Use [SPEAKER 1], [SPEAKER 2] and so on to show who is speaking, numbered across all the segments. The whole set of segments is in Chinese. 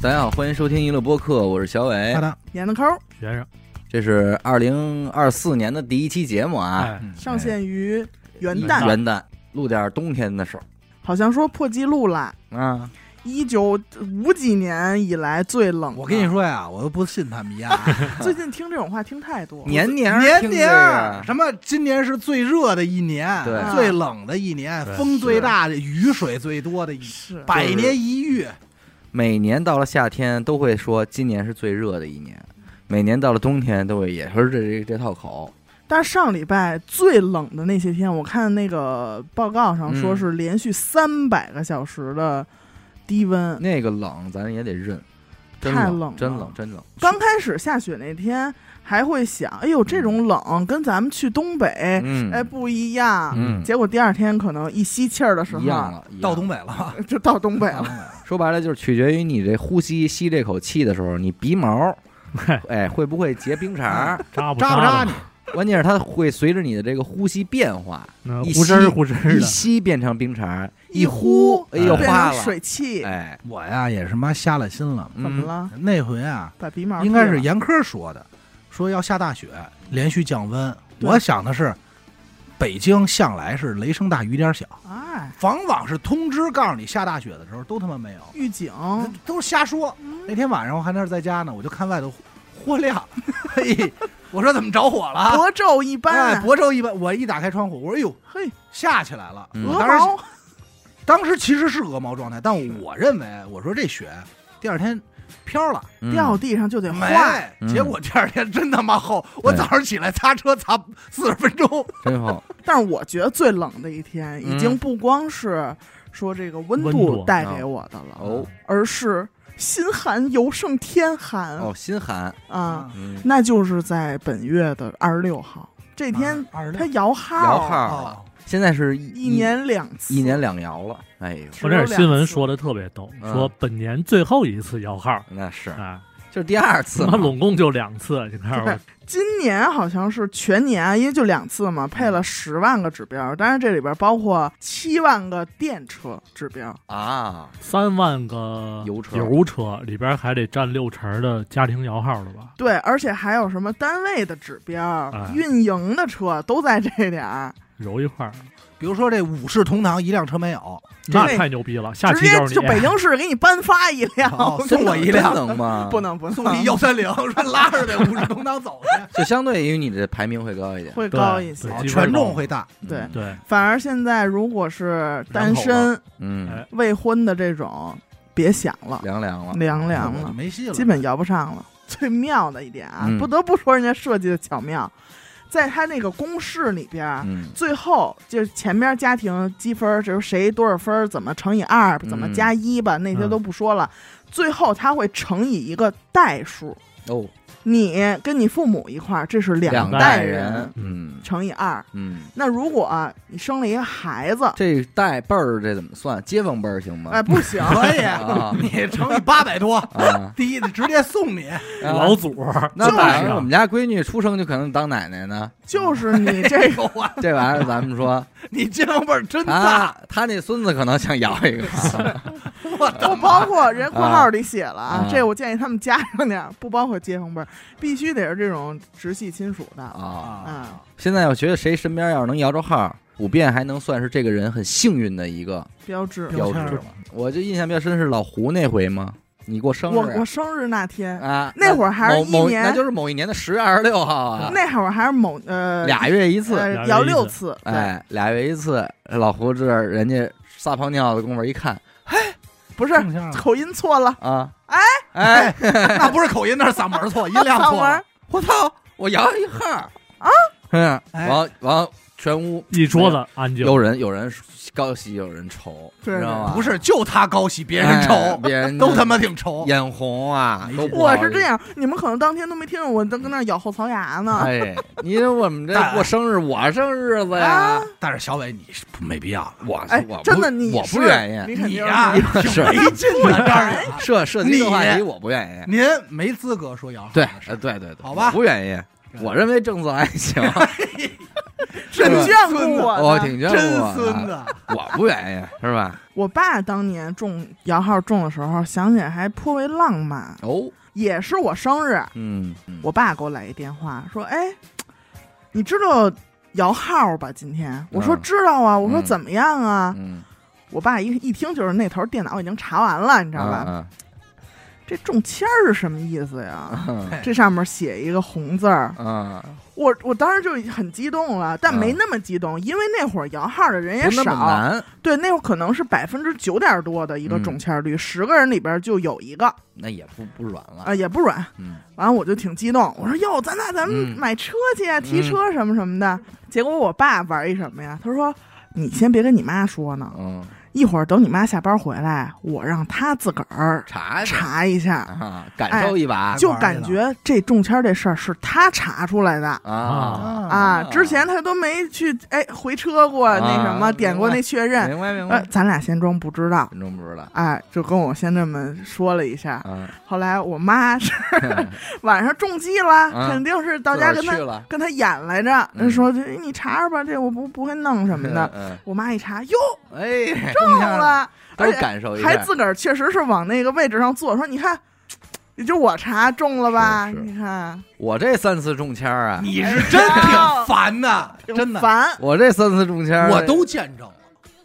[SPEAKER 1] 大家好，欢迎收听娱乐播客，我是小伟
[SPEAKER 2] 好。的，
[SPEAKER 3] 演的抠，
[SPEAKER 2] 学生，
[SPEAKER 1] 这是二零二四年的第一期节目啊，嗯
[SPEAKER 2] 哎，
[SPEAKER 3] 上线于元
[SPEAKER 2] 哎
[SPEAKER 3] 旦，
[SPEAKER 1] 元旦录点冬天的事儿
[SPEAKER 3] 好像说破纪录了，
[SPEAKER 1] 啊。
[SPEAKER 3] 一九五几年以来最冷。
[SPEAKER 2] 我跟你，说呀，我都不信他 们家，
[SPEAKER 3] 最近听这种话听太多了，
[SPEAKER 1] 年年儿
[SPEAKER 2] 年
[SPEAKER 1] 听这
[SPEAKER 2] 年
[SPEAKER 1] 个
[SPEAKER 2] 儿什么，今年是最热的一年，
[SPEAKER 1] 对
[SPEAKER 2] 最冷的一年，
[SPEAKER 4] 对
[SPEAKER 2] 风最大的，雨水最多的一年，
[SPEAKER 3] 是
[SPEAKER 2] 百年一遇，
[SPEAKER 1] 每年到了夏天都会说今年是最热的一年，每年到了冬天都会也是这这这套口。
[SPEAKER 3] 但是上礼拜最冷的那些天，我看那个报告上说
[SPEAKER 1] 嗯
[SPEAKER 3] 是连续三百个小时的低温。
[SPEAKER 1] 那个冷咱也得认，真
[SPEAKER 3] 太
[SPEAKER 1] 冷，
[SPEAKER 3] 冷
[SPEAKER 1] 真
[SPEAKER 3] 了
[SPEAKER 1] 冷，真冷。
[SPEAKER 3] 刚开始下雪那天还会想，哎呦，这种冷跟咱们去东北，
[SPEAKER 1] 嗯，
[SPEAKER 3] 哎不一样。
[SPEAKER 1] 嗯
[SPEAKER 3] 结果第二天可能一吸气儿的时
[SPEAKER 1] 一样
[SPEAKER 3] 候
[SPEAKER 1] 了，一嗯样
[SPEAKER 2] 到东北 了，
[SPEAKER 3] 就到东北
[SPEAKER 2] 到
[SPEAKER 3] 了
[SPEAKER 2] 东。北了
[SPEAKER 1] 说白了就是取决于你这呼吸吸这口气的时候，你鼻毛， 哎会不会结冰碴儿？
[SPEAKER 4] 扎不
[SPEAKER 2] 扎不扎
[SPEAKER 4] 你
[SPEAKER 2] 你？？
[SPEAKER 1] 关键是它会随着你的这个呼吸变化，
[SPEAKER 4] 那
[SPEAKER 1] 一
[SPEAKER 4] 呼哧
[SPEAKER 1] 吸
[SPEAKER 4] 儿呼哧儿
[SPEAKER 1] 一
[SPEAKER 4] 的，
[SPEAKER 1] 吸变成冰碴儿，
[SPEAKER 3] 一
[SPEAKER 1] 呼
[SPEAKER 3] 呼，
[SPEAKER 1] 哎呦
[SPEAKER 3] 变
[SPEAKER 1] 化
[SPEAKER 3] 成
[SPEAKER 1] 了，
[SPEAKER 3] 水汽，
[SPEAKER 1] 哎，
[SPEAKER 2] 我呀也是妈瞎了心了，
[SPEAKER 3] 怎么
[SPEAKER 1] 嗯？
[SPEAKER 3] 了？
[SPEAKER 2] 那回啊，
[SPEAKER 3] 把鼻毛
[SPEAKER 2] 应该是
[SPEAKER 3] 剃了
[SPEAKER 2] 严科说的，说要下大雪，连续降温，
[SPEAKER 3] 对
[SPEAKER 2] 我想的是。北京向来是雷声大雨点小，
[SPEAKER 3] 哎，
[SPEAKER 2] 往往是通知告诉你下大雪的时候都他妈没有，
[SPEAKER 3] 预警，
[SPEAKER 2] 都是瞎说。
[SPEAKER 3] 嗯
[SPEAKER 2] 那天晚上我还那儿在家呢，我就看外头豁亮，嘿，我说怎么着火了？
[SPEAKER 3] 魔咒一
[SPEAKER 2] 哎，
[SPEAKER 3] 般，啊
[SPEAKER 2] 薄昼一般，我一打开窗户，我说哟，
[SPEAKER 3] 嘿，
[SPEAKER 2] 下起来了。
[SPEAKER 1] 嗯
[SPEAKER 3] 鹅
[SPEAKER 2] 我当时
[SPEAKER 3] 毛
[SPEAKER 2] 当时其实是鹅毛状态，但我认为我说这雪第二天飘了，
[SPEAKER 1] 嗯
[SPEAKER 3] 掉地上就得
[SPEAKER 2] 没
[SPEAKER 3] 化，，
[SPEAKER 1] 嗯
[SPEAKER 2] 结果第二天真他妈厚。我早上起来擦车擦四十分钟，
[SPEAKER 1] 真 好，
[SPEAKER 3] 但是我觉得最冷的一天，
[SPEAKER 1] 嗯
[SPEAKER 3] 已经不光是说这个温
[SPEAKER 4] 温度
[SPEAKER 3] 带给我的了，
[SPEAKER 1] 哦
[SPEAKER 3] 而是心寒尤胜天寒
[SPEAKER 1] 哦，心寒，
[SPEAKER 3] 啊！
[SPEAKER 1] 嗯，
[SPEAKER 3] 那就是在本月的二十六号这天，
[SPEAKER 2] 啊二十
[SPEAKER 3] 它
[SPEAKER 2] 六
[SPEAKER 3] 摇号，
[SPEAKER 1] 啊摇号了，
[SPEAKER 2] 哦，
[SPEAKER 1] 现在是
[SPEAKER 3] 一年两次，
[SPEAKER 1] 一年两摇了，哎呦，
[SPEAKER 3] 只
[SPEAKER 4] 我这
[SPEAKER 3] 有两
[SPEAKER 4] 儿
[SPEAKER 3] 次
[SPEAKER 4] 新闻说的特别逗，
[SPEAKER 1] 嗯
[SPEAKER 4] 说本年最后一次摇号
[SPEAKER 1] 那是
[SPEAKER 4] 啊，
[SPEAKER 1] 就是第二次
[SPEAKER 4] 怎
[SPEAKER 1] 嘛
[SPEAKER 4] 么，拢共就两次，你看
[SPEAKER 3] 对
[SPEAKER 4] 我
[SPEAKER 3] 今年好像是全年啊，因为就两次嘛，配
[SPEAKER 2] 嗯
[SPEAKER 3] 了十万个指标，当然这里边包括七万个电车指标。
[SPEAKER 1] 啊，
[SPEAKER 4] 三万个
[SPEAKER 1] 油车
[SPEAKER 4] 油车里边还得占六成的家庭摇号了吧？
[SPEAKER 3] 对，而且还有什么单位的指标、
[SPEAKER 2] 啊
[SPEAKER 4] 哎
[SPEAKER 3] 运营的车都在这点儿，
[SPEAKER 4] 揉一块儿，
[SPEAKER 2] 比如说这五世同堂一辆车没有，
[SPEAKER 4] 那
[SPEAKER 3] 这
[SPEAKER 4] 太牛逼了！下
[SPEAKER 3] 直
[SPEAKER 4] 期
[SPEAKER 3] 接
[SPEAKER 4] 是
[SPEAKER 3] 就
[SPEAKER 4] 你
[SPEAKER 3] 北京市给你颁发一辆，
[SPEAKER 2] 哦
[SPEAKER 1] 真
[SPEAKER 2] 送我
[SPEAKER 1] 能
[SPEAKER 2] 一辆
[SPEAKER 1] 真能吗？
[SPEAKER 3] 不，能不能，
[SPEAKER 2] 送你幺三零，说拉着这五世同堂走去。
[SPEAKER 1] 就相对于你的排名会高一点，
[SPEAKER 3] 会
[SPEAKER 4] 对
[SPEAKER 3] 高一些
[SPEAKER 4] 对。
[SPEAKER 2] 哦
[SPEAKER 4] 基本
[SPEAKER 2] 权重
[SPEAKER 4] 上
[SPEAKER 2] 会大，
[SPEAKER 3] 对
[SPEAKER 1] 嗯
[SPEAKER 4] 对，
[SPEAKER 3] 反而现在如果是单身
[SPEAKER 1] 嗯，
[SPEAKER 4] 哎
[SPEAKER 3] 未婚的这种，别想了，
[SPEAKER 1] 凉凉了，
[SPEAKER 3] 凉凉
[SPEAKER 2] 我就
[SPEAKER 3] 了，
[SPEAKER 2] 嗯没戏了。，
[SPEAKER 3] 基本摇不上了。 最妙的一点啊，
[SPEAKER 1] 嗯
[SPEAKER 3] 不得不说人家设计的巧妙，在他那个公式里边，
[SPEAKER 1] 嗯，
[SPEAKER 3] 最后就是前面家庭积分儿，就是谁多少分儿，怎么乘以二，怎么加一
[SPEAKER 1] 嗯
[SPEAKER 3] 吧，那些都不说了。最后他会乘以一个代数，
[SPEAKER 1] 哦，
[SPEAKER 3] 你跟你父母一块儿，这是两代
[SPEAKER 1] 代
[SPEAKER 3] 人
[SPEAKER 1] 人，嗯
[SPEAKER 3] 乘以二。
[SPEAKER 1] 嗯，
[SPEAKER 3] 那如果、啊你生了一个 孩子，
[SPEAKER 1] 这代辈儿这怎么算？街坊辈儿行吗？
[SPEAKER 3] 哎，不 行
[SPEAKER 2] 可以，
[SPEAKER 1] 啊
[SPEAKER 2] 你乘以八百 多，
[SPEAKER 1] 啊，
[SPEAKER 2] 第一直接送你。
[SPEAKER 1] 啊
[SPEAKER 4] 老祖儿
[SPEAKER 1] 那
[SPEAKER 3] 就是
[SPEAKER 1] 反
[SPEAKER 4] 啊
[SPEAKER 1] 正我们家闺女出生就可能当奶奶呢，
[SPEAKER 3] 就是你这个
[SPEAKER 2] 个哎我，
[SPEAKER 1] 这玩意儿咱们说，
[SPEAKER 2] 你肩膀味儿真大，
[SPEAKER 1] 他他那孙子可能想摇一个，
[SPEAKER 2] 我
[SPEAKER 3] 不包括人括号里写了
[SPEAKER 1] 啊
[SPEAKER 3] 这我建议他们加上点儿，不包括街坊辈儿，必须得是这种直系亲属的
[SPEAKER 1] 啊！
[SPEAKER 3] 啊，
[SPEAKER 1] 现在我觉得谁身边要是能摇着号，普遍还能算是这个人很幸运的一个
[SPEAKER 3] 标志。
[SPEAKER 1] 标
[SPEAKER 2] 标签
[SPEAKER 1] 志
[SPEAKER 2] 儿。
[SPEAKER 1] 我就印象比较深是老胡那回嘛，你过生
[SPEAKER 3] 我
[SPEAKER 1] 日
[SPEAKER 3] 我生日那天，
[SPEAKER 1] 啊，
[SPEAKER 3] 那会儿还是
[SPEAKER 1] 某某
[SPEAKER 3] 一年
[SPEAKER 1] 那就是某一年的十月二十六号啊，
[SPEAKER 3] 那会儿还是某呃
[SPEAKER 1] 俩月一次，
[SPEAKER 3] 呃
[SPEAKER 4] 俩
[SPEAKER 3] 摇
[SPEAKER 4] 月一
[SPEAKER 3] 六
[SPEAKER 4] 次
[SPEAKER 3] 次，对，
[SPEAKER 1] 哎，俩月一次。老胡这儿人家撒泡尿的功夫一看
[SPEAKER 3] 不是
[SPEAKER 2] 正向
[SPEAKER 3] 口音 错了，
[SPEAKER 1] 啊，
[SPEAKER 3] 哎
[SPEAKER 1] 哎，
[SPEAKER 2] 那不是口音，那是嗓门儿 错，音量
[SPEAKER 3] 嗓
[SPEAKER 2] 错
[SPEAKER 3] 门
[SPEAKER 2] 了
[SPEAKER 3] 儿。
[SPEAKER 1] 我操，哎我摇一号啊，嗯，
[SPEAKER 2] 哎
[SPEAKER 1] 完完全屋
[SPEAKER 4] 一桌子安静，
[SPEAKER 1] 有人有人高兴，有人愁，
[SPEAKER 3] 对
[SPEAKER 1] 你知道吗？
[SPEAKER 2] 不是，就他高喜，别嗯人
[SPEAKER 1] 哎
[SPEAKER 2] 愁，
[SPEAKER 1] 别人
[SPEAKER 2] 都他妈挺愁。
[SPEAKER 1] 眼红啊
[SPEAKER 2] 没，
[SPEAKER 1] 都
[SPEAKER 2] 劲
[SPEAKER 1] 不好
[SPEAKER 3] 我
[SPEAKER 1] 意
[SPEAKER 3] 是
[SPEAKER 1] 思
[SPEAKER 3] 这。样，你们可能当天都没听着，我正跟那儿咬后槽牙呢。
[SPEAKER 1] 哎，你说我们这
[SPEAKER 2] 但
[SPEAKER 1] 过生日，我生日子呀
[SPEAKER 3] 啊，
[SPEAKER 2] 但是小伟，你是不没必要，
[SPEAKER 1] 我
[SPEAKER 3] 哎
[SPEAKER 1] 我不，
[SPEAKER 3] 真的你
[SPEAKER 1] 我
[SPEAKER 3] 是
[SPEAKER 1] 不愿意啊
[SPEAKER 3] 你肯
[SPEAKER 2] 你
[SPEAKER 3] 定
[SPEAKER 2] 呀
[SPEAKER 3] 是
[SPEAKER 2] 挺没 劲的。这儿
[SPEAKER 1] 涉涉及这个
[SPEAKER 2] 你
[SPEAKER 1] 话题，我不愿意。
[SPEAKER 2] 您没资格说摇号
[SPEAKER 1] 对
[SPEAKER 3] 啊
[SPEAKER 2] 的，事
[SPEAKER 1] 呃
[SPEAKER 2] 儿。
[SPEAKER 1] 对对对，
[SPEAKER 2] 好吧
[SPEAKER 1] 我不愿意。
[SPEAKER 2] 对
[SPEAKER 1] 我认为政策还行，
[SPEAKER 3] 真眷顾我
[SPEAKER 1] 我
[SPEAKER 3] 呢。
[SPEAKER 1] 挺眷
[SPEAKER 2] 真
[SPEAKER 1] 顾
[SPEAKER 2] 孙
[SPEAKER 1] 我的，啊
[SPEAKER 2] 子，
[SPEAKER 1] 我不愿意，是吧？
[SPEAKER 3] 我爸当年中摇号中的时候，想起来还颇为浪漫，
[SPEAKER 1] 哦，
[SPEAKER 3] 也是我生日，
[SPEAKER 1] 嗯，嗯
[SPEAKER 3] 我爸给我来一电话说：“哎，你知道摇号吧？今天？”我说：“
[SPEAKER 1] 嗯
[SPEAKER 3] 知道啊。”我说：“
[SPEAKER 1] 嗯
[SPEAKER 3] 怎么样啊？”
[SPEAKER 1] 嗯，
[SPEAKER 3] 我爸一一听就是那头电脑已经查完了，你知道吧？
[SPEAKER 1] 嗯？
[SPEAKER 3] 这中签儿是什么意思呀？
[SPEAKER 1] 嗯
[SPEAKER 3] 这上面写一个红字儿，
[SPEAKER 1] 嗯，嗯
[SPEAKER 3] 我我当时就很激动了，但
[SPEAKER 1] 嗯
[SPEAKER 3] 没那么激动，因为那会儿摇号的人也
[SPEAKER 1] 不那么
[SPEAKER 3] 少，
[SPEAKER 1] 难。
[SPEAKER 3] 对，那会儿可能是百分之九点多的一个
[SPEAKER 1] 嗯
[SPEAKER 3] 中签率，十个人里边就有一个啊、
[SPEAKER 1] 那也不不软了，
[SPEAKER 3] 呃也不软。
[SPEAKER 1] 嗯
[SPEAKER 3] 完了我就挺激动，我说哟，咱俩咱们
[SPEAKER 1] 嗯
[SPEAKER 3] 买车去啊，提车什么什么的。结果我爸玩一什么呀？他说你先别跟你妈说呢，
[SPEAKER 1] 嗯，
[SPEAKER 3] 一会儿等你妈下班回来，我让她自个儿
[SPEAKER 1] 查查
[SPEAKER 3] 查一下，
[SPEAKER 1] 啊，感受一把
[SPEAKER 2] 哎
[SPEAKER 3] 就感觉这中签这事儿是他查出来的。
[SPEAKER 1] 啊
[SPEAKER 3] 啊，之前他都没去哎回车过、
[SPEAKER 1] 啊
[SPEAKER 3] 那什么，
[SPEAKER 1] 明白
[SPEAKER 3] 点过那确认，
[SPEAKER 1] 明白明
[SPEAKER 3] 呃
[SPEAKER 1] 白，，
[SPEAKER 3] 咱俩先装不知道，
[SPEAKER 1] 真不知道
[SPEAKER 3] 哎，就跟我先这么说了一下。
[SPEAKER 1] 啊，
[SPEAKER 3] 后来我 妈是晚上中计了，
[SPEAKER 1] 嗯
[SPEAKER 3] 肯定是到家
[SPEAKER 1] 自
[SPEAKER 3] 跟
[SPEAKER 1] 个儿
[SPEAKER 3] 他
[SPEAKER 1] 去了
[SPEAKER 3] 跟他演来着，
[SPEAKER 1] 嗯
[SPEAKER 3] 说这你查查吧，这我不不会弄什么的。
[SPEAKER 1] 嗯，
[SPEAKER 3] 我妈一查，哟，
[SPEAKER 1] 嗯哎，
[SPEAKER 3] 中
[SPEAKER 2] 签了
[SPEAKER 3] 了，而
[SPEAKER 1] 都
[SPEAKER 3] 且
[SPEAKER 1] 感受一下，
[SPEAKER 3] 还自个儿确实是往那个位置上坐，说你看，也就我查中了吧？
[SPEAKER 1] 是是
[SPEAKER 3] 你看，
[SPEAKER 1] 我这三次中签儿啊，
[SPEAKER 2] 你是真哎挺烦的，真的，
[SPEAKER 3] 烦。
[SPEAKER 1] 我这三次中签儿，哎
[SPEAKER 5] 我都见证了。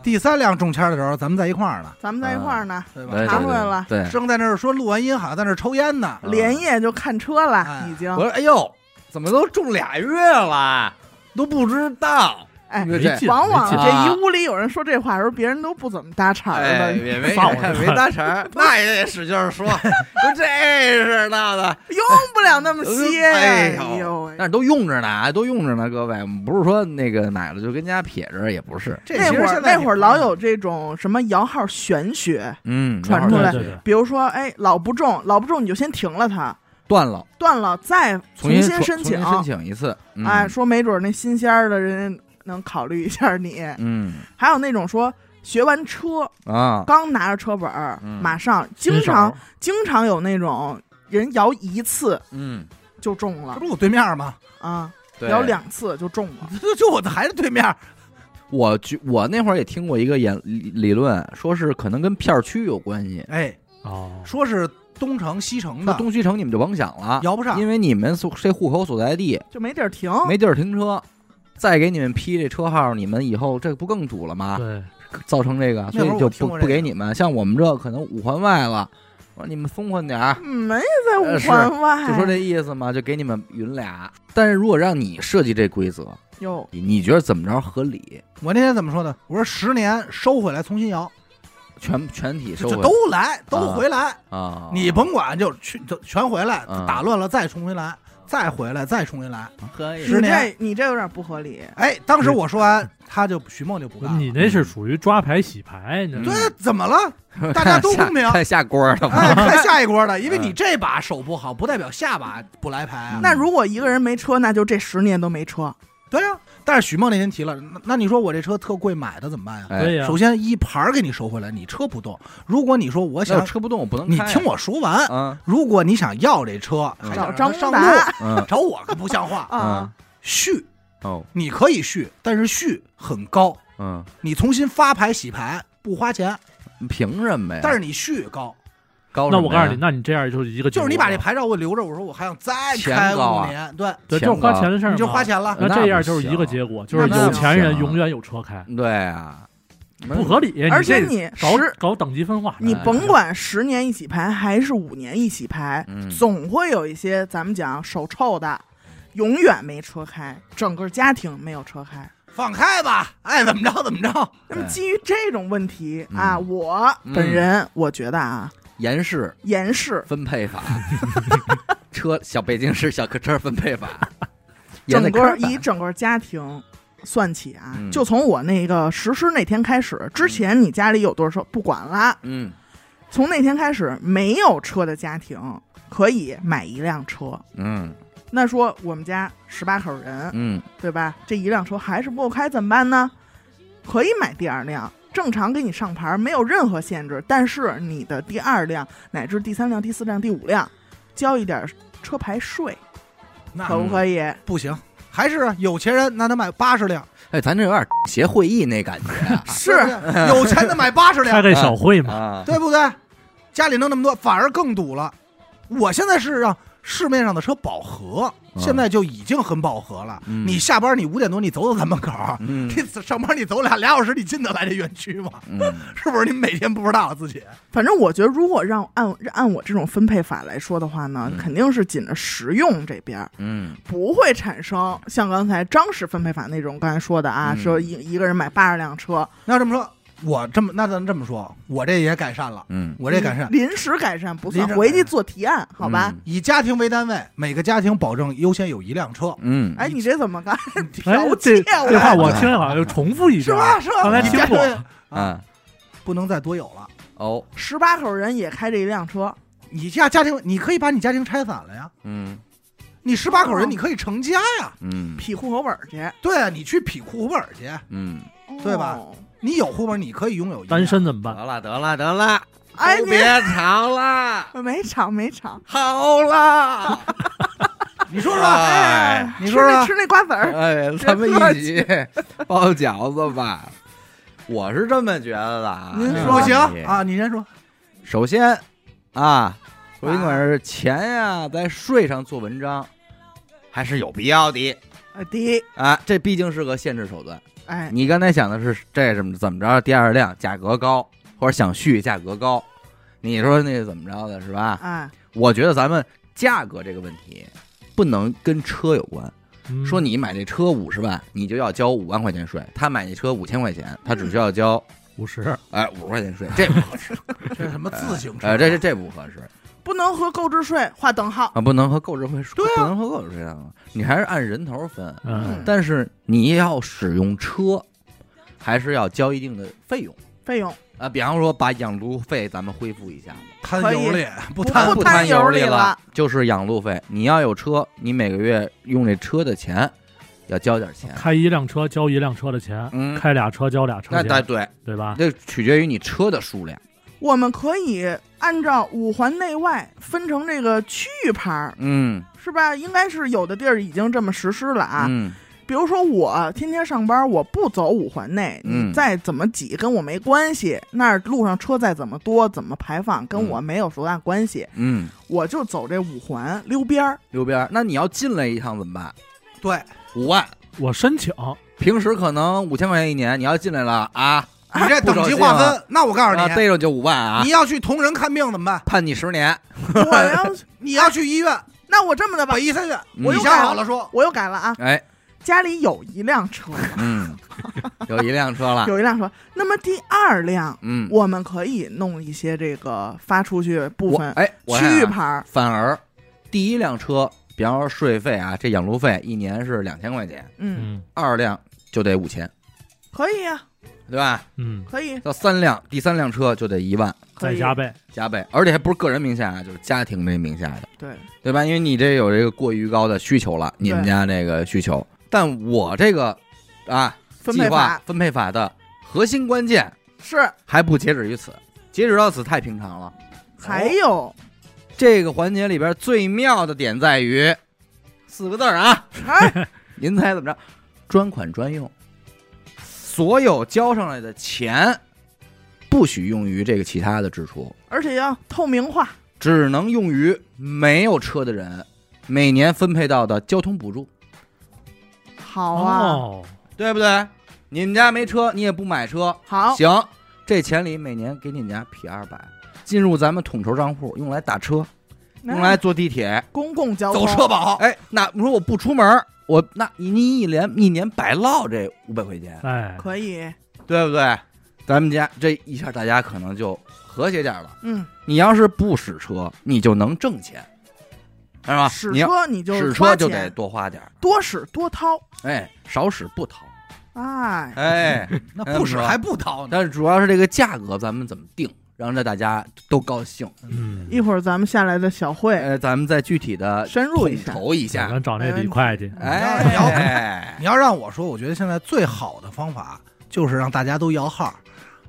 [SPEAKER 2] 第三辆中签的时候，咱们在一块儿呢，
[SPEAKER 3] 咱们在一块儿呢，
[SPEAKER 2] 对
[SPEAKER 1] 对
[SPEAKER 2] 吧？
[SPEAKER 3] 查出来了
[SPEAKER 1] 对，对
[SPEAKER 2] 正在那儿说录完音，好像在那儿抽烟呢。
[SPEAKER 1] 嗯
[SPEAKER 3] 连夜就看车了
[SPEAKER 2] 哎，
[SPEAKER 3] 已经
[SPEAKER 1] 我。说哎呦，怎么都中俩月了，都不知道，
[SPEAKER 3] 哎
[SPEAKER 1] 对对
[SPEAKER 4] 没劲
[SPEAKER 3] 往往
[SPEAKER 4] 没
[SPEAKER 1] 啊
[SPEAKER 4] 劲
[SPEAKER 3] 这一屋里有人说这话的时候，别人都不怎么搭茬儿
[SPEAKER 1] 哎，
[SPEAKER 3] 的。
[SPEAKER 1] 也没
[SPEAKER 4] 放我这儿
[SPEAKER 1] 没搭茬 儿，那也得使劲儿说，说这是那的，
[SPEAKER 3] 用不了那么些呀，
[SPEAKER 1] 哎呦
[SPEAKER 3] 呦喂
[SPEAKER 1] 但！是都用着呢，啊，都用着呢，各位，不是说那个奶了就跟家撇着，也不是，
[SPEAKER 2] 这
[SPEAKER 3] 那
[SPEAKER 2] 其
[SPEAKER 3] 会
[SPEAKER 2] 实
[SPEAKER 3] 儿
[SPEAKER 2] 现在
[SPEAKER 3] 那会儿老有这种什么摇号玄学，
[SPEAKER 1] 嗯，
[SPEAKER 3] 传出
[SPEAKER 4] 对
[SPEAKER 3] 来
[SPEAKER 4] 对对，
[SPEAKER 3] 比如说，哎，老不中，老不中你就先停了它，
[SPEAKER 1] 断了，
[SPEAKER 3] 断了再重
[SPEAKER 1] 新
[SPEAKER 3] 新
[SPEAKER 1] 重
[SPEAKER 3] 申请
[SPEAKER 1] 重。新申请一次，嗯
[SPEAKER 3] 哎，，说没准那新鲜儿的人能考虑一下你。
[SPEAKER 1] 嗯
[SPEAKER 3] 还有那种说学完车
[SPEAKER 1] 啊，
[SPEAKER 3] 刚拿着车本儿，
[SPEAKER 1] 嗯
[SPEAKER 3] 马上经
[SPEAKER 4] 新手
[SPEAKER 3] 常经常有那种人摇一次
[SPEAKER 1] 嗯，
[SPEAKER 3] 就中了
[SPEAKER 2] 这不是我对面吗？
[SPEAKER 3] 啊，
[SPEAKER 1] 对，
[SPEAKER 3] 摇两次就中了。
[SPEAKER 2] 就就我的孩子对面，
[SPEAKER 1] 我觉我那会儿也听过一个研理理论，说是可能跟片儿区有关系。
[SPEAKER 2] 哎，
[SPEAKER 4] 哦，
[SPEAKER 2] 说是东城西城
[SPEAKER 1] 那
[SPEAKER 2] 的，
[SPEAKER 1] 东西城你们就甭想了，
[SPEAKER 2] 摇不上
[SPEAKER 1] 因为你们所这户口所在
[SPEAKER 2] 哦
[SPEAKER 1] 地
[SPEAKER 3] 就没地儿停，
[SPEAKER 1] 没地儿停车，再给你们批这车号，你们以后这不更堵了吗？
[SPEAKER 4] 对，
[SPEAKER 1] 造成这个，
[SPEAKER 2] 那
[SPEAKER 1] 所
[SPEAKER 2] 会儿
[SPEAKER 1] 以
[SPEAKER 2] 我
[SPEAKER 1] 就
[SPEAKER 2] 听
[SPEAKER 1] 不
[SPEAKER 2] 过
[SPEAKER 1] 不
[SPEAKER 2] 这
[SPEAKER 1] 给
[SPEAKER 2] 个
[SPEAKER 1] 你们。像我们这可能五环外了，我说你们松宽点儿，
[SPEAKER 3] 嗯没在五
[SPEAKER 1] 呃是
[SPEAKER 3] 环外。
[SPEAKER 1] 就说
[SPEAKER 2] 哎
[SPEAKER 1] 这意思嘛，就给你们匀俩。但是如果让你设计这规则，
[SPEAKER 3] 哟，
[SPEAKER 1] 你你觉得怎么着合理？
[SPEAKER 2] 我那天怎么说的？我说十年收回来重新摇，
[SPEAKER 1] 全全体收
[SPEAKER 2] 就就
[SPEAKER 1] 回
[SPEAKER 2] 都来都回来，
[SPEAKER 1] 啊，
[SPEAKER 2] 你甭管就去就全回来
[SPEAKER 1] 啊，
[SPEAKER 2] 打乱了再重回来，再回来再重新来。
[SPEAKER 1] 可以
[SPEAKER 2] 是
[SPEAKER 3] 你
[SPEAKER 2] 十年
[SPEAKER 3] 这你这有点不合理。
[SPEAKER 2] 哎，当时我
[SPEAKER 1] 嗯
[SPEAKER 2] 说完，他就许梦就不干了。
[SPEAKER 4] 你那是属于抓牌洗牌，你知道吗
[SPEAKER 2] 对，怎么 了？大家都公平
[SPEAKER 1] 看下锅了吗？
[SPEAKER 2] 哎，看下一锅的，因为你
[SPEAKER 1] 嗯
[SPEAKER 2] 这把手不好，不代表下把不来牌啊。
[SPEAKER 3] 那如果一个人没车，那就这十年都没车。
[SPEAKER 2] 对呀、但是许梦那天提了，那那你说我这车特贵买的怎么办呀？
[SPEAKER 1] 哎
[SPEAKER 4] 对呀
[SPEAKER 2] 首，先一牌儿给你收回来，你车不动。如果你说我
[SPEAKER 1] 那我
[SPEAKER 2] 想，
[SPEAKER 1] 车不动，我不能
[SPEAKER 2] 你
[SPEAKER 1] 开
[SPEAKER 2] 听我说完，
[SPEAKER 1] 啊，
[SPEAKER 2] 如果你想要这车，
[SPEAKER 1] 嗯
[SPEAKER 2] 还
[SPEAKER 3] 找
[SPEAKER 2] 想
[SPEAKER 3] 张
[SPEAKER 2] 让它上路，
[SPEAKER 3] 达
[SPEAKER 1] 嗯
[SPEAKER 2] 找我可不像话。
[SPEAKER 3] 啊，
[SPEAKER 2] 续
[SPEAKER 1] 哦
[SPEAKER 2] 你可以续，但是续很高，
[SPEAKER 1] 嗯，
[SPEAKER 2] 你重新发牌洗牌不花
[SPEAKER 1] 哎
[SPEAKER 2] 钱，
[SPEAKER 1] 凭什么呀？
[SPEAKER 2] 但是你续高，
[SPEAKER 1] 高什
[SPEAKER 4] 那
[SPEAKER 1] 么呀，
[SPEAKER 4] 我告诉你，那你这样就是一个
[SPEAKER 2] 就是你
[SPEAKER 4] 结果
[SPEAKER 2] 把这牌照我留着，我说我还想再
[SPEAKER 1] 钱
[SPEAKER 2] 开
[SPEAKER 1] 高
[SPEAKER 2] 五
[SPEAKER 1] 啊
[SPEAKER 2] 年，对，
[SPEAKER 4] 对，
[SPEAKER 1] 钱
[SPEAKER 4] 就是花钱的事儿嘛，
[SPEAKER 2] 你就花钱了。
[SPEAKER 4] 那
[SPEAKER 1] 那
[SPEAKER 4] 这样
[SPEAKER 1] 不
[SPEAKER 4] 就是一
[SPEAKER 1] 行
[SPEAKER 4] 个结果，就是
[SPEAKER 3] 那不
[SPEAKER 4] 有钱人
[SPEAKER 1] 行
[SPEAKER 4] 永远有车开，
[SPEAKER 1] 对啊，
[SPEAKER 4] 不合理。
[SPEAKER 3] 而且
[SPEAKER 4] 哎这哎
[SPEAKER 3] 你
[SPEAKER 4] 搞
[SPEAKER 3] 十
[SPEAKER 4] 搞等级分化，
[SPEAKER 3] 你
[SPEAKER 1] 哎
[SPEAKER 3] 甭管十年一起排还是五年一起排，
[SPEAKER 1] 嗯
[SPEAKER 3] 总会有一些咱们讲手臭的，永远没车开，整个家庭没有车开。
[SPEAKER 2] 放开吧，爱怎么着怎么着。
[SPEAKER 3] 那么
[SPEAKER 1] 对
[SPEAKER 3] 基于这种问题
[SPEAKER 1] 嗯
[SPEAKER 3] 啊，我本人我觉得啊，
[SPEAKER 1] 严氏
[SPEAKER 3] 严氏
[SPEAKER 1] 分配 法，车小北京市小客车分配 法，严
[SPEAKER 3] 整
[SPEAKER 1] 的
[SPEAKER 3] 个
[SPEAKER 1] 根本
[SPEAKER 3] 以整个家庭算起啊，
[SPEAKER 1] 嗯
[SPEAKER 3] 就从我那个实施那天开始，之前你家里有多少车不管了，
[SPEAKER 1] 嗯，
[SPEAKER 3] 从那天开始没有车的家庭可以买一辆车。
[SPEAKER 1] 嗯
[SPEAKER 3] 那说我们家十八口人，
[SPEAKER 1] 嗯
[SPEAKER 3] 对吧？这一辆车还是不够开，怎么办呢？可以买第二辆，正常给你上牌，没有任何限制。但是你的第二辆乃至第三辆、第四辆、第五辆，交一点车牌税，
[SPEAKER 2] 那
[SPEAKER 1] 嗯
[SPEAKER 3] 可不可以？
[SPEAKER 2] 不行，还是啊有钱人那得买八十辆，
[SPEAKER 1] 哎，咱这有点协会议那感觉 啊
[SPEAKER 3] 是
[SPEAKER 2] 对不对有钱的买 八十
[SPEAKER 4] 开
[SPEAKER 2] 辆，
[SPEAKER 4] 这小会嘛，
[SPEAKER 1] 啊，
[SPEAKER 2] 对不对？家里弄那么多，反而更堵了。我现在是让市面上的车饱和，
[SPEAKER 1] 嗯
[SPEAKER 2] 现在就已经很饱和了。
[SPEAKER 1] 嗯
[SPEAKER 2] 你下班你五点多你走走咱门口，
[SPEAKER 1] 嗯
[SPEAKER 2] 你上班你走俩俩小时，你进得来这园区吗？
[SPEAKER 1] 嗯
[SPEAKER 2] 是不是？你每天不知道自己
[SPEAKER 3] 反正我觉得，如果让按按我这种分配法来说的话呢，
[SPEAKER 1] 嗯
[SPEAKER 3] 肯定是紧着实用这边儿，
[SPEAKER 1] 嗯
[SPEAKER 3] 不会产生像刚才张氏分配法那种刚才说的啊，
[SPEAKER 1] 嗯
[SPEAKER 3] 说一一个人买八十辆车，
[SPEAKER 2] 那这么说，我这么那咱这么说，我这也改善了，
[SPEAKER 1] 嗯，
[SPEAKER 2] 我这改善。
[SPEAKER 3] 临时改善不算
[SPEAKER 2] 临时改，善
[SPEAKER 3] 回去做提案，好吧？
[SPEAKER 1] 嗯
[SPEAKER 2] 以家庭为单位，每个家庭保证优先有一辆车。
[SPEAKER 1] 嗯，
[SPEAKER 3] 哎，你这怎么干？
[SPEAKER 4] 哎
[SPEAKER 3] 剽，
[SPEAKER 4] 这
[SPEAKER 3] 窃我
[SPEAKER 4] 这话我听了好像又重复一
[SPEAKER 2] 是
[SPEAKER 4] 遍，啊
[SPEAKER 2] 吧？是吧？
[SPEAKER 4] 刚才
[SPEAKER 2] 你
[SPEAKER 4] 听
[SPEAKER 2] 家
[SPEAKER 4] 过
[SPEAKER 2] 庭
[SPEAKER 1] 啊
[SPEAKER 2] 不能再多有了。
[SPEAKER 1] 哦，
[SPEAKER 3] 十八口人也开这一辆车，
[SPEAKER 2] 你家家庭，你可以把你家庭拆散了呀。
[SPEAKER 1] 嗯
[SPEAKER 2] 你十八口
[SPEAKER 3] 哦
[SPEAKER 2] 人，你可以成家呀。
[SPEAKER 1] 嗯
[SPEAKER 3] 批户口本儿去，
[SPEAKER 2] 对啊，你去匹户口本去，
[SPEAKER 1] 嗯，
[SPEAKER 2] 对吧
[SPEAKER 3] 哦？
[SPEAKER 2] 你有户口本，你可以拥有一辆
[SPEAKER 4] 单。身怎么办？
[SPEAKER 1] 得了得了得了，
[SPEAKER 3] 哎，
[SPEAKER 1] 都
[SPEAKER 3] 你
[SPEAKER 1] 别吵了，
[SPEAKER 3] 没吵没吵，
[SPEAKER 1] 好了，
[SPEAKER 2] 你说说，
[SPEAKER 3] 啊
[SPEAKER 1] 哎
[SPEAKER 2] 你说说
[SPEAKER 3] 吃那吃那瓜子儿，
[SPEAKER 1] 哎，咱们一起 包饺子吧，我是这么觉得的啊，
[SPEAKER 3] 您
[SPEAKER 1] 这
[SPEAKER 3] 说
[SPEAKER 2] 不
[SPEAKER 1] 个
[SPEAKER 2] 行
[SPEAKER 1] 问题
[SPEAKER 2] 啊！你先说。
[SPEAKER 1] 首先啊，我尽管是钱呀、在税上做文章，还是有必要的
[SPEAKER 3] 呃，第一，
[SPEAKER 1] 啊。这毕竟是个限制手段。
[SPEAKER 3] 哎，
[SPEAKER 1] 你刚才想的是这怎么怎么着，第二辆价格高，或者想续价格高，你说那怎么着的是吧？
[SPEAKER 3] 哎，
[SPEAKER 1] 我觉得咱们价格这个问题不能跟车有关。
[SPEAKER 4] 嗯
[SPEAKER 1] 说你买这车五十万，你就要交五万块钱税；他买这车五千块钱，他只需要交
[SPEAKER 4] 五十，
[SPEAKER 1] 哎五十块钱税，这不合适。
[SPEAKER 2] 这是什么自行车？
[SPEAKER 1] 呃，这这这不合适。
[SPEAKER 3] 不能和购置税划等号，
[SPEAKER 1] 啊，不能和购置税说，
[SPEAKER 2] 对
[SPEAKER 1] 不
[SPEAKER 2] 啊
[SPEAKER 1] 能和购置税上，你还是按人头分。
[SPEAKER 4] 嗯，
[SPEAKER 1] 但是你要使用车，还是要交一定的费用
[SPEAKER 3] 费用
[SPEAKER 1] 啊。比方说，把养路费咱们恢复一下，
[SPEAKER 2] 摊
[SPEAKER 3] 可以
[SPEAKER 2] 油里
[SPEAKER 3] 不
[SPEAKER 2] 不摊
[SPEAKER 1] 不
[SPEAKER 3] 摊
[SPEAKER 1] 摊油
[SPEAKER 3] 油
[SPEAKER 1] 里
[SPEAKER 3] 里了，
[SPEAKER 1] 就是养路费。你要有车，你每个月用这车的钱要交点钱。
[SPEAKER 4] 开一辆车交一辆车的钱，
[SPEAKER 1] 嗯，
[SPEAKER 4] 开俩车交俩车
[SPEAKER 1] 那
[SPEAKER 4] 钱，
[SPEAKER 1] 对对，
[SPEAKER 4] 对吧？
[SPEAKER 1] 这取决于你车的数量。
[SPEAKER 3] 我们可以按照五环内外分成这个区域牌儿，
[SPEAKER 1] 嗯
[SPEAKER 3] 是吧？应该是有的地儿已经这么实施了啊。
[SPEAKER 1] 嗯
[SPEAKER 3] 比如说我天天上班，我不走五环内，
[SPEAKER 1] 嗯
[SPEAKER 3] 你再怎么挤跟我没关系。那儿路上车再怎么多，怎么排放跟我没有多大关系。
[SPEAKER 1] 嗯，
[SPEAKER 3] 我就走这五环溜边 儿，
[SPEAKER 1] 溜边儿。那你要进来一趟怎么办？
[SPEAKER 2] 对，
[SPEAKER 1] 五万，
[SPEAKER 4] 我申请，
[SPEAKER 1] 平时可能五千块钱一年，你要进来了啊，
[SPEAKER 2] 你这
[SPEAKER 1] 不
[SPEAKER 2] 等
[SPEAKER 1] 守
[SPEAKER 2] 级
[SPEAKER 1] 信
[SPEAKER 2] 划
[SPEAKER 1] 啊
[SPEAKER 2] 分，那我告诉
[SPEAKER 1] 啊
[SPEAKER 2] 你，
[SPEAKER 1] 逮着就五万啊。
[SPEAKER 2] 你要去同仁看病怎么办？
[SPEAKER 1] 判你十年。
[SPEAKER 3] 我要
[SPEAKER 2] 你要
[SPEAKER 1] 啊
[SPEAKER 2] 去医院，
[SPEAKER 3] 那我这么的吧
[SPEAKER 2] 北，医三院，
[SPEAKER 1] 嗯
[SPEAKER 2] 你想好了说，
[SPEAKER 3] 我又改了啊，
[SPEAKER 1] 哎，
[SPEAKER 3] 家里有一辆车，
[SPEAKER 1] 嗯，有一辆车了，
[SPEAKER 3] 有一辆车，那么第二辆
[SPEAKER 1] 嗯，
[SPEAKER 3] 我们可以弄一些这个发出去部
[SPEAKER 1] 我
[SPEAKER 3] 分
[SPEAKER 1] 哎，我看
[SPEAKER 3] 区域
[SPEAKER 1] 啊
[SPEAKER 3] 牌儿，
[SPEAKER 1] 反而第一辆车，比方说税费啊，这养路费一年是两千块钱，
[SPEAKER 3] 嗯，
[SPEAKER 4] 嗯
[SPEAKER 1] 二辆就得五千，
[SPEAKER 3] 可以呀、
[SPEAKER 1] 对吧？
[SPEAKER 4] 嗯，
[SPEAKER 3] 可以，
[SPEAKER 1] 到三辆，第三辆车就得一万
[SPEAKER 3] 可
[SPEAKER 4] 再
[SPEAKER 3] 以，
[SPEAKER 4] 加倍，
[SPEAKER 1] 加倍，而且还不是个人名下啊，就是家庭这名下的，
[SPEAKER 3] 对，
[SPEAKER 1] 对吧？因为你这有这个过于高的需求了，你们
[SPEAKER 3] 对
[SPEAKER 1] 家这个需求，但我这个啊
[SPEAKER 3] 分
[SPEAKER 1] 计
[SPEAKER 3] 配
[SPEAKER 1] 划
[SPEAKER 3] 法
[SPEAKER 1] 分配法的核心关键
[SPEAKER 3] 是，
[SPEAKER 1] 还不截止于此，截止到此太平常了。
[SPEAKER 3] 还
[SPEAKER 1] 哦
[SPEAKER 3] 有，
[SPEAKER 1] 这个环节里边最妙的点在于四个字儿啊，
[SPEAKER 3] 哎，
[SPEAKER 1] 您猜怎么着？专款专用，所有交上来的钱不许用于这个其他的支出，
[SPEAKER 3] 而且要透明化，
[SPEAKER 1] 只能用于没有车的人每年分配到的交通补助，
[SPEAKER 3] 好啊，
[SPEAKER 4] 哦，
[SPEAKER 1] 对不对？你们家没车，你也不买车，
[SPEAKER 3] 好，
[SPEAKER 1] 行，这钱里每年给你们家撇二百，进入咱们统筹账户，用来打车，
[SPEAKER 3] 那
[SPEAKER 1] 用来坐地铁，
[SPEAKER 3] 公共交通，
[SPEAKER 2] 走车保。
[SPEAKER 1] 哎，那如果我不出门儿，我那你一年一年白落这五百块钱，
[SPEAKER 4] 哎，
[SPEAKER 3] 可以，
[SPEAKER 1] 对不对？咱们家这一下大家可能就和谐点儿了。
[SPEAKER 3] 嗯，
[SPEAKER 1] 你要是不使车，你就能挣钱，是吧？
[SPEAKER 3] 使
[SPEAKER 1] 啊你要
[SPEAKER 3] 车你就
[SPEAKER 1] 使
[SPEAKER 3] 花
[SPEAKER 1] 车就得
[SPEAKER 3] 钱，
[SPEAKER 1] 多花点儿，
[SPEAKER 3] 多使多掏，
[SPEAKER 1] 哎，少使不掏，
[SPEAKER 3] 哎，
[SPEAKER 1] 哎。
[SPEAKER 2] 那不使
[SPEAKER 1] 嗯
[SPEAKER 2] 还不掏呢？
[SPEAKER 1] 但是主要是这个价格，咱们怎么定，让这大家都高兴。
[SPEAKER 4] 嗯，
[SPEAKER 3] 一会儿咱们下来的小会
[SPEAKER 1] 呃，咱们再具体的
[SPEAKER 3] 深入一下
[SPEAKER 1] 统，筹一下。
[SPEAKER 4] 咱找那李会计，嗯
[SPEAKER 1] 哎，
[SPEAKER 2] 你要
[SPEAKER 1] 哎
[SPEAKER 2] 你要让我说，我觉得现在最好的方法就是让大家都摇号，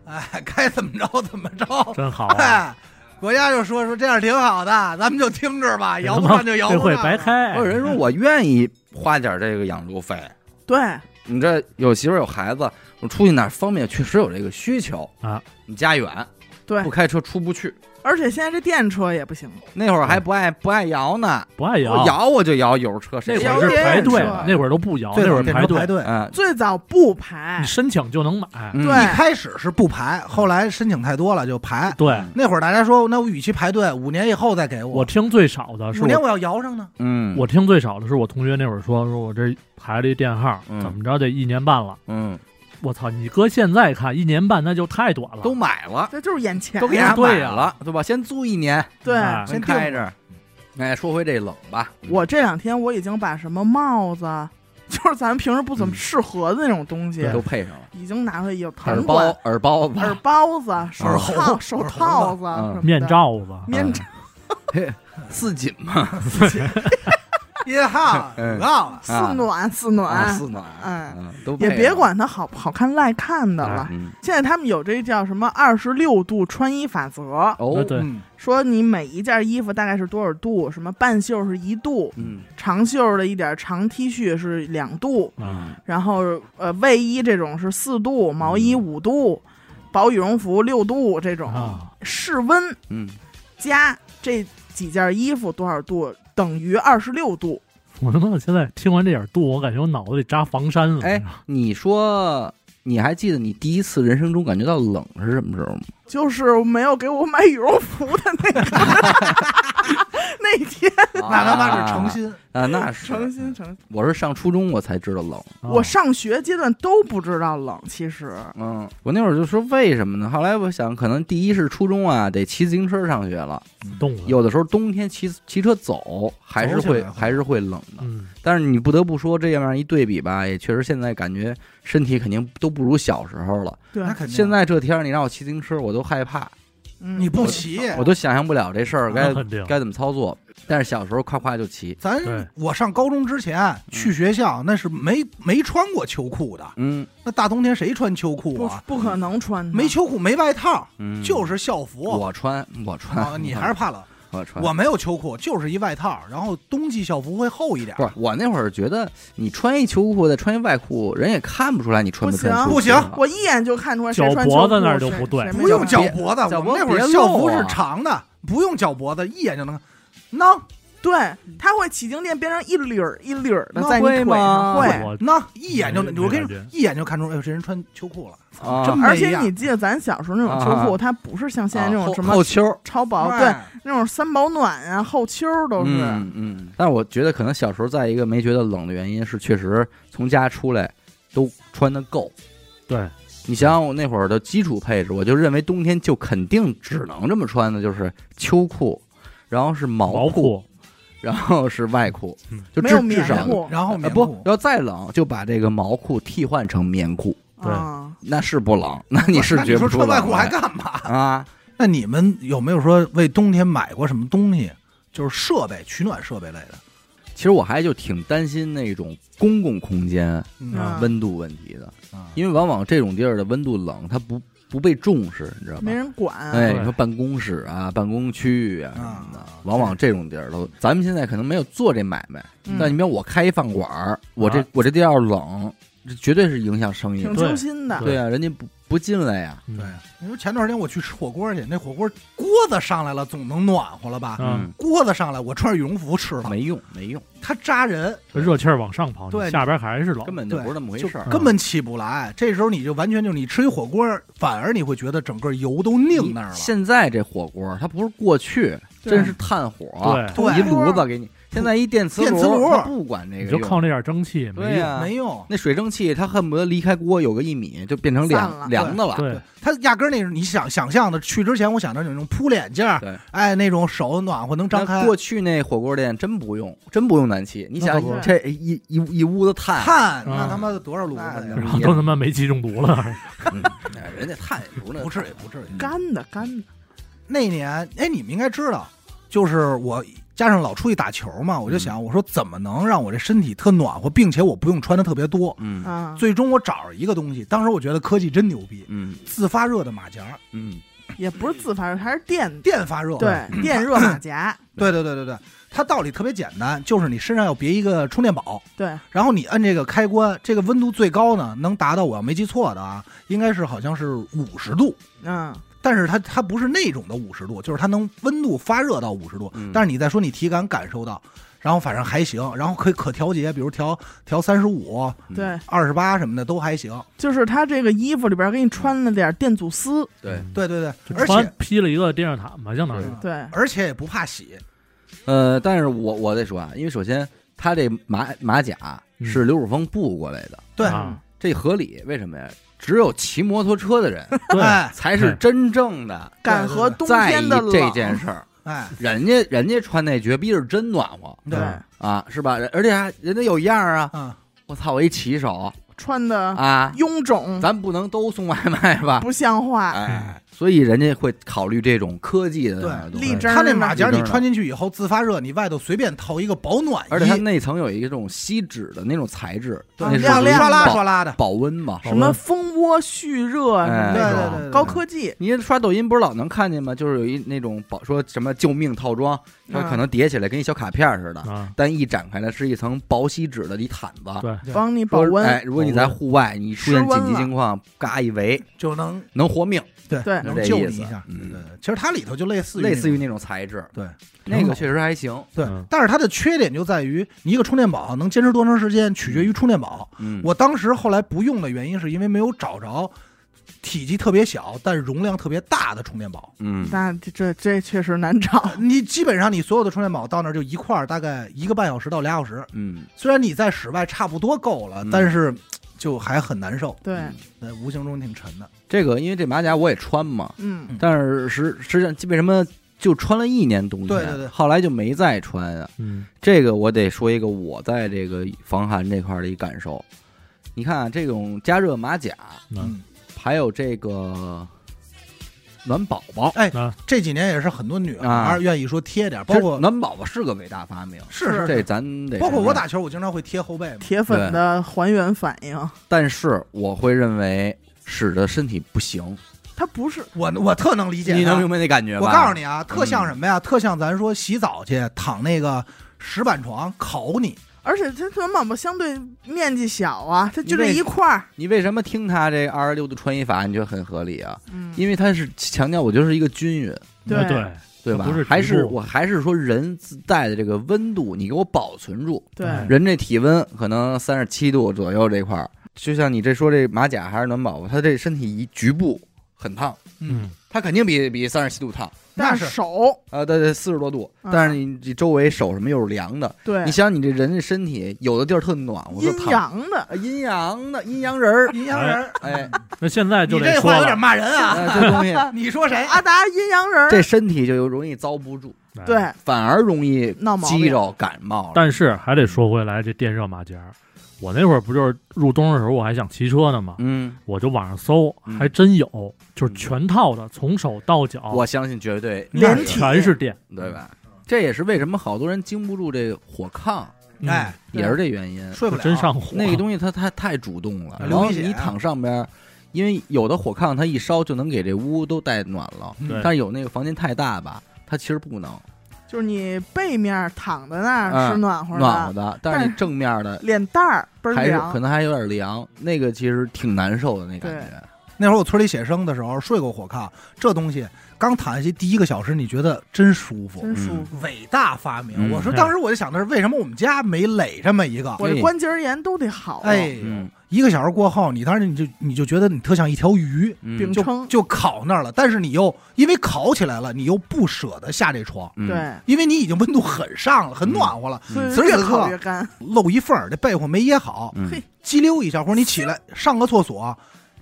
[SPEAKER 2] 哎，该怎么着怎么着，
[SPEAKER 4] 真好啊，
[SPEAKER 2] 哎， 国家就说说这样挺好的，咱们就听着吧，
[SPEAKER 4] 这
[SPEAKER 2] 摇
[SPEAKER 4] 他
[SPEAKER 2] 不
[SPEAKER 4] 妈
[SPEAKER 2] 上 就摇
[SPEAKER 4] 这
[SPEAKER 2] 不
[SPEAKER 4] 会
[SPEAKER 2] 上。
[SPEAKER 4] 白，开。
[SPEAKER 1] 我有人说我愿意花点这个养路费，
[SPEAKER 3] 对，
[SPEAKER 1] 你这有媳妇儿有孩子，我出去哪儿方便，确实有这个需求
[SPEAKER 4] 啊。
[SPEAKER 1] 你家远，
[SPEAKER 3] 对
[SPEAKER 1] 不开车出不去。
[SPEAKER 3] 而且现在这电车也不行了，
[SPEAKER 1] 那会儿还不爱不爱摇呢，
[SPEAKER 4] 不爱
[SPEAKER 1] 我
[SPEAKER 4] 摇，
[SPEAKER 1] 摇我就摇油车，
[SPEAKER 4] 那
[SPEAKER 1] 谁
[SPEAKER 4] 会
[SPEAKER 1] 摇
[SPEAKER 4] 儿是
[SPEAKER 3] 电
[SPEAKER 4] 排队
[SPEAKER 3] 车，
[SPEAKER 4] 那会儿都不摇，
[SPEAKER 2] 最
[SPEAKER 4] 那会
[SPEAKER 2] 早
[SPEAKER 4] 儿
[SPEAKER 2] 变成
[SPEAKER 4] 队，
[SPEAKER 2] 排队。
[SPEAKER 1] 嗯，
[SPEAKER 3] 最早不排
[SPEAKER 4] 你，申请就能买。
[SPEAKER 1] 嗯
[SPEAKER 3] 对
[SPEAKER 2] 一开始是不排，后来申请太多了就排。
[SPEAKER 4] 对
[SPEAKER 1] 嗯
[SPEAKER 2] 那会儿大家说，那我与其排队，五年以后再给
[SPEAKER 4] 我
[SPEAKER 2] 我，
[SPEAKER 4] 听最少的是
[SPEAKER 2] 五年
[SPEAKER 4] 我，
[SPEAKER 2] 我要摇上 呢。
[SPEAKER 1] 嗯，
[SPEAKER 4] 我听最少的是我同学那会儿说，说我这排了一电号，
[SPEAKER 1] 嗯
[SPEAKER 4] 怎么着得一年半了。
[SPEAKER 1] 嗯
[SPEAKER 4] 我操！你搁现在看，一年半那就太短了。
[SPEAKER 1] 都买了，
[SPEAKER 3] 这就是眼前
[SPEAKER 1] 都给啊
[SPEAKER 4] 呀
[SPEAKER 1] 人买
[SPEAKER 4] 对呀
[SPEAKER 1] 了，对吧？先租一年，
[SPEAKER 3] 对。
[SPEAKER 4] 哎
[SPEAKER 1] 先
[SPEAKER 2] 先
[SPEAKER 1] 开着。哎，说回这冷吧，
[SPEAKER 3] 我这两天我已经把什么帽子， 就是咱们平时不怎么
[SPEAKER 1] 嗯
[SPEAKER 3] 适合的那种东西，
[SPEAKER 1] 都配上了，
[SPEAKER 3] 已经拿回有
[SPEAKER 1] 耳
[SPEAKER 3] 藤
[SPEAKER 1] 包
[SPEAKER 3] 管、
[SPEAKER 1] 耳包子，嗯
[SPEAKER 3] 耳包子、手
[SPEAKER 1] 耳
[SPEAKER 3] 套、
[SPEAKER 2] 猴
[SPEAKER 3] 手套子
[SPEAKER 1] 耳猴子嗯
[SPEAKER 3] 什么的
[SPEAKER 4] 面、罩子，
[SPEAKER 3] 面罩。
[SPEAKER 1] 四锦嘛，
[SPEAKER 2] 一号
[SPEAKER 1] 嗯
[SPEAKER 2] 五号了，
[SPEAKER 3] 四
[SPEAKER 1] 啊
[SPEAKER 3] 暖四
[SPEAKER 1] 啊
[SPEAKER 3] 暖，
[SPEAKER 1] 四暖，
[SPEAKER 3] 哎
[SPEAKER 1] 嗯，都
[SPEAKER 3] 也
[SPEAKER 1] 配
[SPEAKER 3] 别
[SPEAKER 1] 上，
[SPEAKER 3] 管它好不好看，赖看的了。
[SPEAKER 4] 啊
[SPEAKER 1] 嗯，
[SPEAKER 3] 现在他们有这叫什么二十六度穿衣法则，
[SPEAKER 1] 哦，
[SPEAKER 4] 对
[SPEAKER 2] 嗯，
[SPEAKER 3] 说你每一件衣服大概是多少度，什么半袖是一度，
[SPEAKER 1] 嗯
[SPEAKER 3] 长袖的一点长 T 恤是两度，
[SPEAKER 4] 啊，
[SPEAKER 3] 然后呃卫衣这种是四度，毛衣五度，薄羽绒服六度这种，
[SPEAKER 4] 嗯啊
[SPEAKER 3] 室温
[SPEAKER 1] 嗯，
[SPEAKER 3] 加这几件衣服多少度等于二十六度，
[SPEAKER 4] 我他妈现在听完这点度，我感觉我脑子里扎防山了。
[SPEAKER 1] 哎，你说你还记得你第一次人生中感觉到冷是什么时候吗？
[SPEAKER 3] 就是没有给我买羽绒服的那个 那天，
[SPEAKER 2] 那他妈是诚心。
[SPEAKER 1] 啊，那是
[SPEAKER 3] 诚心。诚心，
[SPEAKER 1] 我是上初中我才知道冷，
[SPEAKER 4] 啊
[SPEAKER 3] 我上学阶段都不知道冷，其实
[SPEAKER 1] 嗯，我那会儿就说为什么呢？后来我想，可能第一是初中啊，得骑自行车上学了，
[SPEAKER 4] 动了，
[SPEAKER 1] 有的时候冬天骑骑车走还是
[SPEAKER 2] 走起来
[SPEAKER 1] 会
[SPEAKER 2] 会
[SPEAKER 1] 还是会冷的。
[SPEAKER 4] 嗯，
[SPEAKER 1] 但是你不得不说，这样一对比吧，也确实现在感觉身体肯定都不如小时候了。
[SPEAKER 3] 对
[SPEAKER 2] 那，肯定。
[SPEAKER 1] 现在这天儿你让我骑自行车，我都害怕，
[SPEAKER 3] 嗯
[SPEAKER 2] 你不骑，
[SPEAKER 1] 我都想象不了这事儿该
[SPEAKER 4] 那肯定
[SPEAKER 1] 该怎么操作。但是小时候夸夸就骑，
[SPEAKER 2] 咱
[SPEAKER 4] 对嗯
[SPEAKER 2] 我上高中之前去学校，那是没没穿过秋裤的。
[SPEAKER 1] 嗯
[SPEAKER 2] 那大冬天谁穿秋裤
[SPEAKER 3] 不
[SPEAKER 2] 啊？
[SPEAKER 3] 不可能穿的，
[SPEAKER 2] 没秋裤，没外套，
[SPEAKER 1] 嗯，
[SPEAKER 2] 就是校服。
[SPEAKER 1] 我穿我穿，
[SPEAKER 2] 啊，你还是怕冷。
[SPEAKER 1] 我穿
[SPEAKER 2] 我没有秋裤，就是一外套，然后冬季校服会厚一点
[SPEAKER 1] 不。是我那会儿觉得你穿一秋裤再穿一外裤，人也看不出来你穿穿秋裤
[SPEAKER 2] 不行
[SPEAKER 1] 啊
[SPEAKER 3] 我一眼就看出来谁穿
[SPEAKER 4] 脚脖子
[SPEAKER 3] 秋裤
[SPEAKER 4] 那儿就
[SPEAKER 3] 谁
[SPEAKER 4] 不对
[SPEAKER 3] 谁没
[SPEAKER 2] 不用
[SPEAKER 3] 穿
[SPEAKER 2] 绞脖子，
[SPEAKER 1] 绞
[SPEAKER 2] 我
[SPEAKER 1] 脖子
[SPEAKER 2] 们那会儿
[SPEAKER 1] 别
[SPEAKER 2] 校
[SPEAKER 1] 露
[SPEAKER 2] 服是
[SPEAKER 1] 啊
[SPEAKER 2] 长的，不用绞脖子，一眼就能看。那
[SPEAKER 3] 对，它会起静电变成一绺儿一绺儿的
[SPEAKER 1] 那
[SPEAKER 3] 在你
[SPEAKER 1] 会
[SPEAKER 3] 腿上
[SPEAKER 1] 吗
[SPEAKER 3] 会，
[SPEAKER 4] 我
[SPEAKER 2] 那一眼就
[SPEAKER 4] 没
[SPEAKER 1] 嗯
[SPEAKER 2] 能，我跟你
[SPEAKER 4] 没
[SPEAKER 2] 说
[SPEAKER 4] 感，
[SPEAKER 2] 一眼就看出，哎呦，这人穿秋裤了，
[SPEAKER 1] 啊
[SPEAKER 2] 真
[SPEAKER 3] 而
[SPEAKER 2] 没
[SPEAKER 3] 且
[SPEAKER 2] 样
[SPEAKER 3] 你记得咱小时候那种秋裤，它不是像现在那
[SPEAKER 1] 啊
[SPEAKER 3] 种
[SPEAKER 1] 后
[SPEAKER 3] 什么
[SPEAKER 1] 后秋儿。
[SPEAKER 3] 超薄，
[SPEAKER 2] 哎
[SPEAKER 3] 对，那种三保暖啊、后秋儿都是。
[SPEAKER 1] 嗯嗯，但我觉得可能小时候在一个没觉得冷的原因是，确实从家出来都穿的够。
[SPEAKER 4] 对，
[SPEAKER 1] 你想想我那会儿的基础配置，我就认为冬天就肯定只能这么穿的，就是秋裤，然后是毛
[SPEAKER 4] 毛
[SPEAKER 1] 裤，
[SPEAKER 4] 裤
[SPEAKER 1] 然后是外裤
[SPEAKER 4] 嗯，
[SPEAKER 1] 就
[SPEAKER 3] 没有
[SPEAKER 1] 至至
[SPEAKER 3] 棉
[SPEAKER 1] 少
[SPEAKER 3] 裤，
[SPEAKER 2] 然
[SPEAKER 1] 啊
[SPEAKER 2] 后哦棉
[SPEAKER 1] 不
[SPEAKER 2] 裤，
[SPEAKER 1] 要再冷就把这个毛裤替换成棉裤，
[SPEAKER 4] 对
[SPEAKER 3] 啊，
[SPEAKER 1] 那是不冷， 那你是
[SPEAKER 2] 那
[SPEAKER 1] 绝
[SPEAKER 2] 你
[SPEAKER 1] 不
[SPEAKER 2] 说
[SPEAKER 1] 出
[SPEAKER 2] 穿外
[SPEAKER 1] 冷
[SPEAKER 2] 裤还
[SPEAKER 1] 来
[SPEAKER 2] 干嘛？
[SPEAKER 1] 啊？
[SPEAKER 2] 那你们有没有说为冬天买过什么东西？就是设备、取暖设备类的。
[SPEAKER 1] 其实我还就挺担心那种公共空间
[SPEAKER 2] 嗯
[SPEAKER 3] 啊
[SPEAKER 1] 温度问题的，
[SPEAKER 2] 啊
[SPEAKER 1] 因为往往这种地儿的温度冷，它不不被重视，你知道
[SPEAKER 3] 没
[SPEAKER 1] 吗？
[SPEAKER 3] 人管。
[SPEAKER 1] 哎，
[SPEAKER 4] 对
[SPEAKER 1] 你说办公室啊、办公区域啊什么的
[SPEAKER 2] 啊，
[SPEAKER 1] 往往这种地儿都，咱们现在可能没有做这买卖，
[SPEAKER 3] 嗯
[SPEAKER 1] 但你比如我开一饭馆儿，我这
[SPEAKER 4] 啊
[SPEAKER 1] 我这地儿要冷，这绝对是影响生意
[SPEAKER 3] 挺
[SPEAKER 1] 的。
[SPEAKER 3] 揪心的，
[SPEAKER 1] 对啊，人家不不进来呀，
[SPEAKER 4] 嗯
[SPEAKER 2] 对，啊你说前段时间我去吃火锅去，那火锅锅子上来了，总能暖和了吧？
[SPEAKER 4] 嗯，
[SPEAKER 2] 锅子上来，我穿着羽绒服吃了，
[SPEAKER 1] 嗯没用没用，
[SPEAKER 2] 它扎人，
[SPEAKER 4] 这热气儿往上跑，
[SPEAKER 2] 对
[SPEAKER 4] 你下边还是冷
[SPEAKER 1] 根。本就
[SPEAKER 2] 哦对，
[SPEAKER 1] 不是那么回
[SPEAKER 2] 就
[SPEAKER 1] 事儿。
[SPEAKER 2] 根本起不来。这时候你就完全就是你吃一火锅，反而你会觉得整个油都拧那儿了。
[SPEAKER 1] 嗯现在这火锅它不是过去，
[SPEAKER 3] 对
[SPEAKER 1] 真是炭火，
[SPEAKER 4] 对
[SPEAKER 1] 一
[SPEAKER 2] 对，
[SPEAKER 1] 炉子给你。现在一电磁
[SPEAKER 2] 电磁炉啊
[SPEAKER 1] 它不管这
[SPEAKER 4] 你
[SPEAKER 1] 个
[SPEAKER 4] 就
[SPEAKER 1] 用，
[SPEAKER 4] 靠那点蒸汽没
[SPEAKER 1] 对
[SPEAKER 4] 用。
[SPEAKER 1] 呀，
[SPEAKER 2] 没用，
[SPEAKER 1] 那水蒸气它恨不得离开锅有个一米就变成
[SPEAKER 3] 散
[SPEAKER 1] 凉
[SPEAKER 3] 了
[SPEAKER 1] 凉的了。
[SPEAKER 4] 对，
[SPEAKER 2] 它压根儿那是你想想象的。去之前我想着那种铺脸劲儿
[SPEAKER 1] 对，
[SPEAKER 2] 哎，那种手暖和能张
[SPEAKER 1] 那
[SPEAKER 2] 开，
[SPEAKER 1] 过去那火锅店真不用，真不用暖气。你
[SPEAKER 2] 那
[SPEAKER 1] 想
[SPEAKER 2] 可
[SPEAKER 3] 不是
[SPEAKER 1] 这一一一屋子炭，
[SPEAKER 2] 汗，
[SPEAKER 4] 嗯
[SPEAKER 2] 那他妈多少炉子
[SPEAKER 1] 那
[SPEAKER 2] 呀
[SPEAKER 1] 是？
[SPEAKER 4] 然后都他妈煤气中毒了，
[SPEAKER 1] 嗯哎人家炭也不是那
[SPEAKER 2] 不至于，不至于。
[SPEAKER 3] 干的干的。
[SPEAKER 2] 那年，哎，你们应该知道，就是我加上老出去打球嘛，
[SPEAKER 1] 嗯
[SPEAKER 2] 我就想，我说怎么能让我这身体特暖和，并且我不用穿的特别多。
[SPEAKER 1] 嗯
[SPEAKER 3] 啊，
[SPEAKER 2] 最终我找着一个东西，当时我觉得科技真牛逼，
[SPEAKER 1] 嗯
[SPEAKER 2] 自发热的马甲。
[SPEAKER 1] 嗯，
[SPEAKER 3] 也不是自发热，还是电
[SPEAKER 2] 电发热。
[SPEAKER 3] 对 电热马甲，
[SPEAKER 2] 对对对对对，它道理特别简单，就是你身上要别一个充电宝，
[SPEAKER 3] 对
[SPEAKER 2] 然后你摁这个开关，这个温度最高呢能达到，我要没记错的啊，应该是好像是五十度，
[SPEAKER 3] 嗯
[SPEAKER 2] 但是它它不是那种的五十度，就是它能温度发热到五十度，
[SPEAKER 1] 嗯
[SPEAKER 2] 但是你再说你体感感受到，然后反正还行，然后可以可调节，比如调调三十五、
[SPEAKER 1] 嗯
[SPEAKER 3] 对，
[SPEAKER 2] 二十八什么的都还行。
[SPEAKER 3] 就是他这个衣服里边给你穿了点电阻丝，
[SPEAKER 1] 对，
[SPEAKER 2] 对对对，
[SPEAKER 4] 嗯就
[SPEAKER 2] 而
[SPEAKER 4] 穿
[SPEAKER 2] 且
[SPEAKER 4] 披了一个电热毯吧，相当于
[SPEAKER 2] 对
[SPEAKER 3] 对，
[SPEAKER 2] 而且也不怕洗，
[SPEAKER 1] 呃，但是我我得说啊，因为首先他这马马甲
[SPEAKER 4] 嗯
[SPEAKER 1] 是刘汝峰布过来的，
[SPEAKER 2] 对，
[SPEAKER 4] 啊，
[SPEAKER 1] 这合理？为什么呀？只有骑摩托车的 人
[SPEAKER 4] 对，
[SPEAKER 2] 哎
[SPEAKER 1] 才是真正的
[SPEAKER 3] 敢和冬
[SPEAKER 1] 在意
[SPEAKER 3] 天的冷，
[SPEAKER 1] 这件事儿。
[SPEAKER 2] 哎，
[SPEAKER 1] 人家人家穿那绝逼是真暖和
[SPEAKER 2] 对，
[SPEAKER 4] 嗯
[SPEAKER 1] 啊，是吧？人而且还人家有样儿啊！
[SPEAKER 2] 嗯，
[SPEAKER 1] 我操，我一骑手
[SPEAKER 3] 穿的
[SPEAKER 1] 啊，
[SPEAKER 3] 臃肿，
[SPEAKER 1] 咱不能都送外卖 吧？
[SPEAKER 3] 不像话，
[SPEAKER 1] 哎，所以人家会考虑这种科技的东西
[SPEAKER 3] 立正
[SPEAKER 2] 他那马甲
[SPEAKER 1] 立正
[SPEAKER 2] 你
[SPEAKER 1] 的
[SPEAKER 2] 穿进去以后自发热，你外头随便套一个保暖衣，
[SPEAKER 1] 而且它内层有一个这种吸脂的那种材质，
[SPEAKER 2] 对
[SPEAKER 1] 那是
[SPEAKER 3] 亮
[SPEAKER 1] 属于
[SPEAKER 3] 亮
[SPEAKER 2] 刷啦
[SPEAKER 1] 保
[SPEAKER 2] 刷啦的，
[SPEAKER 1] 保温嘛。
[SPEAKER 4] 好
[SPEAKER 3] 什么
[SPEAKER 4] 吧
[SPEAKER 3] 蜂窝蓄热什
[SPEAKER 1] 哎
[SPEAKER 3] 么
[SPEAKER 2] 对
[SPEAKER 1] 那
[SPEAKER 2] 对
[SPEAKER 1] 种
[SPEAKER 2] 对对，对
[SPEAKER 3] 高科技，
[SPEAKER 1] 你刷抖音不是老能看见吗？就是有一那种保说什么救命套装，它
[SPEAKER 3] 嗯
[SPEAKER 1] 可能叠起来跟一小卡片似的，
[SPEAKER 4] 啊，
[SPEAKER 1] 但一展开来是一层薄吸纸的一毯子。
[SPEAKER 4] 对，
[SPEAKER 3] 帮你保
[SPEAKER 1] 说
[SPEAKER 3] 温，
[SPEAKER 1] 哎，如果你在户外，你出现
[SPEAKER 3] 湿温
[SPEAKER 1] 紧
[SPEAKER 3] 了
[SPEAKER 1] 急情况，嘎一围
[SPEAKER 2] 就能
[SPEAKER 1] 能活命，
[SPEAKER 2] 对
[SPEAKER 3] 对
[SPEAKER 2] 能
[SPEAKER 1] 就这
[SPEAKER 2] 救
[SPEAKER 1] 意
[SPEAKER 2] 你
[SPEAKER 1] 思
[SPEAKER 2] 一下。
[SPEAKER 1] 嗯
[SPEAKER 2] 对，其实它里头就类似于
[SPEAKER 1] 类似于
[SPEAKER 2] 那
[SPEAKER 1] 那种材质，
[SPEAKER 2] 对
[SPEAKER 1] 那个确实还行。
[SPEAKER 2] 对
[SPEAKER 4] 嗯，
[SPEAKER 2] 但是它的缺点就在于你一个充电宝能坚持多长时间，取决于充电宝。
[SPEAKER 1] 嗯，
[SPEAKER 2] 我当时后来不用的原因是因为没有找着体积特别小但容量特别大的充电宝。
[SPEAKER 1] 嗯
[SPEAKER 3] 那这这这确实难
[SPEAKER 1] 哦
[SPEAKER 3] 找，
[SPEAKER 2] 你基本上你所有的充电宝到那儿就一块儿，大概一个半小时到俩小时。
[SPEAKER 1] 嗯，
[SPEAKER 2] 虽然你在室外差不多够了，
[SPEAKER 1] 嗯
[SPEAKER 2] 但是嘖就还很难受，
[SPEAKER 3] 对，
[SPEAKER 2] 呃无形中挺沉的。
[SPEAKER 1] 这个因为这马甲我也穿嘛，
[SPEAKER 3] 嗯，
[SPEAKER 1] 但是实实际上为什么就穿了一年冬天，
[SPEAKER 2] 对对对
[SPEAKER 1] 后来就没再穿啊。
[SPEAKER 4] 嗯，
[SPEAKER 1] 这个我得说一个我在这个防寒这块儿的一感受。你看、啊、这种加热马甲，
[SPEAKER 4] 嗯
[SPEAKER 2] 嗯，
[SPEAKER 1] 还有这个暖宝宝，
[SPEAKER 2] 哎
[SPEAKER 4] 啊，
[SPEAKER 2] 这几年也是很多女孩
[SPEAKER 1] 啊
[SPEAKER 2] 儿愿意说贴点儿，包
[SPEAKER 1] 这
[SPEAKER 2] 括
[SPEAKER 1] 暖宝宝是个伟大发明，
[SPEAKER 2] 是是
[SPEAKER 1] 这咱得
[SPEAKER 2] 包括我
[SPEAKER 1] 承认，
[SPEAKER 2] 打球，我经常会贴后背嘛。
[SPEAKER 3] 铁粉的还原反应，
[SPEAKER 1] 但是我会认为使得身体不行。
[SPEAKER 3] 它不是
[SPEAKER 2] 我我特能理解啊，
[SPEAKER 1] 你能明白那感觉吧？嗯
[SPEAKER 2] 我告诉，你啊，特像什么呀？特像咱说洗澡去躺那个石板床烤你，
[SPEAKER 3] 而且它暖宝宝相对面积小啊，它就
[SPEAKER 1] 因为
[SPEAKER 3] 这一块儿，
[SPEAKER 1] 你为什么听他这二十六度穿衣法，你觉得很合理啊？
[SPEAKER 3] 嗯，
[SPEAKER 1] 因为他是强调，我觉得是一个均匀。
[SPEAKER 3] 对
[SPEAKER 4] 嗯对，
[SPEAKER 1] 对吧？
[SPEAKER 4] 不是
[SPEAKER 1] 还
[SPEAKER 4] 局
[SPEAKER 1] 是
[SPEAKER 4] 部
[SPEAKER 1] 我还是说人自带的这个温度，你给我保存住。
[SPEAKER 3] 对，
[SPEAKER 4] 嗯
[SPEAKER 1] 人这体温可能三十七度左右这块儿，就像你这说这马甲还是暖宝宝，他这身体一局部很烫，
[SPEAKER 4] 嗯，
[SPEAKER 1] 他肯定比比三十七度烫。
[SPEAKER 2] 那
[SPEAKER 3] 但
[SPEAKER 2] 是
[SPEAKER 3] 手
[SPEAKER 1] 啊，对对，四十多度，
[SPEAKER 3] 嗯
[SPEAKER 1] 但是你你周围手什么又是凉的，
[SPEAKER 3] 对
[SPEAKER 1] 你想你这人这身体有的地儿特暖和，特
[SPEAKER 3] 阴
[SPEAKER 1] 烫，
[SPEAKER 3] 阳的，
[SPEAKER 1] 啊阴阳的阴阳人儿，
[SPEAKER 2] 阴阳嗯人儿，
[SPEAKER 1] 哎，
[SPEAKER 4] 那现在就
[SPEAKER 2] 你
[SPEAKER 4] 得
[SPEAKER 2] 这
[SPEAKER 4] 说
[SPEAKER 2] 话有点
[SPEAKER 4] 了，
[SPEAKER 2] 骂人啊！
[SPEAKER 1] 啊这东 西
[SPEAKER 2] 你说谁？
[SPEAKER 3] 阿达阴阳人儿，
[SPEAKER 1] 这身体就容易遭不住，
[SPEAKER 4] 哎，
[SPEAKER 3] 对，
[SPEAKER 1] 反而容易
[SPEAKER 3] 闹毛病
[SPEAKER 1] 肌肉感冒了。
[SPEAKER 4] 但是还得说回来，这电热马甲，我那会儿不就是入冬的时候，我还想骑车呢嘛，
[SPEAKER 1] 嗯，
[SPEAKER 4] 我就网上搜
[SPEAKER 1] 嗯，
[SPEAKER 4] 还真有，就是全套的，从手到脚，
[SPEAKER 1] 我相信绝对
[SPEAKER 3] 连体
[SPEAKER 4] 全是电，
[SPEAKER 1] 对吧？这也是为什么好多人经不住这火炕，
[SPEAKER 4] 嗯
[SPEAKER 2] 哎，，
[SPEAKER 3] 对
[SPEAKER 1] 也是这原因。
[SPEAKER 2] 睡不
[SPEAKER 4] 就
[SPEAKER 2] 了，
[SPEAKER 4] 真上火，
[SPEAKER 1] 那个东西它太太主动了，
[SPEAKER 2] 流
[SPEAKER 1] 然后
[SPEAKER 2] 鼻血
[SPEAKER 1] 你躺上边儿，因为有的火炕它一烧就能给这屋都带暖了，
[SPEAKER 2] 嗯
[SPEAKER 4] 对
[SPEAKER 1] 但是有那个房间太大吧，它其实不能
[SPEAKER 3] 就是你背面躺在那
[SPEAKER 1] 嗯
[SPEAKER 3] 儿是暖和
[SPEAKER 1] 暖和
[SPEAKER 3] 的，
[SPEAKER 1] 的，但是你正面的
[SPEAKER 3] 脸蛋儿倍儿
[SPEAKER 1] 还是可
[SPEAKER 3] 凉，
[SPEAKER 1] 能还有点凉，那个其实挺难受的那感觉。
[SPEAKER 2] 那会儿我村里写生的时候睡过火炕，这东西刚躺下去第一个小时，你觉得真舒服。
[SPEAKER 3] 真舒服。
[SPEAKER 2] 伟大发明，
[SPEAKER 1] 嗯
[SPEAKER 2] 我说当时我就想的是，为什么我们家没垒这么一个？
[SPEAKER 3] 我
[SPEAKER 1] 哎
[SPEAKER 3] 这关节炎都得好，啊
[SPEAKER 2] 哎，
[SPEAKER 1] 嗯
[SPEAKER 2] 一个小时过后，你当时你就你就觉得你特像一条鱼，
[SPEAKER 3] 饼
[SPEAKER 1] 嗯，
[SPEAKER 2] 就
[SPEAKER 3] 铛，
[SPEAKER 2] 就烤那儿了。但是你又因为烤起来了，你又不舍得下这床，
[SPEAKER 1] 嗯，
[SPEAKER 3] 对，
[SPEAKER 2] 因为你已经温度很上了，很暖和了，
[SPEAKER 1] 嗯
[SPEAKER 3] 所以
[SPEAKER 2] 此时
[SPEAKER 3] 越
[SPEAKER 2] 此刻
[SPEAKER 3] 烤越干，
[SPEAKER 2] 漏一缝儿，这被窝没掖好，
[SPEAKER 1] 嗯
[SPEAKER 3] 嘿
[SPEAKER 2] 激溜一下，或者你起来上个厕所，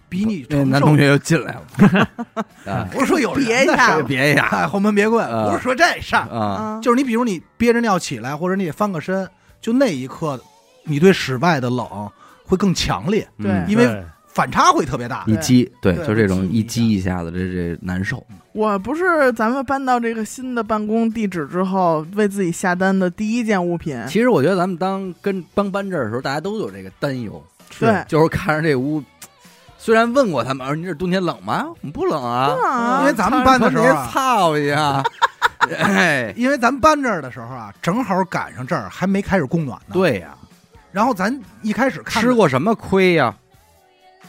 [SPEAKER 2] 比你
[SPEAKER 1] 哎那
[SPEAKER 2] 承
[SPEAKER 1] 男
[SPEAKER 2] 受
[SPEAKER 1] 同学又进来了， 啊
[SPEAKER 2] 不是说有人
[SPEAKER 3] 别
[SPEAKER 2] 的事
[SPEAKER 3] 呀
[SPEAKER 2] 儿，
[SPEAKER 1] 别呀
[SPEAKER 2] 哎，后门别棍，
[SPEAKER 1] 啊
[SPEAKER 2] 不是说这事儿，
[SPEAKER 1] 啊，
[SPEAKER 3] 啊，
[SPEAKER 2] 就是你比如你憋着尿起来，或者你得翻个身，就那一刻，你对室外的冷会更强烈，
[SPEAKER 1] 嗯
[SPEAKER 3] 对
[SPEAKER 2] 因为
[SPEAKER 4] 对
[SPEAKER 2] 反差会特别大。
[SPEAKER 1] 一激，对，
[SPEAKER 2] 对
[SPEAKER 1] 就这种
[SPEAKER 2] 激
[SPEAKER 1] 一
[SPEAKER 2] 一
[SPEAKER 1] 激一下子，这这难受。
[SPEAKER 3] 我不是咱们搬到这个新的办公地址之后，为自己下单的第一件物品，
[SPEAKER 1] 其实我觉得咱们当跟帮搬这儿的时候，大家都有这个担忧，
[SPEAKER 3] 对
[SPEAKER 1] 就是看着这屋虽然问过他们，我说你这冬天冷吗？我们不冷啊，
[SPEAKER 2] 因
[SPEAKER 3] 啊
[SPEAKER 2] 为，咱们班的时候啊
[SPEAKER 1] 操一 下，哎，
[SPEAKER 2] 因为咱搬这儿的时候啊，正好赶上这儿还没开始供暖呢。，
[SPEAKER 1] 对呀、
[SPEAKER 2] 然后咱一开始看
[SPEAKER 1] 吃过什么亏呀、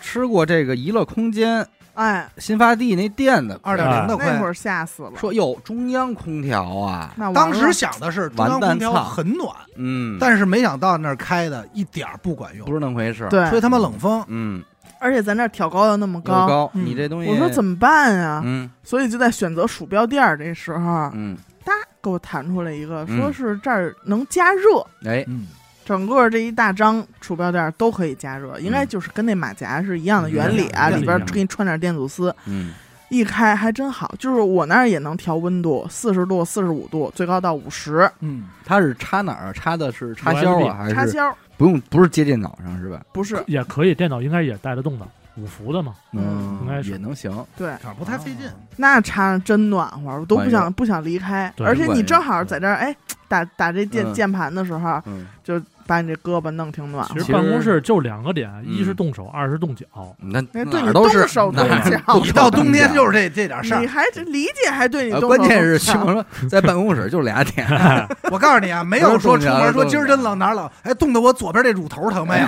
[SPEAKER 1] 吃过这个娱乐空间
[SPEAKER 3] 哎，
[SPEAKER 1] 新发地那店的亏啊
[SPEAKER 2] 二点零的
[SPEAKER 3] 那会
[SPEAKER 2] 亏，
[SPEAKER 3] 儿吓死了。
[SPEAKER 1] 说哟中央空调啊，
[SPEAKER 3] 那完了
[SPEAKER 2] 当时想的是中央
[SPEAKER 1] 完蛋
[SPEAKER 2] 空调
[SPEAKER 1] 操
[SPEAKER 2] 很暖，
[SPEAKER 1] 嗯，
[SPEAKER 2] 但是没想到那儿开的一点儿不管用
[SPEAKER 1] 不，是那么回事，，
[SPEAKER 2] 吹
[SPEAKER 3] 对，
[SPEAKER 2] 他妈冷风。
[SPEAKER 1] 嗯，
[SPEAKER 3] 而且咱这儿挑高又那么
[SPEAKER 1] 又高，
[SPEAKER 2] 嗯
[SPEAKER 1] 你这东西，
[SPEAKER 3] 我说怎么办呀？
[SPEAKER 1] 嗯
[SPEAKER 3] 所以就在选择鼠标垫儿这时候，啊
[SPEAKER 1] 嗯，
[SPEAKER 3] 哒，给我弹出来一个，
[SPEAKER 1] 嗯
[SPEAKER 3] 说是这儿能加热，
[SPEAKER 1] 哎，
[SPEAKER 2] 嗯，
[SPEAKER 3] 整个这一大张鼠标垫儿都可以加热，应该就是跟那马甲是一样的原理啊，
[SPEAKER 4] 嗯
[SPEAKER 3] 里边儿
[SPEAKER 4] 嗯
[SPEAKER 3] 给你穿点电阻丝，
[SPEAKER 1] 嗯
[SPEAKER 3] 一开还真好。就是我那儿也能调温度，四十度、四十五度，最高到五十，
[SPEAKER 2] 嗯，
[SPEAKER 1] 它是插哪儿？插的是插销啊，还
[SPEAKER 3] 插
[SPEAKER 1] 是
[SPEAKER 3] 销
[SPEAKER 1] 不用？不是接电脑上是吧？
[SPEAKER 3] 不是
[SPEAKER 4] 也可以，电脑应该也带得动的，五伏的嘛。
[SPEAKER 3] 嗯
[SPEAKER 4] 应该是
[SPEAKER 1] 也能行。
[SPEAKER 3] 对。
[SPEAKER 2] 这样不太费劲。
[SPEAKER 1] 啊
[SPEAKER 3] 那插上真暖和，我都不
[SPEAKER 1] 管用
[SPEAKER 3] 想不想离开。
[SPEAKER 4] 对
[SPEAKER 3] 而且
[SPEAKER 1] 管
[SPEAKER 3] 你
[SPEAKER 1] 用
[SPEAKER 3] 正好在这儿，哎，打打这键、
[SPEAKER 1] 嗯
[SPEAKER 3] 键盘的时候，
[SPEAKER 1] 嗯，
[SPEAKER 3] 就把你这胳膊弄挺暖和
[SPEAKER 1] 其
[SPEAKER 4] 其
[SPEAKER 1] 实
[SPEAKER 4] 实办公室就两个点，
[SPEAKER 1] 嗯
[SPEAKER 4] 一是动手，二是动脚。
[SPEAKER 1] 那
[SPEAKER 3] 哎
[SPEAKER 1] 哪
[SPEAKER 3] 对
[SPEAKER 1] 儿
[SPEAKER 3] 你
[SPEAKER 1] 都
[SPEAKER 3] 动
[SPEAKER 1] 是
[SPEAKER 3] 手
[SPEAKER 1] 哪儿
[SPEAKER 4] 动
[SPEAKER 1] 哪儿
[SPEAKER 3] 脚
[SPEAKER 1] 都
[SPEAKER 2] 一 到冬天
[SPEAKER 1] 动脚
[SPEAKER 2] 就是这这点事
[SPEAKER 3] 你
[SPEAKER 2] 儿。
[SPEAKER 3] 还这理解还对你
[SPEAKER 1] 呃
[SPEAKER 3] 动手
[SPEAKER 1] 关键是
[SPEAKER 3] 动脚
[SPEAKER 1] 熊说在办公室就俩 点，
[SPEAKER 2] 我告诉你啊，没有说出门说今儿真冷哪儿冷，哎，冻得我左边这乳头疼没有？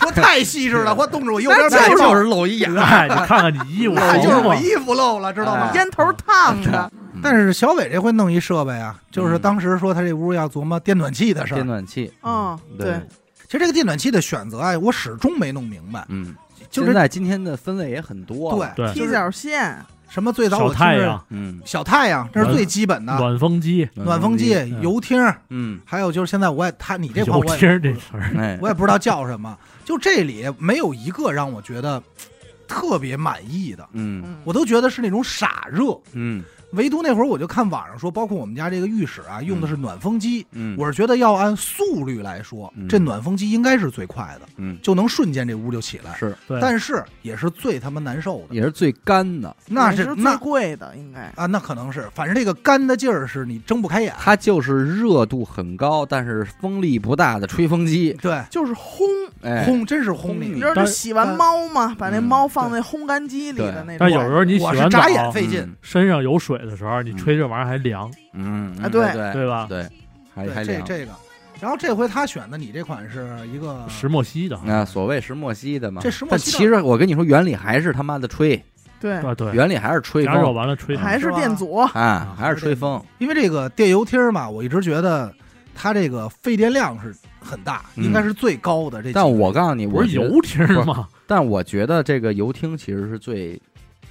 [SPEAKER 2] 说太细致了，或冻着我右边
[SPEAKER 1] 那
[SPEAKER 2] 背
[SPEAKER 1] 就
[SPEAKER 2] 痛，
[SPEAKER 1] 是露一眼。
[SPEAKER 4] 哎， 你看看你衣服
[SPEAKER 2] 那就是
[SPEAKER 4] 红
[SPEAKER 2] 我
[SPEAKER 4] 吗？
[SPEAKER 2] 衣服漏了，知道吗
[SPEAKER 1] 哎？
[SPEAKER 3] 烟头烫的，
[SPEAKER 2] 但是小伟这回弄一设备啊，就是当时说他这屋要琢磨电暖气的事
[SPEAKER 1] 电
[SPEAKER 2] 儿。
[SPEAKER 1] 暖气，
[SPEAKER 3] 嗯，对，，
[SPEAKER 2] 其实这个电暖气的选择啊，我始终没弄明白，
[SPEAKER 1] 嗯，
[SPEAKER 2] 就
[SPEAKER 1] 现
[SPEAKER 2] 是
[SPEAKER 1] 在今天的分类也很多，，
[SPEAKER 2] 对
[SPEAKER 4] 对
[SPEAKER 2] 就
[SPEAKER 3] 踢
[SPEAKER 2] 是
[SPEAKER 3] 脚线，
[SPEAKER 2] 什么最早我啊
[SPEAKER 4] 小
[SPEAKER 2] 听
[SPEAKER 4] 太
[SPEAKER 2] 着
[SPEAKER 4] 阳、
[SPEAKER 1] 嗯
[SPEAKER 2] 小太阳，这是最基本的
[SPEAKER 4] 暖风机、
[SPEAKER 2] 暖风机、油汀，
[SPEAKER 1] 嗯，
[SPEAKER 2] 还有就是现在我也他你这块
[SPEAKER 4] 油
[SPEAKER 2] 我
[SPEAKER 4] 贴
[SPEAKER 2] 也
[SPEAKER 4] 儿这词儿，
[SPEAKER 1] 哎，
[SPEAKER 2] 我也不知道叫什么，就这里没有一个让我觉得特别满意的，
[SPEAKER 1] 嗯
[SPEAKER 3] 嗯
[SPEAKER 2] 我都觉得是那种傻热。
[SPEAKER 1] 嗯
[SPEAKER 2] 唯独那会儿我就看网上说，包括我们家这个浴室啊，用的是暖风机。
[SPEAKER 1] 嗯，
[SPEAKER 2] 我是觉得要按速率来说，
[SPEAKER 1] 嗯
[SPEAKER 2] 这暖风机应该是最快的，
[SPEAKER 1] 嗯
[SPEAKER 2] 就能瞬间这屋就起来。
[SPEAKER 1] 是
[SPEAKER 4] 对，
[SPEAKER 2] 但是也是最他妈难受的，
[SPEAKER 1] 也是最干的，
[SPEAKER 2] 那
[SPEAKER 3] 也
[SPEAKER 2] 是
[SPEAKER 3] 是最
[SPEAKER 2] 那
[SPEAKER 3] 贵的，应该
[SPEAKER 2] 啊，那可能是，反正这个干的劲儿是你睁不开眼。
[SPEAKER 1] 它就是热度很高，但是风力不大的吹风机，
[SPEAKER 2] 对，
[SPEAKER 3] 就是烘，
[SPEAKER 1] 哎，
[SPEAKER 2] 轰，真是轰
[SPEAKER 1] 轰
[SPEAKER 2] 你
[SPEAKER 1] 你
[SPEAKER 3] 你知道
[SPEAKER 4] 但
[SPEAKER 3] 那洗完猫吗？把那
[SPEAKER 1] 嗯
[SPEAKER 3] 猫放在烘干机里的那种，
[SPEAKER 4] 但有时候你洗
[SPEAKER 2] 我是
[SPEAKER 4] 完澡
[SPEAKER 2] 眨眼费劲。
[SPEAKER 4] 身上有水的时候，你吹这玩意儿还凉，
[SPEAKER 1] 嗯
[SPEAKER 3] 啊对
[SPEAKER 2] 哎
[SPEAKER 1] 对
[SPEAKER 4] 对吧？
[SPEAKER 1] 对，还还
[SPEAKER 2] 对，
[SPEAKER 1] 凉。
[SPEAKER 2] 这这个。然后这回他选的你这款是一个
[SPEAKER 4] 石墨烯的，
[SPEAKER 1] 那所谓石墨烯的嘛，
[SPEAKER 2] 这石墨
[SPEAKER 1] 但
[SPEAKER 2] 烯的
[SPEAKER 1] 其实我跟你说，原理还是他妈的吹，
[SPEAKER 3] 对，
[SPEAKER 2] 哎
[SPEAKER 4] 对对，
[SPEAKER 1] 原理还是吹
[SPEAKER 4] 加热
[SPEAKER 1] 风
[SPEAKER 4] 完了吹，
[SPEAKER 3] 还
[SPEAKER 2] 是
[SPEAKER 3] 是
[SPEAKER 2] 吧
[SPEAKER 3] 电阻，
[SPEAKER 1] 啊，还是吹风。
[SPEAKER 2] 因为这个电油贴儿嘛，我一直觉得它这个费电量是很大，
[SPEAKER 1] 嗯
[SPEAKER 2] 应该是最高的这几。
[SPEAKER 1] 但我告诉你，
[SPEAKER 4] 不
[SPEAKER 1] 我
[SPEAKER 4] 是
[SPEAKER 1] 觉得
[SPEAKER 4] 油贴儿吗？
[SPEAKER 1] 但我觉得这个油汀其实是最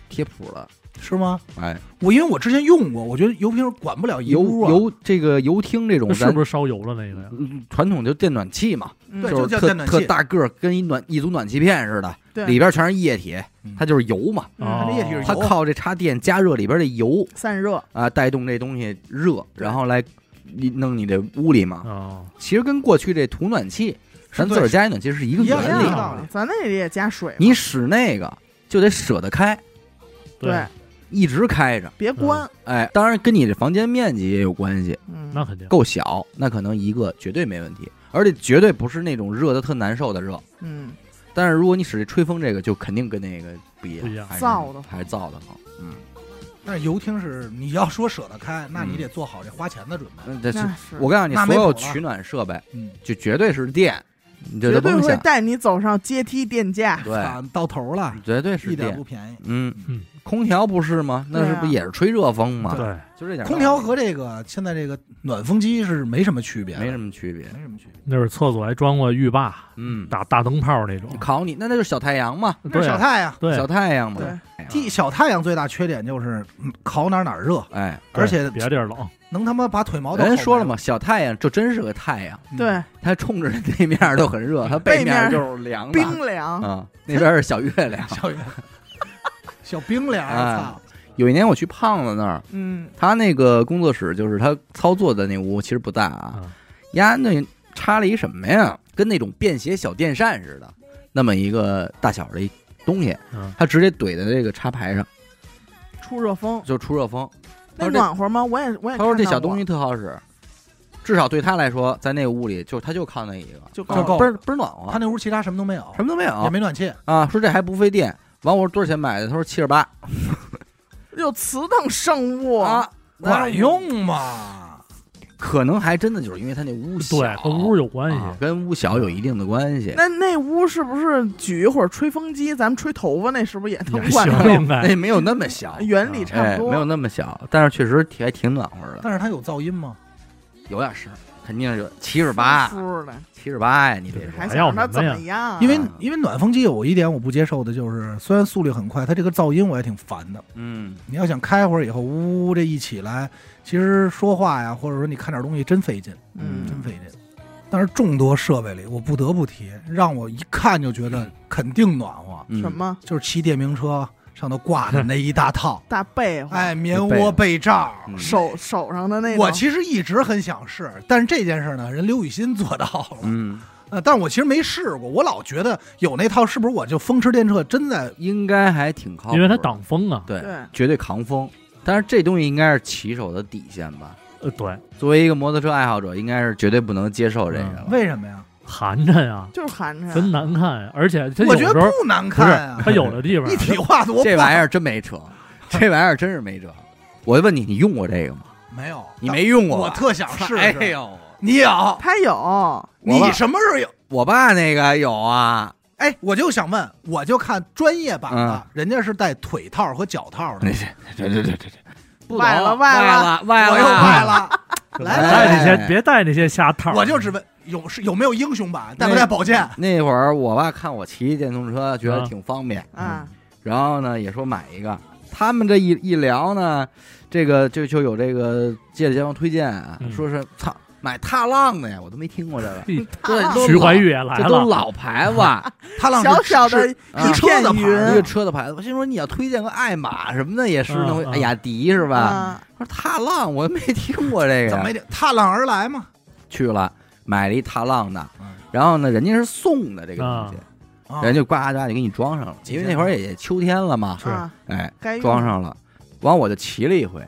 [SPEAKER 1] 贴谱的。
[SPEAKER 2] 是吗？
[SPEAKER 1] 哎，
[SPEAKER 2] 我因为我之前用过，我觉得油瓶管不了一
[SPEAKER 1] 油
[SPEAKER 2] 屋啊。
[SPEAKER 1] 油这个油汀这种
[SPEAKER 4] 那是
[SPEAKER 1] 咱
[SPEAKER 4] 不是烧油了那个呀？
[SPEAKER 1] 嗯传统就电暖气嘛，
[SPEAKER 3] 嗯
[SPEAKER 2] 对
[SPEAKER 1] 就
[SPEAKER 2] 就叫
[SPEAKER 1] 是特
[SPEAKER 2] 电暖气
[SPEAKER 1] 特大个儿，跟一暖一组暖气片似的，
[SPEAKER 3] 对
[SPEAKER 1] 里边全是液体
[SPEAKER 2] 嗯，
[SPEAKER 1] 它就是油嘛，
[SPEAKER 3] 嗯
[SPEAKER 4] 哦
[SPEAKER 2] 它这液体是
[SPEAKER 1] 它
[SPEAKER 2] 油
[SPEAKER 1] 靠这插电加热里边的油
[SPEAKER 3] 散热，
[SPEAKER 1] 啊，带动这东西热，然后来你弄你这屋里嘛。
[SPEAKER 4] 哦，
[SPEAKER 1] 其实跟过去这土暖气，咱
[SPEAKER 2] 对
[SPEAKER 1] 自个儿家里暖气是一个
[SPEAKER 2] 一样
[SPEAKER 1] 原
[SPEAKER 2] 有
[SPEAKER 1] 理
[SPEAKER 2] 的，道
[SPEAKER 3] 的
[SPEAKER 2] 理，
[SPEAKER 3] 咱那里也加水嘛，
[SPEAKER 1] 你使那个就得舍得开，
[SPEAKER 3] 对，
[SPEAKER 1] 一直开着。
[SPEAKER 3] 别关，
[SPEAKER 1] 哎，当然跟你这房间面积也有关系，
[SPEAKER 3] 嗯，
[SPEAKER 4] 那肯定。
[SPEAKER 1] 够小，那可能一个绝对没问题，而且绝对不是那种热的特难受的热。
[SPEAKER 3] 嗯，
[SPEAKER 1] 但是如果你使这吹风这个，就肯定跟那个不一样，
[SPEAKER 4] 不一样
[SPEAKER 1] 还是
[SPEAKER 3] 燥得慌
[SPEAKER 1] 还是燥的慌。嗯，
[SPEAKER 2] 但是油汀是你要说舍得开，那你得做好这花钱的准备。
[SPEAKER 1] 嗯这是
[SPEAKER 3] 那是
[SPEAKER 1] 我告诉你，
[SPEAKER 2] 那
[SPEAKER 1] 所
[SPEAKER 2] 没
[SPEAKER 1] 有
[SPEAKER 2] 谱了
[SPEAKER 1] 取暖设备
[SPEAKER 2] 嗯，
[SPEAKER 1] 就绝对是电，你这
[SPEAKER 3] 绝
[SPEAKER 1] 都
[SPEAKER 3] 对
[SPEAKER 1] 甭
[SPEAKER 3] 会
[SPEAKER 1] 想，
[SPEAKER 3] 带你走上阶梯电价，
[SPEAKER 1] 啊对，
[SPEAKER 2] 啊到头了，
[SPEAKER 1] 绝对是
[SPEAKER 2] 一点
[SPEAKER 1] 电
[SPEAKER 2] 不。便宜。
[SPEAKER 1] 嗯
[SPEAKER 4] 嗯，
[SPEAKER 1] 空调不是吗？那是不
[SPEAKER 3] 对啊
[SPEAKER 1] 也是吹热风吗？
[SPEAKER 4] 对，
[SPEAKER 1] 就这点道理。
[SPEAKER 2] 空调和这个现在这个暖风机是没什么区别的，
[SPEAKER 1] 没什么区别。
[SPEAKER 2] 没什么区别。
[SPEAKER 4] 那会儿厕所还装过浴霸，
[SPEAKER 1] 嗯，
[SPEAKER 4] 打大灯泡那种。
[SPEAKER 1] 烤你，那那就是小太阳嘛，
[SPEAKER 2] 这
[SPEAKER 4] 对
[SPEAKER 2] 是小太阳，
[SPEAKER 4] 对
[SPEAKER 1] 小，太阳嘛哎
[SPEAKER 3] 对。，
[SPEAKER 2] 地小太阳最大缺点就是嗯烤哪儿哪儿热，
[SPEAKER 1] 哎，
[SPEAKER 4] 对
[SPEAKER 2] 而且
[SPEAKER 4] 别地儿冷，
[SPEAKER 2] 能他妈把腿毛都
[SPEAKER 1] 人
[SPEAKER 2] 烤
[SPEAKER 1] 说了
[SPEAKER 2] 没
[SPEAKER 1] 嘛，小太阳就真是个太阳，
[SPEAKER 2] 嗯
[SPEAKER 3] 对，
[SPEAKER 1] 它冲着那面儿都很热，它
[SPEAKER 3] 背面
[SPEAKER 1] 面
[SPEAKER 3] 儿
[SPEAKER 1] 就是凉的。
[SPEAKER 3] 冰凉，
[SPEAKER 1] 啊，那边是小月亮。
[SPEAKER 2] 小月小冰凉，
[SPEAKER 1] 哎
[SPEAKER 2] 操！
[SPEAKER 1] 有一年我去胖子那儿，
[SPEAKER 3] 嗯，
[SPEAKER 1] 他那个工作室就是他操作的那屋，其实不大啊。
[SPEAKER 4] 啊，
[SPEAKER 1] 呀，那插了一什么呀？跟那种便携小电扇似的，那么一个大小的一东西，
[SPEAKER 4] 嗯，
[SPEAKER 1] 他直接怼在这个插排上，
[SPEAKER 3] 出热风，
[SPEAKER 1] 就出热风。他
[SPEAKER 3] 那
[SPEAKER 1] 说这
[SPEAKER 3] 暖和吗？我也我也
[SPEAKER 1] 他说这
[SPEAKER 3] 看到
[SPEAKER 1] 小东
[SPEAKER 3] 过
[SPEAKER 1] 西特好使，至少对他来说，在那屋里就他就靠那一个，啊
[SPEAKER 3] 就
[SPEAKER 2] 就
[SPEAKER 3] 够
[SPEAKER 2] 够
[SPEAKER 1] 倍儿倍儿暖
[SPEAKER 2] 他
[SPEAKER 1] 和，
[SPEAKER 2] 那屋其他什么都没有哦
[SPEAKER 1] 什，么都没
[SPEAKER 2] 也
[SPEAKER 1] 有
[SPEAKER 2] 没暖气，
[SPEAKER 1] 啊。说这还不费电。完我说多少钱买的？他说七十八
[SPEAKER 3] 有此等圣物，
[SPEAKER 1] 啊，
[SPEAKER 2] 管用 吗？
[SPEAKER 1] 可能还真的就是因为他那屋小，
[SPEAKER 4] 对，跟屋有关
[SPEAKER 1] 啊
[SPEAKER 4] 系。
[SPEAKER 1] 跟屋小有一定的关系。
[SPEAKER 3] 那那屋是不是举一会儿吹风机，咱们吹头发那是不是也 能
[SPEAKER 4] 也
[SPEAKER 3] 管
[SPEAKER 4] 行，
[SPEAKER 3] 用？
[SPEAKER 4] 应该
[SPEAKER 1] 那没有那么小，
[SPEAKER 3] 原理差
[SPEAKER 1] 哎，
[SPEAKER 3] 不多。
[SPEAKER 1] 没有那么小，但是确实挺还挺暖和的，
[SPEAKER 2] 但是它有噪音吗？
[SPEAKER 1] 有点声，肯定有七十八，
[SPEAKER 3] 舒的，
[SPEAKER 1] 七十八呀，你这
[SPEAKER 4] 对
[SPEAKER 1] 是
[SPEAKER 4] 还
[SPEAKER 3] 还想
[SPEAKER 4] 要
[SPEAKER 3] 让它
[SPEAKER 4] 什么
[SPEAKER 3] 怎
[SPEAKER 4] 呀
[SPEAKER 3] 么样？
[SPEAKER 2] 因为
[SPEAKER 1] 啊
[SPEAKER 2] 因为暖风机有一点我不接受的就是，虽然速率很快，它这个噪音我也挺烦的。
[SPEAKER 1] 嗯，
[SPEAKER 2] 你要想开会儿以后，呜呜这一起来，其实说话呀，或者说你看点东西真费劲，真
[SPEAKER 3] 嗯，
[SPEAKER 2] 费劲。但是众多设备里，我不得不提，让我一看就觉得肯定暖和，
[SPEAKER 1] 嗯
[SPEAKER 3] 什？么，
[SPEAKER 2] 就是骑电瓶车上头挂的那一大套
[SPEAKER 3] 大被子，
[SPEAKER 2] 哎，棉窝被罩。
[SPEAKER 1] 嗯
[SPEAKER 3] 手手上的那
[SPEAKER 2] 我
[SPEAKER 3] 种
[SPEAKER 2] 其实一直很想试，但是这件事呢，人刘雨欣做到了。
[SPEAKER 1] 嗯，
[SPEAKER 2] 呃，但我其实没试过，我老觉得有那套是不是我就风驰电掣，真在
[SPEAKER 1] 应该还挺靠谱的，
[SPEAKER 4] 因为它挡风啊。
[SPEAKER 1] 对
[SPEAKER 3] 对
[SPEAKER 1] 绝对扛风，但是这东西应该是骑手的底线吧。
[SPEAKER 4] 呃，对，
[SPEAKER 1] 作为一个摩托车爱好者，应该是绝对不能接受这个
[SPEAKER 3] 嗯
[SPEAKER 1] 了。
[SPEAKER 2] 为什么呀？
[SPEAKER 4] 寒碜啊呀，
[SPEAKER 3] 就是寒碜，啊
[SPEAKER 4] 真难看呀。而且它有
[SPEAKER 2] 我觉
[SPEAKER 4] 时
[SPEAKER 2] 得
[SPEAKER 4] 候
[SPEAKER 2] 不难
[SPEAKER 4] 不是
[SPEAKER 2] 看啊，
[SPEAKER 4] 它有的地方
[SPEAKER 2] 一体化多棒
[SPEAKER 1] 这玩意儿真没 辙，这玩意儿真是没辙。我就问你，你用过这个吗？
[SPEAKER 2] 没有，
[SPEAKER 1] 你没用过吧？
[SPEAKER 2] 我特想试试。
[SPEAKER 1] 哎呦，
[SPEAKER 2] 你有？
[SPEAKER 3] 他有
[SPEAKER 2] 你什么时候有？
[SPEAKER 1] 我爸那个有啊，
[SPEAKER 2] 哎，我就想问，我就看专业版的，人家是带腿套和脚套的，
[SPEAKER 1] 这这这这这，不懂
[SPEAKER 3] 歪了歪
[SPEAKER 1] 了
[SPEAKER 3] 了
[SPEAKER 1] 歪
[SPEAKER 2] 我又坏了，
[SPEAKER 4] 别
[SPEAKER 2] 来来
[SPEAKER 4] 带那
[SPEAKER 1] 来
[SPEAKER 4] 些，别带那些瞎套儿。
[SPEAKER 2] 我就只问有是有没有英雄版，带不带宝剑？
[SPEAKER 1] 那会儿我爸看我骑电动车，觉
[SPEAKER 2] 嗯
[SPEAKER 1] 得挺方便，
[SPEAKER 3] 啊，
[SPEAKER 1] 然后呢也说买一个。他们这一一聊呢，这个就就有这个借着街坊推荐啊，
[SPEAKER 4] 嗯
[SPEAKER 1] 说是操买踏浪的呀，我都没听过这个，
[SPEAKER 4] 嘿
[SPEAKER 1] 这都
[SPEAKER 4] 徐
[SPEAKER 1] 老
[SPEAKER 4] 怀钰也来
[SPEAKER 1] 这都
[SPEAKER 4] 了，
[SPEAKER 1] 老牌 子，一
[SPEAKER 2] 他浪
[SPEAKER 3] 小
[SPEAKER 2] 是
[SPEAKER 3] 小的
[SPEAKER 2] 是
[SPEAKER 3] 一
[SPEAKER 2] 车
[SPEAKER 3] 片
[SPEAKER 2] 的牌儿啊
[SPEAKER 1] 个
[SPEAKER 3] 云，
[SPEAKER 1] 车的牌子。我心说你要推荐个爱玛什么的也是那会
[SPEAKER 4] 嗯嗯
[SPEAKER 1] 哎雅迪是吧？
[SPEAKER 3] 啊，
[SPEAKER 1] 我说踏浪我没听过这
[SPEAKER 2] 怎么
[SPEAKER 1] 个
[SPEAKER 2] 也
[SPEAKER 1] 呀，
[SPEAKER 2] 得踏浪而来嘛？
[SPEAKER 1] 去了买了一踏浪的
[SPEAKER 2] 嗯，
[SPEAKER 1] 然后呢人家是送的这个东西，
[SPEAKER 2] 啊
[SPEAKER 1] 人家就呱呱呱就给你装上了，因为那会儿也也秋天了嘛，
[SPEAKER 4] 哦是
[SPEAKER 3] 啊
[SPEAKER 1] 哎，
[SPEAKER 3] 该用
[SPEAKER 1] 装上了，完我就骑了一回。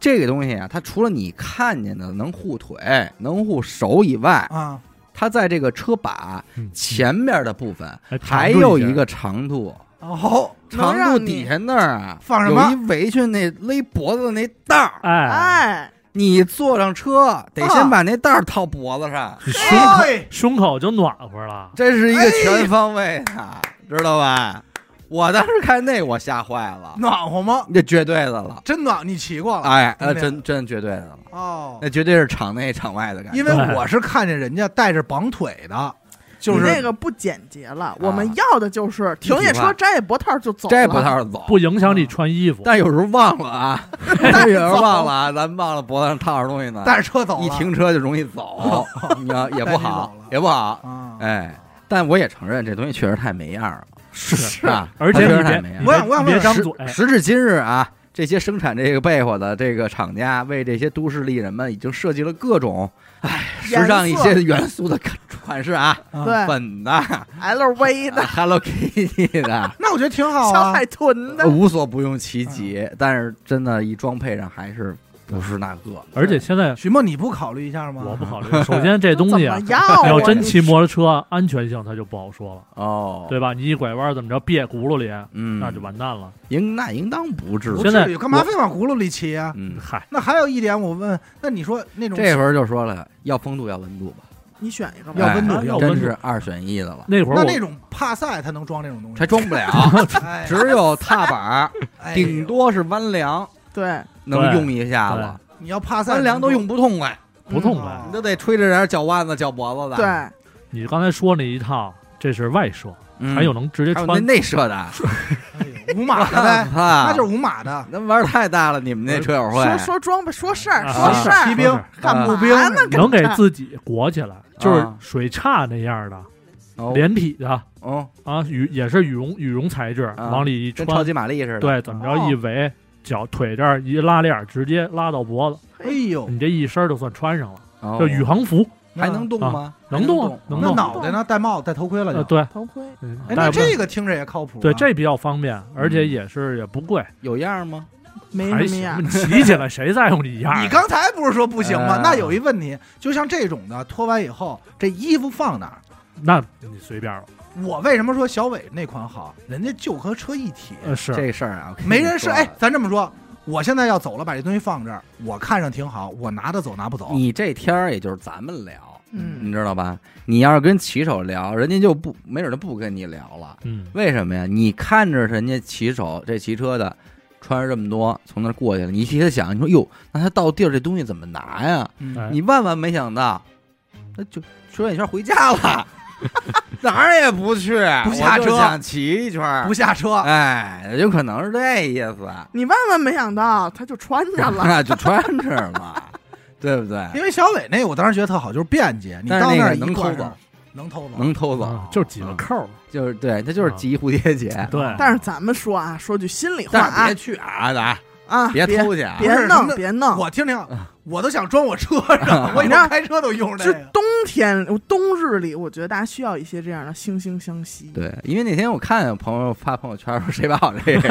[SPEAKER 1] 这个东西啊，它除了你看见的能护腿、能护手以外，
[SPEAKER 2] 啊，
[SPEAKER 1] 它在这个车把
[SPEAKER 4] 嗯
[SPEAKER 1] 前面的部分
[SPEAKER 4] 还
[SPEAKER 1] 还
[SPEAKER 4] 长
[SPEAKER 1] 有
[SPEAKER 4] 一
[SPEAKER 1] 一
[SPEAKER 4] 些
[SPEAKER 1] 个长度，
[SPEAKER 2] 哦，
[SPEAKER 1] 长
[SPEAKER 3] 能
[SPEAKER 1] 度
[SPEAKER 3] 让你
[SPEAKER 1] 底下那儿啊，
[SPEAKER 2] 放什么
[SPEAKER 1] 有一围裙那勒脖子的那带儿，
[SPEAKER 4] 哎，
[SPEAKER 3] 哎，
[SPEAKER 1] 你坐上车得先
[SPEAKER 2] 啊
[SPEAKER 1] 把那带儿套脖子上，
[SPEAKER 4] 你胸口
[SPEAKER 2] 哎
[SPEAKER 4] 胸口就暖和了。
[SPEAKER 1] 这是一个全方位的，知道吧？我当时看那我吓坏了，
[SPEAKER 2] 暖和吗？
[SPEAKER 1] 那绝对的了，
[SPEAKER 2] 真暖，你骑过了？
[SPEAKER 1] 哎，那
[SPEAKER 2] 真的
[SPEAKER 1] 真真绝对的了。
[SPEAKER 2] 哦，
[SPEAKER 1] 那绝对是场内场外的感觉。
[SPEAKER 2] 因为我是看见人家带着绑腿
[SPEAKER 1] 啊
[SPEAKER 2] 的，就
[SPEAKER 3] 你
[SPEAKER 2] 是
[SPEAKER 3] 那个不简洁了，我们要的就是停下车摘下脖套就走了，
[SPEAKER 1] 摘脖套儿走，
[SPEAKER 4] 不影响
[SPEAKER 2] 嗯
[SPEAKER 4] 你穿衣服，
[SPEAKER 1] 但有时候忘了啊，但有时候忘了啊，咱们忘了脖子上套着东西呢，
[SPEAKER 2] 带着车走了，
[SPEAKER 1] 一停车就容易走，你要也不
[SPEAKER 2] 带
[SPEAKER 1] 好
[SPEAKER 2] 你走了，
[SPEAKER 1] 也不好，
[SPEAKER 2] 啊，
[SPEAKER 1] 哎。但我也承认，这东西确实太没样儿了，
[SPEAKER 4] 是，
[SPEAKER 1] 是吧？
[SPEAKER 4] 而
[SPEAKER 1] 它
[SPEAKER 4] 且
[SPEAKER 1] 确
[SPEAKER 4] 你
[SPEAKER 1] 实太
[SPEAKER 4] 别
[SPEAKER 1] 没样儿
[SPEAKER 4] 你
[SPEAKER 2] 我想我想
[SPEAKER 4] 别
[SPEAKER 2] 问
[SPEAKER 4] 张嘴，
[SPEAKER 1] 时时至今日啊，这些生产这个被窝的这个厂家，为这些都市丽人们已经设计了各种哎时尚一
[SPEAKER 3] 颜色
[SPEAKER 1] 些元素的 款式啊，
[SPEAKER 2] 啊
[SPEAKER 3] 对
[SPEAKER 1] 粉的、
[SPEAKER 3] LV
[SPEAKER 4] 哎
[SPEAKER 3] 的
[SPEAKER 1] Hello Kitty 的，
[SPEAKER 2] 那我觉得挺好
[SPEAKER 3] 小
[SPEAKER 2] 啊。
[SPEAKER 3] 海豚 的
[SPEAKER 4] 哦
[SPEAKER 1] 呃，无所不用其极，
[SPEAKER 4] 嗯
[SPEAKER 1] 但是真的，一装配上还是不是那个。
[SPEAKER 4] 而且现在
[SPEAKER 2] 许墨，你不考虑一下吗？
[SPEAKER 4] 我不 考虑。首先这东西啊，
[SPEAKER 3] 怎
[SPEAKER 4] 你
[SPEAKER 3] 么要啊
[SPEAKER 4] 要真骑摩托车，安全性它就不好说了，
[SPEAKER 1] 哦，，
[SPEAKER 4] 对吧？你一拐弯怎么着，别轱�辘里，
[SPEAKER 1] 嗯，
[SPEAKER 4] 那就完蛋了。
[SPEAKER 1] 应那应当不至
[SPEAKER 2] 不
[SPEAKER 1] 于。
[SPEAKER 4] 现在
[SPEAKER 2] 至于，干嘛非往轱辘里骑啊？
[SPEAKER 1] 嗯，
[SPEAKER 4] 嗨，
[SPEAKER 2] 那还有一点，我问，那你说那种
[SPEAKER 1] 这会儿就说了，要风度要温度吧，
[SPEAKER 3] 你选一个吧
[SPEAKER 2] 要。温度
[SPEAKER 1] 哎
[SPEAKER 2] 要
[SPEAKER 4] 温度
[SPEAKER 1] 真是二选一的了，
[SPEAKER 4] 那会儿
[SPEAKER 2] 那
[SPEAKER 4] 我
[SPEAKER 2] 那种帕赛它能装这种
[SPEAKER 4] 嗯
[SPEAKER 2] 东西
[SPEAKER 1] 还？装不 了，
[SPEAKER 2] 哎
[SPEAKER 1] 只有踏板，
[SPEAKER 2] 哎呦
[SPEAKER 1] 顶多是弯梁
[SPEAKER 3] 对，
[SPEAKER 1] 能用一下子，
[SPEAKER 2] 你要帕赛
[SPEAKER 1] 弯梁都用不痛快，
[SPEAKER 4] 不痛
[SPEAKER 2] 嗯
[SPEAKER 4] 快
[SPEAKER 2] 啊。
[SPEAKER 1] 你都得吹着点脚腕子、脚脖子
[SPEAKER 3] 对
[SPEAKER 1] 的。，
[SPEAKER 4] 你刚才说那一套，这是外设，
[SPEAKER 1] 对
[SPEAKER 4] 还有能直接
[SPEAKER 1] 嗯还有那
[SPEAKER 4] 穿。
[SPEAKER 1] 内设 的，
[SPEAKER 2] 哎呦无码 的呗，
[SPEAKER 1] 那
[SPEAKER 2] 那就是无码的。
[SPEAKER 1] 那玩儿太大了，你们那车友会
[SPEAKER 3] 说说装备，说事儿，
[SPEAKER 4] 啊
[SPEAKER 3] 说事
[SPEAKER 2] 骑
[SPEAKER 3] 儿，
[SPEAKER 2] 兵
[SPEAKER 4] 啊
[SPEAKER 3] 干嘛
[SPEAKER 2] 步兵
[SPEAKER 3] 呢？跟
[SPEAKER 4] 能给
[SPEAKER 3] 着
[SPEAKER 4] 自己裹起来，就是水叉那样的
[SPEAKER 1] 哦
[SPEAKER 4] 连体的
[SPEAKER 1] 哦，
[SPEAKER 4] 啊，羽也是羽绒羽绒材质，
[SPEAKER 1] 啊
[SPEAKER 4] 往里一
[SPEAKER 1] 跟超
[SPEAKER 4] 穿，
[SPEAKER 1] 级玛丽似的。
[SPEAKER 4] 对，怎么着一围，脚腿这儿一拉链儿，直接拉到脖子，
[SPEAKER 2] 哎呦，
[SPEAKER 4] 你这一身儿就算穿上了，
[SPEAKER 1] 哦，
[SPEAKER 4] 叫宇航服，
[SPEAKER 1] 还能动
[SPEAKER 4] 啊
[SPEAKER 1] 吗？
[SPEAKER 4] 能动啊能
[SPEAKER 2] 那
[SPEAKER 4] 动。
[SPEAKER 2] 脑袋呢？戴帽戴头盔了
[SPEAKER 4] 呃，
[SPEAKER 2] 就。
[SPEAKER 4] 对，
[SPEAKER 3] 头盔，
[SPEAKER 4] 嗯
[SPEAKER 2] 哎，
[SPEAKER 4] 戴
[SPEAKER 2] 那
[SPEAKER 4] 不上
[SPEAKER 2] 这个听着也靠谱啊。
[SPEAKER 4] 对这比较方便，而且也是也不贵，
[SPEAKER 1] 有样吗？
[SPEAKER 3] 没
[SPEAKER 4] 还
[SPEAKER 3] 什么
[SPEAKER 4] 行
[SPEAKER 3] 呀。。
[SPEAKER 4] 你骑起来谁在乎你一样儿啊？
[SPEAKER 2] 你刚才不是说不行吗
[SPEAKER 1] 哎？
[SPEAKER 2] 那有一问题，就像这种的，脱完以后，这衣服放哪儿？
[SPEAKER 4] 那你随便了，
[SPEAKER 2] 我为什么说小伟那款好？人家就和车一体，
[SPEAKER 4] 呃是
[SPEAKER 1] 这事儿啊，我跟你
[SPEAKER 2] 没人是
[SPEAKER 1] 说
[SPEAKER 2] 哎，咱这么说，我现在要走了，把这东西放这儿，我看上挺好，我拿得走拿不走。
[SPEAKER 1] 你这天儿也就是咱们聊，
[SPEAKER 3] 嗯
[SPEAKER 1] 你知道吧？你要是跟骑手聊，人家就不没准就不跟你聊了。
[SPEAKER 4] 嗯，
[SPEAKER 1] 为什么呀？你看着人家骑手这骑车的穿着这么多从那儿过去了，你替他想，你说哟，那他到地儿这东西怎么拿呀？
[SPEAKER 2] 嗯
[SPEAKER 4] 哎
[SPEAKER 1] 你万万没想到，那就说一圈回家 了，哪儿也不去，
[SPEAKER 2] 不下
[SPEAKER 1] 我就
[SPEAKER 2] 车
[SPEAKER 1] 想骑一圈儿
[SPEAKER 2] 不，下车，
[SPEAKER 1] 哎，有可能是这意思，啊
[SPEAKER 3] 你万万没想到，他就穿着了。
[SPEAKER 1] 那就穿着嘛，对不 对？
[SPEAKER 2] 因为小伟那个我当时觉得特好，就是便捷，你
[SPEAKER 1] 但是
[SPEAKER 2] 到
[SPEAKER 1] 那
[SPEAKER 2] 那
[SPEAKER 1] 个
[SPEAKER 2] 儿一
[SPEAKER 1] 能
[SPEAKER 2] 挂
[SPEAKER 1] 偷
[SPEAKER 2] 上
[SPEAKER 1] 走，
[SPEAKER 2] 能偷走，
[SPEAKER 1] 能偷走，
[SPEAKER 4] 啊就是几个扣儿，
[SPEAKER 1] 就是对，他就是系一蝴蝶结，
[SPEAKER 4] 对，
[SPEAKER 3] 但是咱们说啊，说句心里话
[SPEAKER 1] 但是别
[SPEAKER 3] 啊
[SPEAKER 1] 去啊，咱
[SPEAKER 3] 啊，
[SPEAKER 1] 别
[SPEAKER 3] 别
[SPEAKER 1] 偷去啊，
[SPEAKER 3] 别
[SPEAKER 2] 不是
[SPEAKER 3] 弄
[SPEAKER 2] 那
[SPEAKER 3] 别弄，
[SPEAKER 2] 我听听，我都想装我车
[SPEAKER 1] 啊
[SPEAKER 2] 上，我以后开车都用这
[SPEAKER 3] 就
[SPEAKER 2] 个。
[SPEAKER 3] 冬天冬日里，我觉得大家需要一些这样的惺惺相惜。
[SPEAKER 1] 对，因为那天我看有朋友发朋友圈说谁把我这个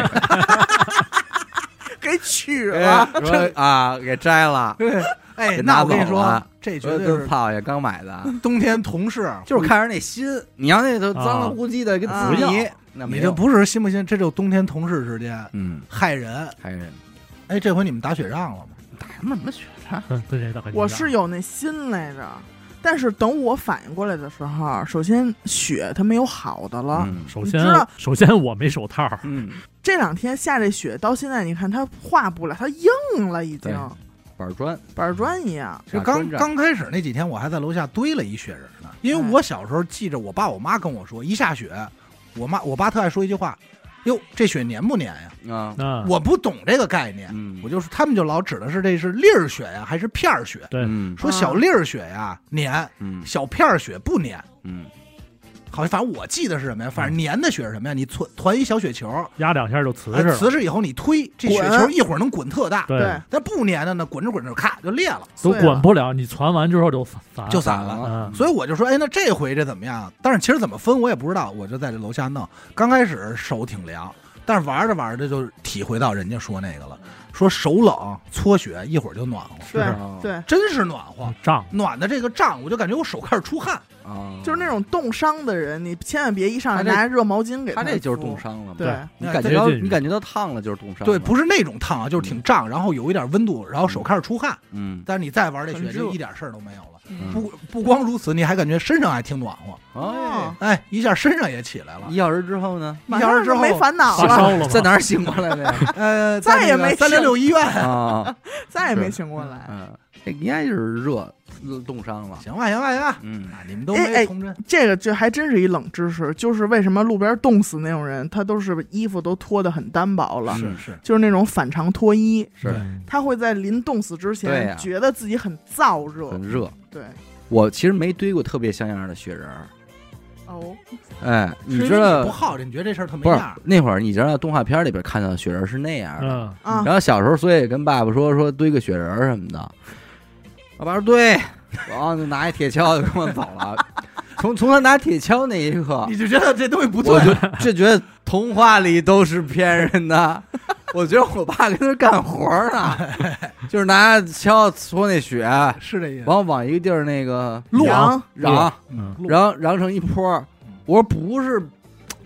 [SPEAKER 3] 给取了，
[SPEAKER 1] 说啊给摘了，
[SPEAKER 2] 哎
[SPEAKER 1] 给，
[SPEAKER 2] 那
[SPEAKER 1] 拿
[SPEAKER 2] 我跟你
[SPEAKER 1] 走
[SPEAKER 2] 说
[SPEAKER 1] 了，呃
[SPEAKER 2] 这绝
[SPEAKER 1] 说
[SPEAKER 2] 对
[SPEAKER 1] 都
[SPEAKER 2] 是
[SPEAKER 1] 操也刚买的，
[SPEAKER 2] 冬天同事，
[SPEAKER 1] 就是看着那心，你要那都脏了不唧的跟
[SPEAKER 3] 啊
[SPEAKER 1] 紫泥
[SPEAKER 4] 不，
[SPEAKER 1] 那没
[SPEAKER 2] 你这
[SPEAKER 1] 用，
[SPEAKER 2] 不是信不信？这就是冬天同事之间
[SPEAKER 1] 嗯，
[SPEAKER 2] 害人。
[SPEAKER 1] 还是
[SPEAKER 2] 哎，这回你们打雪仗了吗？
[SPEAKER 1] 打什么什么雪仗？
[SPEAKER 4] 嗯跟谁打？跟谁
[SPEAKER 3] 我
[SPEAKER 4] 打
[SPEAKER 3] 是有那心来着。但是等我反应过来的时候，首先雪它没有好的了。
[SPEAKER 1] 嗯
[SPEAKER 4] 首
[SPEAKER 3] 你
[SPEAKER 4] 先
[SPEAKER 3] 知道
[SPEAKER 4] 首先我没手套，
[SPEAKER 1] 嗯，
[SPEAKER 3] 这两天下这雪，到现在你看它化不了，它硬了已经
[SPEAKER 1] 对，板砖，
[SPEAKER 3] 板砖一样。
[SPEAKER 2] 这
[SPEAKER 1] 打
[SPEAKER 2] 刚
[SPEAKER 1] 砖仗
[SPEAKER 2] 刚开始那几天，我还在楼下堆了一雪人呢。因为我小时候记着，我爸我妈跟我说，一下雪，我妈我爸特爱说一句话：“哟，这雪粘不粘呀
[SPEAKER 1] 啊？”，
[SPEAKER 4] 那
[SPEAKER 2] 我不懂这个概念，
[SPEAKER 1] 嗯，
[SPEAKER 2] 我
[SPEAKER 1] 就
[SPEAKER 2] 就是他们就老指的是这是粒儿雪呀，还是片儿雪？
[SPEAKER 4] 对，
[SPEAKER 1] 嗯
[SPEAKER 2] 说小粒儿雪呀粘，
[SPEAKER 1] 嗯
[SPEAKER 2] 小片儿雪不粘。
[SPEAKER 1] 嗯，
[SPEAKER 2] 好像反正我记得是什么呀？反正粘的雪是什么呀？你团团一小雪球，
[SPEAKER 4] 压两下就瓷
[SPEAKER 2] 哎
[SPEAKER 4] 实了，
[SPEAKER 2] 瓷实以后你推这雪球，一会儿能滚特大，
[SPEAKER 4] 对
[SPEAKER 3] 对，
[SPEAKER 2] 但不粘的呢，滚着滚着咔就裂了。
[SPEAKER 4] 都
[SPEAKER 3] 碎
[SPEAKER 4] 管
[SPEAKER 3] 了
[SPEAKER 4] 不了，你传完之后就散
[SPEAKER 2] 就
[SPEAKER 1] 散
[SPEAKER 2] 散
[SPEAKER 1] 了
[SPEAKER 4] 了，
[SPEAKER 2] 所以我就说，哎，那这回这怎么样？但是其实怎么分我也不知道，我就在这楼下弄。刚开始手挺凉，但是玩着玩着就体会到人家说那个了，说手冷搓雪一会儿就暖和，
[SPEAKER 3] 对
[SPEAKER 1] 啊
[SPEAKER 3] 对，
[SPEAKER 2] 真是暖和
[SPEAKER 4] 嗯，胀，
[SPEAKER 2] 暖的这个胀，我就感觉我手开始出汗。
[SPEAKER 1] 啊，
[SPEAKER 3] 就是那种冻伤的人，你千万别一上来
[SPEAKER 1] 他这
[SPEAKER 3] 拿热毛巾给
[SPEAKER 1] 他这就是
[SPEAKER 3] 敷
[SPEAKER 1] 冻。伤了嘛，
[SPEAKER 3] 对，
[SPEAKER 1] 你
[SPEAKER 2] 那
[SPEAKER 1] 感
[SPEAKER 2] 再
[SPEAKER 1] 觉到
[SPEAKER 4] 进去
[SPEAKER 1] 你感觉到烫了就是冻伤，
[SPEAKER 2] 对，，不是那种烫啊，就是挺胀，然后有一点温度，然后手开始出汗。
[SPEAKER 1] 嗯
[SPEAKER 2] 但是你再玩这雪，
[SPEAKER 3] 很
[SPEAKER 2] 就
[SPEAKER 3] 热
[SPEAKER 2] 一点事儿都没有了。
[SPEAKER 1] 嗯
[SPEAKER 2] 不不光如此，你还感觉身上还挺暖和，
[SPEAKER 1] 哎，
[SPEAKER 2] 哎，一下身上也起来了。
[SPEAKER 1] 一小时之后 呢，
[SPEAKER 3] 马
[SPEAKER 2] 一小时
[SPEAKER 3] 上
[SPEAKER 2] 之
[SPEAKER 3] 就
[SPEAKER 2] 后
[SPEAKER 3] 没
[SPEAKER 1] 啊
[SPEAKER 3] 烦恼
[SPEAKER 4] 发烧
[SPEAKER 3] 了，
[SPEAKER 4] 了吗？
[SPEAKER 1] 在哪儿醒过来的 呀？
[SPEAKER 2] 呃，
[SPEAKER 3] 再也没
[SPEAKER 2] 三零六医院。
[SPEAKER 1] 啊，
[SPEAKER 3] 再也没醒过来。
[SPEAKER 1] 嗯，这应该就是热呃冻伤 了，
[SPEAKER 2] 行吧，行吧，行吧，
[SPEAKER 1] 嗯
[SPEAKER 2] 啊，你们都
[SPEAKER 3] 哎
[SPEAKER 2] 没
[SPEAKER 3] 哎
[SPEAKER 2] 童真，
[SPEAKER 3] 这个这还真是一冷知识，就是为什么路边冻死那种人，他都是衣服都脱得很单薄了，
[SPEAKER 1] 是
[SPEAKER 2] 是，
[SPEAKER 3] 就是那种反常脱衣，
[SPEAKER 1] 是
[SPEAKER 4] 嗯
[SPEAKER 3] 他会在临冻死之
[SPEAKER 1] 对
[SPEAKER 3] 前、
[SPEAKER 1] 呀
[SPEAKER 3] 觉得自己很燥热
[SPEAKER 1] 很。热。
[SPEAKER 3] 对，
[SPEAKER 1] 我其实没堆过特别像样的雪人儿，
[SPEAKER 3] 哦，
[SPEAKER 1] 哎，
[SPEAKER 2] 是因为
[SPEAKER 1] 知道
[SPEAKER 2] 不好这，你觉得这事儿特没
[SPEAKER 1] 不是
[SPEAKER 2] 样儿？
[SPEAKER 1] 那会儿你知道动画片里边看到的雪人是那样的，
[SPEAKER 4] 嗯
[SPEAKER 3] 啊，
[SPEAKER 1] 然后小时候所以跟爸爸说说堆个雪人儿什么的，我爸说对，然后就拿一铁锹就跟我走 了。从从他拿铁锹那一刻，
[SPEAKER 2] 你就觉得这东西不对
[SPEAKER 1] 啊我， 就就觉得童话里都是骗人的。我觉得我爸跟那干活儿呢，就是拿锹搓那雪，
[SPEAKER 2] 是这意思。
[SPEAKER 1] 往往一个地儿那个
[SPEAKER 3] 路
[SPEAKER 1] 瓤，
[SPEAKER 4] 嗯，
[SPEAKER 2] 路
[SPEAKER 1] 瓤瓤成一坡儿。我说不是，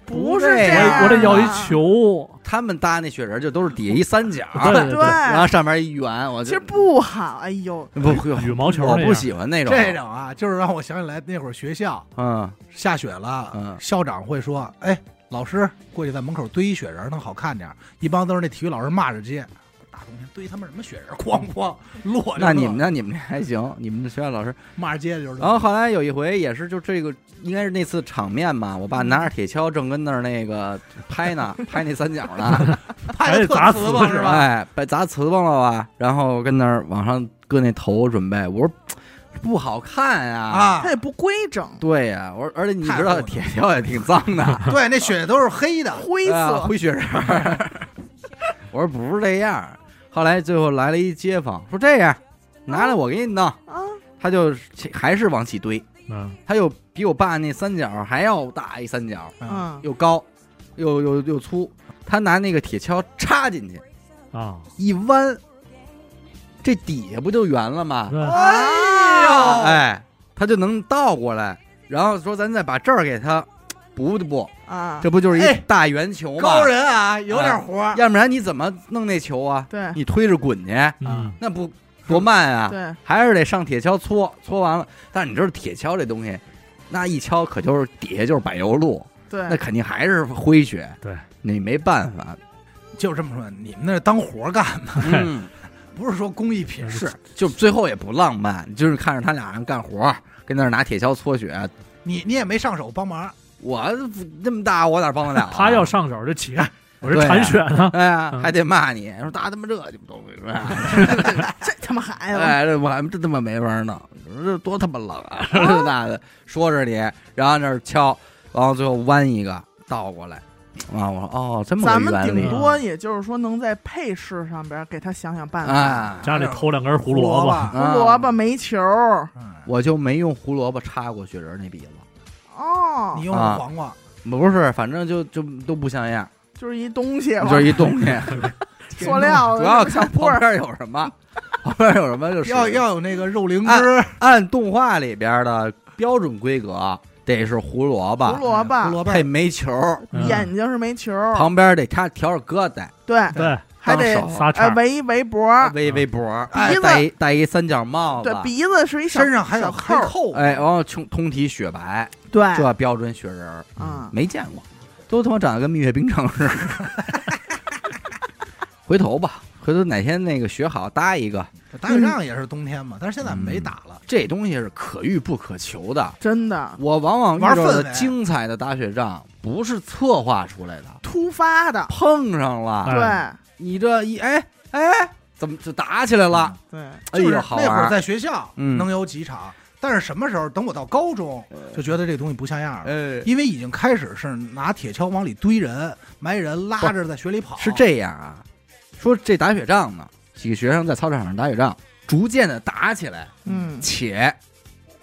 [SPEAKER 3] 不是
[SPEAKER 1] 这
[SPEAKER 3] 这
[SPEAKER 1] 样
[SPEAKER 3] 样，啊
[SPEAKER 4] 我得要一球，
[SPEAKER 1] 他们搭那雪人就都是底下一三角，
[SPEAKER 4] 对对对，
[SPEAKER 1] 然后
[SPEAKER 3] 对，
[SPEAKER 1] 上面一圆，我
[SPEAKER 3] 其
[SPEAKER 1] 就
[SPEAKER 3] 实不好。哎呦，
[SPEAKER 1] 不不
[SPEAKER 4] 羽毛球那
[SPEAKER 1] 我
[SPEAKER 4] 样
[SPEAKER 1] 不喜欢那种
[SPEAKER 2] 这种啊，就是让我想起来那会儿学校
[SPEAKER 1] 嗯
[SPEAKER 2] 下雪了，
[SPEAKER 1] 嗯
[SPEAKER 2] 校长会说：“哎，老师过去在门口堆一雪人儿，能好看点儿。”一帮都是那体育老师骂着街。大冬天堆他妈什么雪人儿，哐哐落着乐。
[SPEAKER 1] 那你们啊那你们这还行，你们这学校老师。
[SPEAKER 2] 骂着街就是。
[SPEAKER 1] 然后后来有一回也是就这个应该是那次场面吧，我爸拿着铁锹正跟那儿那个拍呢，拍那三角呢，
[SPEAKER 2] 拍的特
[SPEAKER 4] 还得砸
[SPEAKER 2] 瓷
[SPEAKER 4] 瓷
[SPEAKER 2] 吧
[SPEAKER 4] 是
[SPEAKER 2] 是吧？
[SPEAKER 1] 哎，被砸瓷巴了吧？然后跟那儿往上搁那头准备，我说不好看呀
[SPEAKER 2] 啊
[SPEAKER 3] 它，也不规整，
[SPEAKER 1] 对呀、我说而且你
[SPEAKER 2] 太
[SPEAKER 1] 知道
[SPEAKER 2] 厚了
[SPEAKER 1] 铁锹也挺脏的，
[SPEAKER 2] 对，那雪都是 黑的。
[SPEAKER 3] 灰
[SPEAKER 1] 啊
[SPEAKER 3] 色。
[SPEAKER 1] 灰雪人儿。 我说不是这样儿。后来最后来了一街坊，说这样，拿来我给你弄。
[SPEAKER 3] 啊，
[SPEAKER 1] 他就还是往起堆，
[SPEAKER 4] 嗯，
[SPEAKER 1] 他又比我爸那三角还要大一三角，
[SPEAKER 2] 啊，
[SPEAKER 3] 嗯，
[SPEAKER 1] 又高，又又又粗。他拿那个铁锹插进去
[SPEAKER 4] 啊，
[SPEAKER 1] 一弯，这底下不就圆了吗？
[SPEAKER 4] 对，
[SPEAKER 3] 啊
[SPEAKER 2] 哎呦
[SPEAKER 1] 哎，他就能倒过来，然后说咱再把这儿给它不不，
[SPEAKER 3] 啊，
[SPEAKER 1] 这不就是
[SPEAKER 2] 哎
[SPEAKER 1] 一大圆球吗
[SPEAKER 2] 高？人啊，有点活儿。
[SPEAKER 1] 要不然你怎么弄那球啊？
[SPEAKER 3] 对
[SPEAKER 1] 你推着滚去，
[SPEAKER 4] 嗯，
[SPEAKER 1] 那不多慢啊？
[SPEAKER 3] 对，
[SPEAKER 1] 还是得上铁锹搓，搓完了。但是你知道铁锹这东西，那一敲可就是底下就是柏油路，那
[SPEAKER 3] 对，
[SPEAKER 1] 肯定还是灰雪。
[SPEAKER 4] 对，
[SPEAKER 1] 你没办法。
[SPEAKER 2] 就这么说，你们那是当活儿干的，
[SPEAKER 1] 嗯，
[SPEAKER 2] 不是说工艺品
[SPEAKER 4] 是
[SPEAKER 2] 是。
[SPEAKER 1] 就最后也不浪漫，就是看着他俩人干活，跟那儿拿铁锹搓雪。
[SPEAKER 2] 你你也没上手帮忙，
[SPEAKER 1] 我这么大，我哪帮得了、啊？
[SPEAKER 4] 他要上手就起来，我是
[SPEAKER 1] 对啊
[SPEAKER 4] 铲雪呢，
[SPEAKER 1] 哎呀，
[SPEAKER 4] 嗯
[SPEAKER 1] 还得骂你，说他他妈这就不懂，是吧
[SPEAKER 3] 这他妈孩子，
[SPEAKER 1] 哎，这我还这他妈没法弄，这多他妈冷啊！这那的，说着你，然后那儿敲，然后最后弯一个倒过来，啊，我说哦，这么个
[SPEAKER 3] 咱们
[SPEAKER 1] 原理
[SPEAKER 3] 顶多也就是说能在配饰上边给他想想办法。
[SPEAKER 1] 啊，
[SPEAKER 4] 家里偷两根胡萝卜，
[SPEAKER 2] 卜，
[SPEAKER 3] 胡萝卜、煤球，
[SPEAKER 2] 嗯
[SPEAKER 1] 我就没用胡萝卜插过雪人那鼻子，
[SPEAKER 3] 哦
[SPEAKER 2] 你，用
[SPEAKER 1] 啊
[SPEAKER 2] 黄瓜，
[SPEAKER 1] 不是，反正就就都不像样，
[SPEAKER 3] 就是一东西，
[SPEAKER 1] 就是一东西，
[SPEAKER 3] 塑料
[SPEAKER 1] 主
[SPEAKER 3] 的
[SPEAKER 1] 要
[SPEAKER 3] 那哦个小
[SPEAKER 1] 看
[SPEAKER 3] 棍
[SPEAKER 1] 旁
[SPEAKER 3] 儿，
[SPEAKER 1] 边有什么，旁边有什么 就是
[SPEAKER 2] 要要有那个肉灵
[SPEAKER 1] 啊
[SPEAKER 2] 芝、
[SPEAKER 1] 按动画里边的标准规格，得是嗯胡萝卜，
[SPEAKER 3] 胡萝
[SPEAKER 2] 胡
[SPEAKER 3] 卜，哦
[SPEAKER 2] 萝卜
[SPEAKER 1] 配煤球，
[SPEAKER 4] 嗯
[SPEAKER 3] 眼睛是煤球，
[SPEAKER 1] 旁边得插条着疙瘩，
[SPEAKER 3] 对，
[SPEAKER 4] 对，
[SPEAKER 3] 还得
[SPEAKER 1] 当手嗯
[SPEAKER 4] 仨
[SPEAKER 3] 哎
[SPEAKER 4] 叉，
[SPEAKER 3] 围一围脖，
[SPEAKER 1] 围围脖，
[SPEAKER 3] 鼻
[SPEAKER 1] 哎
[SPEAKER 3] 子
[SPEAKER 1] 戴一戴一三角帽子
[SPEAKER 3] 啊对，，鼻子是一小
[SPEAKER 2] 身上还有
[SPEAKER 3] 小扣
[SPEAKER 2] 黑
[SPEAKER 3] 儿，
[SPEAKER 2] 扣，
[SPEAKER 1] 哎，然后通通体雪白，
[SPEAKER 3] 对，
[SPEAKER 1] 这标准雪人儿
[SPEAKER 3] 嗯，
[SPEAKER 1] 没见过，都他妈长得跟蜜雪冰城似的。 回头吧，回头哪天那个雪好搭一个，
[SPEAKER 2] 打雪仗也是冬天嘛，但是现在没打了。
[SPEAKER 1] 这东西是可遇不可求的。
[SPEAKER 3] 真的
[SPEAKER 1] 我往往遇
[SPEAKER 2] 玩
[SPEAKER 1] 到
[SPEAKER 2] 氛
[SPEAKER 1] 的
[SPEAKER 2] 围啊
[SPEAKER 1] 精彩的打雪仗，不是策划出来的，
[SPEAKER 3] 突发的，
[SPEAKER 1] 碰上了，
[SPEAKER 4] 哎
[SPEAKER 3] 对
[SPEAKER 1] 你这一哎哎，怎么就打起来了？
[SPEAKER 3] 对，
[SPEAKER 1] 哎
[SPEAKER 2] 就是
[SPEAKER 1] 呦，
[SPEAKER 2] 那
[SPEAKER 1] 好玩
[SPEAKER 2] 会儿
[SPEAKER 1] 儿！
[SPEAKER 2] 在学校
[SPEAKER 1] 嗯
[SPEAKER 2] 能有几场，但是什么时候？等我到高中就觉得这东西不像样了，
[SPEAKER 1] 呃，
[SPEAKER 2] 因为已经开始是拿铁锹往里堆人、埋人、拉着在雪里跑。
[SPEAKER 1] 是这样啊，说这打雪仗呢，几个学生在操场上打雪仗，逐渐的打起来，
[SPEAKER 3] 嗯，？
[SPEAKER 1] 且，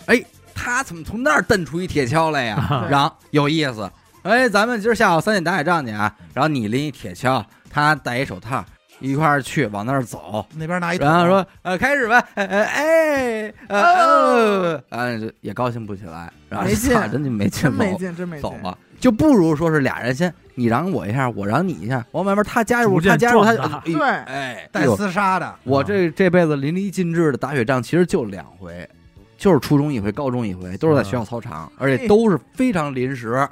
[SPEAKER 1] 哎，他怎么从那儿蹬出一铁锹来呀然后有意思，哎，咱们今儿下午三点打雪仗去啊，然后你拎一铁锹，他戴一手套，一块儿去往那儿走。
[SPEAKER 2] 那边拿一桶，
[SPEAKER 1] 然后说，呃，开始吧，呃呃哎，呃哦，啊，这也高兴不起来，然后啊
[SPEAKER 3] 没 劲
[SPEAKER 1] 操真就没劲
[SPEAKER 3] 真
[SPEAKER 1] 了
[SPEAKER 3] 没。劲，真没劲
[SPEAKER 1] 走，吧，就不如说是俩人先你嚷我一下，我嚷你一下，往外边他加入，
[SPEAKER 4] 逐渐
[SPEAKER 1] 他加入，他
[SPEAKER 4] 壮大
[SPEAKER 1] 哎
[SPEAKER 3] 对
[SPEAKER 1] 哎，
[SPEAKER 2] 带
[SPEAKER 1] 呦
[SPEAKER 2] 厮杀的，
[SPEAKER 1] 我这这辈子淋漓尽致的打雪仗，其实就两回，就是初中一回，高中一回，都是在学校操场，
[SPEAKER 3] 哎
[SPEAKER 1] 而且都是非常临时，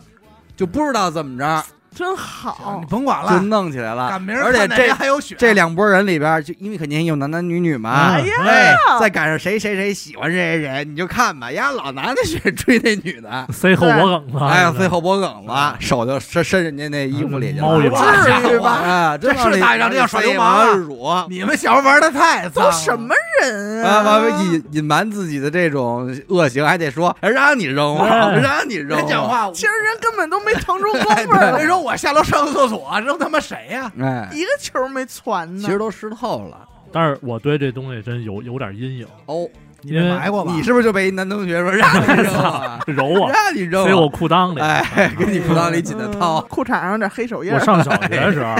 [SPEAKER 1] 就不知道怎么着
[SPEAKER 3] 真
[SPEAKER 2] 行
[SPEAKER 3] 好
[SPEAKER 2] 你，甭管
[SPEAKER 1] 就
[SPEAKER 2] 了，
[SPEAKER 1] 弄起来了
[SPEAKER 2] 赶明。儿
[SPEAKER 1] 啊而且
[SPEAKER 2] 看哪
[SPEAKER 1] 这
[SPEAKER 2] 家还有雪，
[SPEAKER 1] 这两拨人里边，就因为肯定有男男女女嘛
[SPEAKER 4] 啊，
[SPEAKER 3] 哎呀，
[SPEAKER 1] 哎，再赶上谁谁谁喜欢谁谁谁，你就看吧，丫老拿那雪追那女的。
[SPEAKER 4] 塞后脖梗子，啊
[SPEAKER 1] 哎呀，最后脖梗了，手就伸伸人家那衣服里去了，
[SPEAKER 4] 猫一把
[SPEAKER 1] 至于吧？啊，真往
[SPEAKER 2] 这
[SPEAKER 1] 里
[SPEAKER 2] 是大让这叫耍流氓啊
[SPEAKER 1] 往里辱啊，
[SPEAKER 2] 你们小时候玩的太脏
[SPEAKER 3] 都
[SPEAKER 2] 了，
[SPEAKER 3] 什么人啊
[SPEAKER 1] 完了隐隐瞒自己的这种恶行，还得说让你扔我，
[SPEAKER 4] 哎
[SPEAKER 1] 让你扔啊
[SPEAKER 2] 人
[SPEAKER 1] 我，
[SPEAKER 2] 讲话，
[SPEAKER 3] 其实人根本都没腾出功夫来，
[SPEAKER 2] 人说我下楼上个厕所，扔他妈谁呀？
[SPEAKER 1] 哎，
[SPEAKER 3] 一个球没传
[SPEAKER 1] 其
[SPEAKER 3] 呢。
[SPEAKER 1] 实都湿透了。
[SPEAKER 4] 但是我对这东西真有有点阴影，
[SPEAKER 1] 哦，
[SPEAKER 2] 你被埋过吧？
[SPEAKER 1] 你是不是就被一男同学说让你扔我，
[SPEAKER 4] 揉 我，
[SPEAKER 1] 让你扔啊
[SPEAKER 4] 塞我裤裆里。
[SPEAKER 1] 哎，给你裤裆里紧的掏
[SPEAKER 3] 嗯，裤衩上有点黑手印
[SPEAKER 4] 我
[SPEAKER 3] 儿，
[SPEAKER 4] 上小学的时候，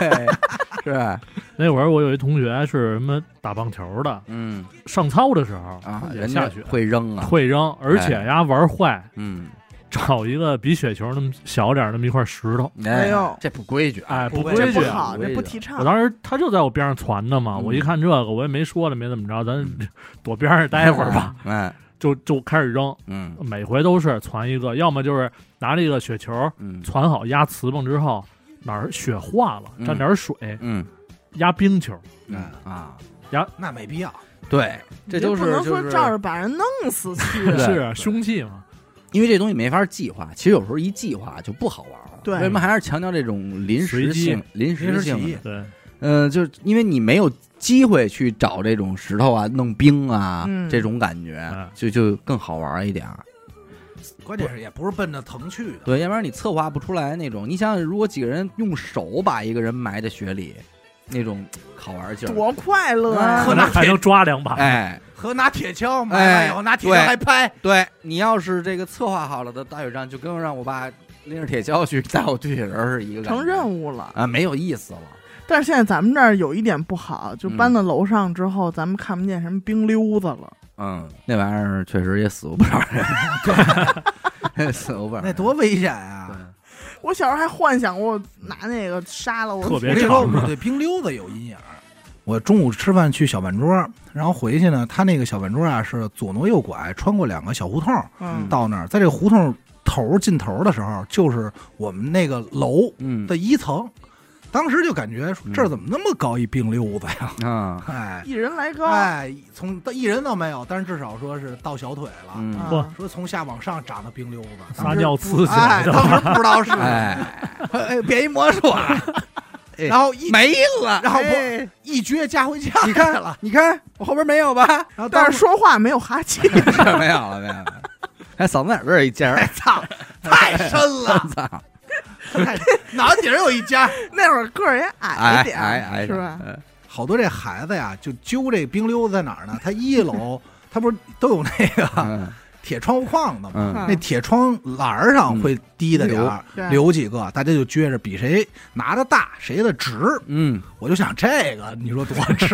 [SPEAKER 1] 哎是，
[SPEAKER 4] 那会儿我有一同学是什么打棒球的，
[SPEAKER 1] 嗯
[SPEAKER 4] 上操的时候
[SPEAKER 1] 啊，
[SPEAKER 4] 也
[SPEAKER 1] 人
[SPEAKER 4] 下
[SPEAKER 1] 家
[SPEAKER 4] 雪
[SPEAKER 1] 会扔啊，哎
[SPEAKER 4] 会扔，而且呀玩坏，
[SPEAKER 1] 嗯，
[SPEAKER 4] 找一个比雪球那么小点儿那么一块石头，
[SPEAKER 3] 哎呦
[SPEAKER 1] 这不规矩啊，
[SPEAKER 4] 哎，
[SPEAKER 2] 不
[SPEAKER 4] 不
[SPEAKER 2] 会
[SPEAKER 4] 规
[SPEAKER 3] 这
[SPEAKER 1] 规
[SPEAKER 4] 矩啊
[SPEAKER 3] 不
[SPEAKER 1] 矩
[SPEAKER 3] 好，
[SPEAKER 1] 规矩啊
[SPEAKER 3] 这不提倡
[SPEAKER 4] 我。当时他就在我边上传的嘛，
[SPEAKER 1] 嗯
[SPEAKER 4] 我一看这个，我也没说了，没怎么着，咱 躲边上待会儿吧，，
[SPEAKER 1] 哎，
[SPEAKER 4] 就就开始扔，
[SPEAKER 1] 嗯
[SPEAKER 4] 每回都是传一个，要么就是拿这个雪球
[SPEAKER 1] 嗯
[SPEAKER 4] 传好压瓷棒之后，哪儿雪化了
[SPEAKER 1] 嗯
[SPEAKER 4] 沾点水
[SPEAKER 1] 嗯
[SPEAKER 4] 压冰球，
[SPEAKER 1] 嗯啊，
[SPEAKER 2] 那没必要，
[SPEAKER 1] 对，这都
[SPEAKER 3] 你
[SPEAKER 1] 是
[SPEAKER 3] 不能
[SPEAKER 1] 就
[SPEAKER 3] 说
[SPEAKER 1] 是
[SPEAKER 3] 照着把人弄死去。
[SPEAKER 1] 对
[SPEAKER 4] 是啊凶器嘛，
[SPEAKER 1] 因为这东西没法计划，其实有时候一计划就不好玩了。
[SPEAKER 3] 对
[SPEAKER 1] 为什么还是强调这种临时性
[SPEAKER 4] 随、
[SPEAKER 1] 临
[SPEAKER 2] 临
[SPEAKER 1] 时
[SPEAKER 2] 时起
[SPEAKER 1] 性？
[SPEAKER 2] 意。
[SPEAKER 4] 对，
[SPEAKER 1] 呃，就是因为你没有机会去找这种石头啊、弄冰啊、
[SPEAKER 3] 嗯
[SPEAKER 1] 这种感觉
[SPEAKER 4] 嗯，
[SPEAKER 1] 就就更好玩一点儿。
[SPEAKER 2] 关键是也不是奔着疼去的，
[SPEAKER 1] 对，要不然你策划不出来那种。你想想，如果几个人用手把一个人埋在雪里，那种好玩劲儿，
[SPEAKER 3] 多快乐啊！
[SPEAKER 2] 可
[SPEAKER 4] 嗯可
[SPEAKER 2] 能
[SPEAKER 4] 能还能抓两把，
[SPEAKER 1] 哎，
[SPEAKER 2] 和拿铁锹买完以后拿铁锹还拍，
[SPEAKER 1] 对你要是这个策划好了的大雪仗，就跟让我爸拎着铁锹去带我堆雪人儿是一个感觉
[SPEAKER 3] 成任务了，
[SPEAKER 1] 啊，没有意思了。
[SPEAKER 3] 但是现在咱们这儿有一点不好，就
[SPEAKER 1] 嗯
[SPEAKER 3] 搬到楼上之后，咱们看不见什么冰溜子了。
[SPEAKER 1] 嗯，那玩意儿确实也死不了人。死欧巴
[SPEAKER 2] 那多危险啊！
[SPEAKER 3] 我小时候还幻想过拿那个杀了我
[SPEAKER 4] 特
[SPEAKER 3] 祖
[SPEAKER 2] 我
[SPEAKER 4] 别
[SPEAKER 2] 跟你
[SPEAKER 4] 长
[SPEAKER 2] 说，
[SPEAKER 4] 啊
[SPEAKER 2] 我对冰溜子有阴影儿。我中午吃饭去小饭桌，然后回去呢，他那个小饭桌啊是左挪右拐，穿过两个小胡同
[SPEAKER 3] 嗯
[SPEAKER 2] 到那儿，在这个胡同头儿尽头的时候，就是我们那个楼
[SPEAKER 1] 嗯
[SPEAKER 2] 的一层。当时就感觉说
[SPEAKER 1] 嗯
[SPEAKER 2] 这儿怎么那么高一冰溜子呀？
[SPEAKER 1] 啊，
[SPEAKER 2] 哎
[SPEAKER 3] 一人来高，
[SPEAKER 2] 哎，从到一人倒没有，但是至少说是到小腿了。
[SPEAKER 1] 嗯，
[SPEAKER 4] 不
[SPEAKER 3] 啊
[SPEAKER 2] 说从下往上长 的冰溜子，
[SPEAKER 4] 撒尿刺起来
[SPEAKER 2] 哎，
[SPEAKER 4] 的，
[SPEAKER 2] 当时不知道是，
[SPEAKER 1] 哎，
[SPEAKER 2] 哎，变一魔术了，
[SPEAKER 1] 哎
[SPEAKER 2] 然后一
[SPEAKER 1] 没了，
[SPEAKER 2] 然后不
[SPEAKER 1] 哎
[SPEAKER 2] 一撅加回家，
[SPEAKER 1] 你看，你看我后边没有吧？
[SPEAKER 2] 然后当
[SPEAKER 3] 但是
[SPEAKER 2] 时
[SPEAKER 3] 说话没有 哈气，
[SPEAKER 1] 是没有了，没有了。哎，嗓子眼儿这儿一尖儿，
[SPEAKER 2] 操，太深了，
[SPEAKER 1] 操，
[SPEAKER 2] 太脑顶有一尖儿。
[SPEAKER 3] 那会儿个儿也
[SPEAKER 1] 矮
[SPEAKER 3] 矮一点儿，
[SPEAKER 1] 矮矮，
[SPEAKER 3] 是吧？
[SPEAKER 1] 嗯？
[SPEAKER 2] 好多这孩子呀，就揪这冰溜子在哪儿呢？他 一楼，他不是都有那个
[SPEAKER 1] 嗯
[SPEAKER 2] 铁窗户框子吗？
[SPEAKER 1] 嗯，
[SPEAKER 2] 那铁窗栏儿上会滴的点儿，
[SPEAKER 3] 对
[SPEAKER 2] 留几个，大家就撅着比谁拿的大，谁的直。
[SPEAKER 1] 嗯，
[SPEAKER 2] 我就想这个，你说多 直？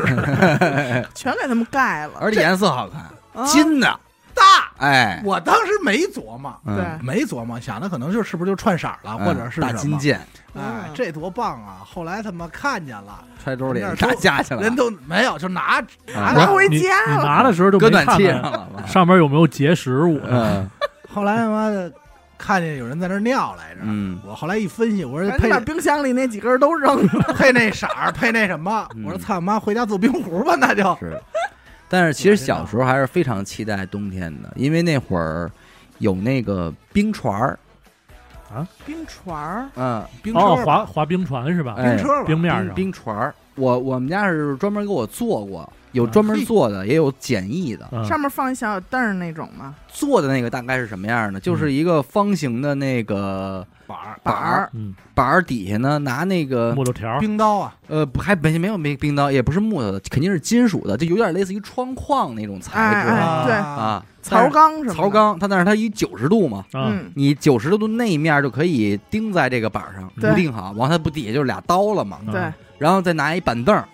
[SPEAKER 3] 全给他们盖了，
[SPEAKER 1] 而且颜色好看，
[SPEAKER 3] 啊
[SPEAKER 1] 金的，
[SPEAKER 2] 大，
[SPEAKER 1] 哎，
[SPEAKER 2] 我当时没琢磨。
[SPEAKER 1] 嗯
[SPEAKER 3] 对
[SPEAKER 2] 没琢磨，想的可能就是不是就串色儿了，
[SPEAKER 1] 嗯
[SPEAKER 2] 或者是
[SPEAKER 1] 大
[SPEAKER 2] 什
[SPEAKER 1] 金
[SPEAKER 2] 么
[SPEAKER 1] 剑
[SPEAKER 2] 哎
[SPEAKER 3] 嗯，
[SPEAKER 2] 这多棒啊！后来他妈看见了，
[SPEAKER 1] 揣兜里
[SPEAKER 2] 那，儿
[SPEAKER 1] 打
[SPEAKER 2] 都
[SPEAKER 1] 架去了，
[SPEAKER 2] 人都没有，就拿
[SPEAKER 1] 嗯
[SPEAKER 2] 拿
[SPEAKER 3] 拿
[SPEAKER 2] 着。
[SPEAKER 3] 回
[SPEAKER 4] 你
[SPEAKER 3] 家
[SPEAKER 4] 你
[SPEAKER 3] 了
[SPEAKER 4] 拿的时候就
[SPEAKER 1] 搁
[SPEAKER 4] 没
[SPEAKER 1] 暖啊
[SPEAKER 4] 看
[SPEAKER 1] 气
[SPEAKER 4] 看
[SPEAKER 1] 上了 吧？
[SPEAKER 4] 上面有没有结石物？
[SPEAKER 1] 嗯
[SPEAKER 2] 后来他妈的看见有人在那儿尿来着，
[SPEAKER 1] 嗯
[SPEAKER 2] 我后来一分析，我说
[SPEAKER 3] 赶紧
[SPEAKER 2] 配
[SPEAKER 3] 把冰箱里那几根儿都扔了。
[SPEAKER 2] 配那色儿，配那什么？
[SPEAKER 1] 嗯
[SPEAKER 2] 我说操妈，回家做冰壶吧，那就。
[SPEAKER 1] 是。 但是其实小时候还是非常期待冬天的，因为那会儿有那个冰船儿，
[SPEAKER 3] 冰船儿，
[SPEAKER 1] 嗯，
[SPEAKER 2] 冰车
[SPEAKER 4] 哦，
[SPEAKER 2] 吧，
[SPEAKER 4] 划划冰船是吧？
[SPEAKER 1] 哎
[SPEAKER 2] 冰车吧，
[SPEAKER 4] 冰面
[SPEAKER 1] 冰
[SPEAKER 4] 上
[SPEAKER 1] 冰船儿。我我们家是专门给我做过，有专门做的，也有简易的。
[SPEAKER 4] 嗯
[SPEAKER 3] 上面放一小小凳儿那种吗？
[SPEAKER 1] 做的那个大概是什么样呢？就是一个方形的那个
[SPEAKER 2] 板儿
[SPEAKER 1] 板
[SPEAKER 3] 儿
[SPEAKER 1] 儿，
[SPEAKER 4] 嗯，
[SPEAKER 1] 板儿底下呢拿那个
[SPEAKER 4] 木头条儿，
[SPEAKER 2] 冰刀啊，
[SPEAKER 1] 呃，不还没没有没冰刀，也不是木头的，肯定是金属的，就有点类似于窗框那种材质
[SPEAKER 3] 哎
[SPEAKER 1] 啊
[SPEAKER 3] 对
[SPEAKER 2] 啊，
[SPEAKER 1] 啊。
[SPEAKER 3] 槽
[SPEAKER 1] 但
[SPEAKER 3] 缸什
[SPEAKER 1] 是
[SPEAKER 3] 么？
[SPEAKER 1] 槽，钢，它但是它以九十度嘛，
[SPEAKER 4] 啊，
[SPEAKER 3] 嗯，
[SPEAKER 1] 你九十度那一面就可以钉在这个板上
[SPEAKER 3] 对
[SPEAKER 1] 固定好，完它不底下就是俩刀了嘛，
[SPEAKER 4] 嗯
[SPEAKER 3] 对，
[SPEAKER 1] 然后再拿一板凳儿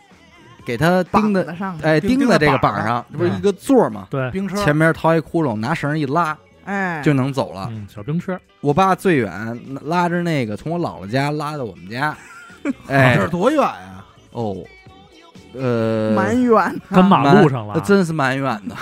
[SPEAKER 1] 给它钉
[SPEAKER 3] 绑
[SPEAKER 1] 的，
[SPEAKER 3] 子上的，
[SPEAKER 1] 哎，
[SPEAKER 2] 钉
[SPEAKER 1] 钉在这
[SPEAKER 2] 钉
[SPEAKER 1] 个
[SPEAKER 2] 在板
[SPEAKER 1] 板上，
[SPEAKER 2] 上
[SPEAKER 4] 嗯
[SPEAKER 2] 嗯
[SPEAKER 1] 这不是一个座儿嘛，
[SPEAKER 4] 对，
[SPEAKER 2] 冰车
[SPEAKER 1] 前面掏一窟窿，拿绳一拉
[SPEAKER 3] 哎，
[SPEAKER 1] 就能走了。
[SPEAKER 4] 嗯，小冰车，
[SPEAKER 1] 我爸最远拉着那个从我姥姥家拉到我们家，哎
[SPEAKER 2] 这是多远啊呀？
[SPEAKER 1] 哦，呃，
[SPEAKER 3] 蛮远的，
[SPEAKER 4] 跟马路上了哦
[SPEAKER 1] 那，真是蛮远的，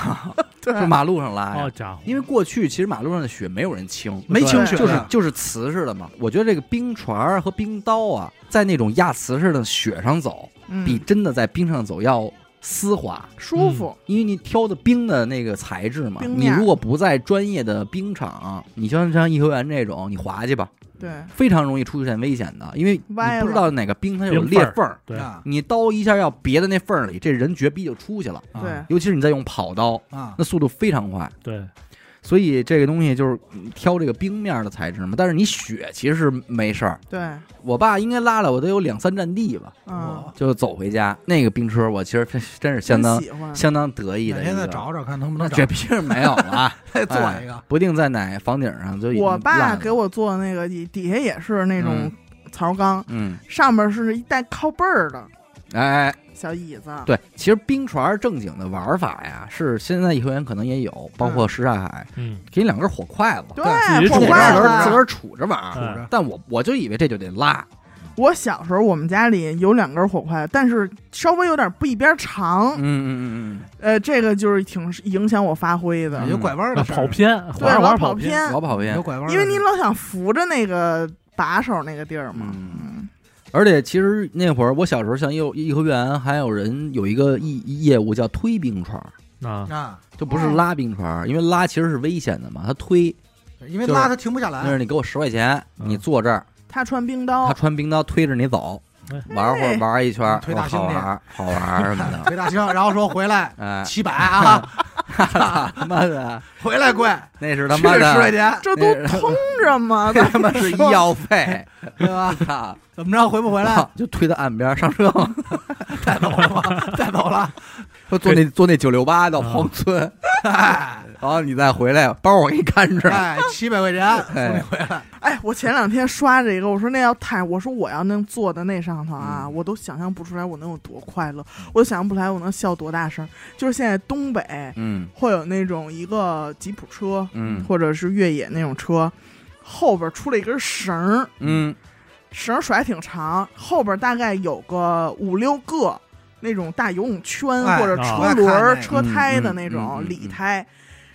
[SPEAKER 3] 对，
[SPEAKER 1] 是马路上拉
[SPEAKER 4] 好
[SPEAKER 1] 呃哎呀。
[SPEAKER 4] 家伙，
[SPEAKER 1] 因为过去其实马路上的雪没有人清，
[SPEAKER 2] 没清啊雪
[SPEAKER 1] 就
[SPEAKER 2] 呢
[SPEAKER 1] 是就是瓷似的嘛。我觉得这个冰船儿和冰刀啊，在那种压瓷似的雪上走，
[SPEAKER 3] 嗯
[SPEAKER 1] 比真的在冰上走要丝滑。
[SPEAKER 3] 舒服，
[SPEAKER 1] 因为你挑的冰的那个材质嘛，
[SPEAKER 3] 冰
[SPEAKER 1] 你
[SPEAKER 3] 面儿
[SPEAKER 1] 如果不在专业的冰场，你像像颐和园这种，你滑去吧，
[SPEAKER 3] 对，
[SPEAKER 1] 非常容易出现危险的，因为你
[SPEAKER 3] 歪了
[SPEAKER 1] 不知道哪个冰它有裂缝儿，
[SPEAKER 4] 对，
[SPEAKER 2] 啊
[SPEAKER 1] 你刀一下要别在那缝儿里，这人绝逼就出去了。
[SPEAKER 2] 啊
[SPEAKER 3] 对
[SPEAKER 1] 尤其是你再用跑刀，
[SPEAKER 2] 啊，
[SPEAKER 1] 那速度非常快，
[SPEAKER 4] 对，
[SPEAKER 1] 所以这个东西就是挑这个冰面的材质嘛。但是你雪其实是没事儿，
[SPEAKER 3] 对，
[SPEAKER 1] 我爸应该拉了我得有两三站地吧，
[SPEAKER 3] 嗯，
[SPEAKER 2] 我
[SPEAKER 1] 就走回家。那个冰车我其实真真是相当
[SPEAKER 3] 真喜啊欢，
[SPEAKER 1] 相当得意
[SPEAKER 2] 哪
[SPEAKER 1] 的一
[SPEAKER 2] 天再
[SPEAKER 1] 个，
[SPEAKER 2] 找找看能不
[SPEAKER 1] 那
[SPEAKER 2] 能
[SPEAKER 1] 这
[SPEAKER 2] 找
[SPEAKER 1] 逼是没有了啊，
[SPEAKER 2] 再做一个。
[SPEAKER 1] 不定在哪房顶上就已经
[SPEAKER 3] 我
[SPEAKER 1] 烂
[SPEAKER 3] 爸
[SPEAKER 1] 了
[SPEAKER 3] 给我做那个底底下也是那种槽缸，
[SPEAKER 1] 嗯
[SPEAKER 3] 上面是一带靠背儿的
[SPEAKER 1] 哎哎
[SPEAKER 3] 小椅子，
[SPEAKER 1] 对，其实冰船正经的玩法呀，是现在颐和园可能也有，包括什刹海，
[SPEAKER 4] 嗯，
[SPEAKER 1] 给你两根火筷子，
[SPEAKER 3] 对
[SPEAKER 4] 自己，
[SPEAKER 1] 自
[SPEAKER 3] 火
[SPEAKER 1] 己自个
[SPEAKER 4] 杵
[SPEAKER 3] 筷
[SPEAKER 4] 着
[SPEAKER 1] 儿自个
[SPEAKER 3] 子。嗯
[SPEAKER 1] 儿杵着玩
[SPEAKER 3] 哎
[SPEAKER 4] 杵
[SPEAKER 1] 儿
[SPEAKER 4] 着。
[SPEAKER 1] 但我我就以为这就得拉，
[SPEAKER 3] 我小时候我们家里有两根火筷，但是稍微有点不一边长，
[SPEAKER 1] 嗯嗯嗯
[SPEAKER 3] 呃，这个就是挺影响我发挥的，
[SPEAKER 2] 哎有拐弯
[SPEAKER 4] 那
[SPEAKER 2] 的事儿
[SPEAKER 4] 跑，偏，
[SPEAKER 3] 对，
[SPEAKER 4] 滑着滑
[SPEAKER 3] 老
[SPEAKER 4] 着跑
[SPEAKER 3] 跑
[SPEAKER 4] 偏，
[SPEAKER 1] 嗯，老嗯跑
[SPEAKER 2] 有
[SPEAKER 1] 偏。
[SPEAKER 2] 拐弯的事儿，
[SPEAKER 3] 因为你老想扶着那个把手那个地儿嘛。
[SPEAKER 1] 嗯，
[SPEAKER 3] 嗯，
[SPEAKER 1] 而且其实那会儿我小时候，像幼颐和园还有人有一个业业务叫推冰船儿，
[SPEAKER 4] 啊，
[SPEAKER 2] 啊，
[SPEAKER 1] 就不是拉冰船儿，因为拉其实是危险的嘛，他推
[SPEAKER 2] 因为
[SPEAKER 1] 就是
[SPEAKER 2] 拉它停不下
[SPEAKER 1] 那
[SPEAKER 2] 来
[SPEAKER 1] 是。你给我十块钱，
[SPEAKER 4] 嗯
[SPEAKER 1] 你坐这儿，
[SPEAKER 3] 他穿冰
[SPEAKER 1] 他
[SPEAKER 3] 刀，
[SPEAKER 1] 穿冰刀推着你走
[SPEAKER 4] 哎，
[SPEAKER 1] 玩会儿玩一圈儿，
[SPEAKER 2] 推大
[SPEAKER 1] 说好
[SPEAKER 2] 兄弟
[SPEAKER 1] 玩儿好玩儿什么 的，
[SPEAKER 2] 回大兴，然后说回来
[SPEAKER 1] 哎，
[SPEAKER 2] 七百 啊，
[SPEAKER 1] 他妈的，
[SPEAKER 2] 回来贵，
[SPEAKER 1] 那是他
[SPEAKER 2] 去
[SPEAKER 1] 妈
[SPEAKER 2] 十块
[SPEAKER 1] 的，
[SPEAKER 2] 钱，
[SPEAKER 3] 这都通着吗？
[SPEAKER 1] 那他妈是医药费，
[SPEAKER 2] 对吧？
[SPEAKER 1] 操
[SPEAKER 2] 怎么着回不回来？
[SPEAKER 1] 就推到岸边儿上车，
[SPEAKER 2] 带走 了吧，带走了。
[SPEAKER 1] 说坐那坐那九六八到黄村，
[SPEAKER 2] 哎
[SPEAKER 1] 然后你再回来，包我给你看着，
[SPEAKER 2] 哎，七百块钱，
[SPEAKER 1] 哎
[SPEAKER 2] 回来。
[SPEAKER 3] 哎，哎，我前两天刷这个，我说那要太，我说我要能坐在那上头啊，
[SPEAKER 1] 嗯
[SPEAKER 3] 我都想象不出来我能有多快乐，我都想象不出来我能笑多大声。就是现在东北
[SPEAKER 1] 嗯
[SPEAKER 3] 会有那种一个吉普车，
[SPEAKER 1] 嗯
[SPEAKER 3] 或者是越野那种车，后边出了一根绳儿，
[SPEAKER 1] 嗯
[SPEAKER 3] 绳儿甩挺长，后边大概有个五六个那种大游泳圈、
[SPEAKER 2] 哎
[SPEAKER 3] 或
[SPEAKER 1] 哦
[SPEAKER 3] 者
[SPEAKER 4] 啊
[SPEAKER 3] 车轮儿、
[SPEAKER 2] 我也看那个
[SPEAKER 3] 车胎的
[SPEAKER 1] 嗯
[SPEAKER 3] 那
[SPEAKER 1] 嗯
[SPEAKER 3] 种
[SPEAKER 1] 嗯嗯
[SPEAKER 3] 里胎，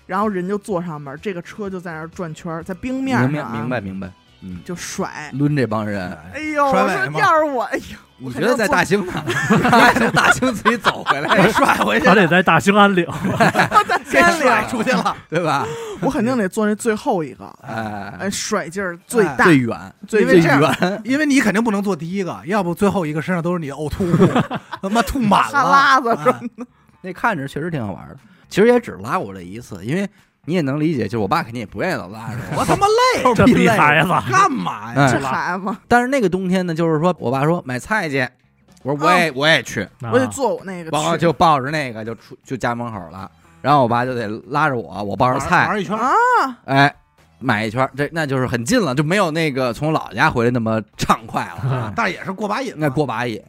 [SPEAKER 3] 然后人就坐上面，这个车就在那儿转圈儿，在冰面
[SPEAKER 1] 明
[SPEAKER 3] 上、
[SPEAKER 1] 白
[SPEAKER 3] 啊、
[SPEAKER 1] 明白明白，嗯，
[SPEAKER 3] 就甩。
[SPEAKER 1] 抡这帮人，啊
[SPEAKER 3] 哎呦，我
[SPEAKER 2] 甩尾
[SPEAKER 3] 说
[SPEAKER 2] 吗
[SPEAKER 3] 要是我，哎 呦，
[SPEAKER 1] 你觉得在大兴呢？ 还从大兴自己走回 来，
[SPEAKER 2] 甩回去
[SPEAKER 4] 他，得在大兴安岭，
[SPEAKER 3] 我在
[SPEAKER 2] 给
[SPEAKER 3] 山
[SPEAKER 2] 甩
[SPEAKER 3] 里，
[SPEAKER 2] 出去了。
[SPEAKER 1] 对吧？
[SPEAKER 3] 我肯定得坐那最后一个，
[SPEAKER 1] 哎
[SPEAKER 3] 哎，，甩劲儿最
[SPEAKER 2] 哎
[SPEAKER 3] 大。
[SPEAKER 1] 最远
[SPEAKER 3] 最
[SPEAKER 1] 最
[SPEAKER 3] 这样
[SPEAKER 1] 远，
[SPEAKER 2] 因为你肯定不能做第一个，要不最后一个身上都是你的呕吐物， 他妈吐满
[SPEAKER 3] 哈喇
[SPEAKER 2] 了。
[SPEAKER 3] 子
[SPEAKER 2] 哎
[SPEAKER 1] 那看着确实挺好玩的。其实也只拉过这一次，因为你也能理解，就是我爸肯定也不愿意老拉 着我
[SPEAKER 2] 我他妈累，
[SPEAKER 1] 我，
[SPEAKER 4] 这
[SPEAKER 1] 逼
[SPEAKER 4] 逼
[SPEAKER 1] 累
[SPEAKER 4] 孩子，
[SPEAKER 2] 干嘛呀？
[SPEAKER 1] 哎
[SPEAKER 3] 这孩子，
[SPEAKER 1] 但是那个冬天呢，就是说我爸说买菜去，我说我也、哦我也去，
[SPEAKER 3] 我得
[SPEAKER 4] 啊
[SPEAKER 3] 坐我那个
[SPEAKER 1] 然后
[SPEAKER 3] 去
[SPEAKER 1] 就抱着那个就出就家门口了，然后我爸就得拉着我，我抱着
[SPEAKER 2] 玩
[SPEAKER 1] 菜，
[SPEAKER 2] 玩一圈，
[SPEAKER 3] 啊，
[SPEAKER 1] 哎，买一圈，这那就是很近了，就没有那个从老家回来那么畅快了啊，
[SPEAKER 2] 但是也是过把瘾嘛。
[SPEAKER 1] 那过把瘾。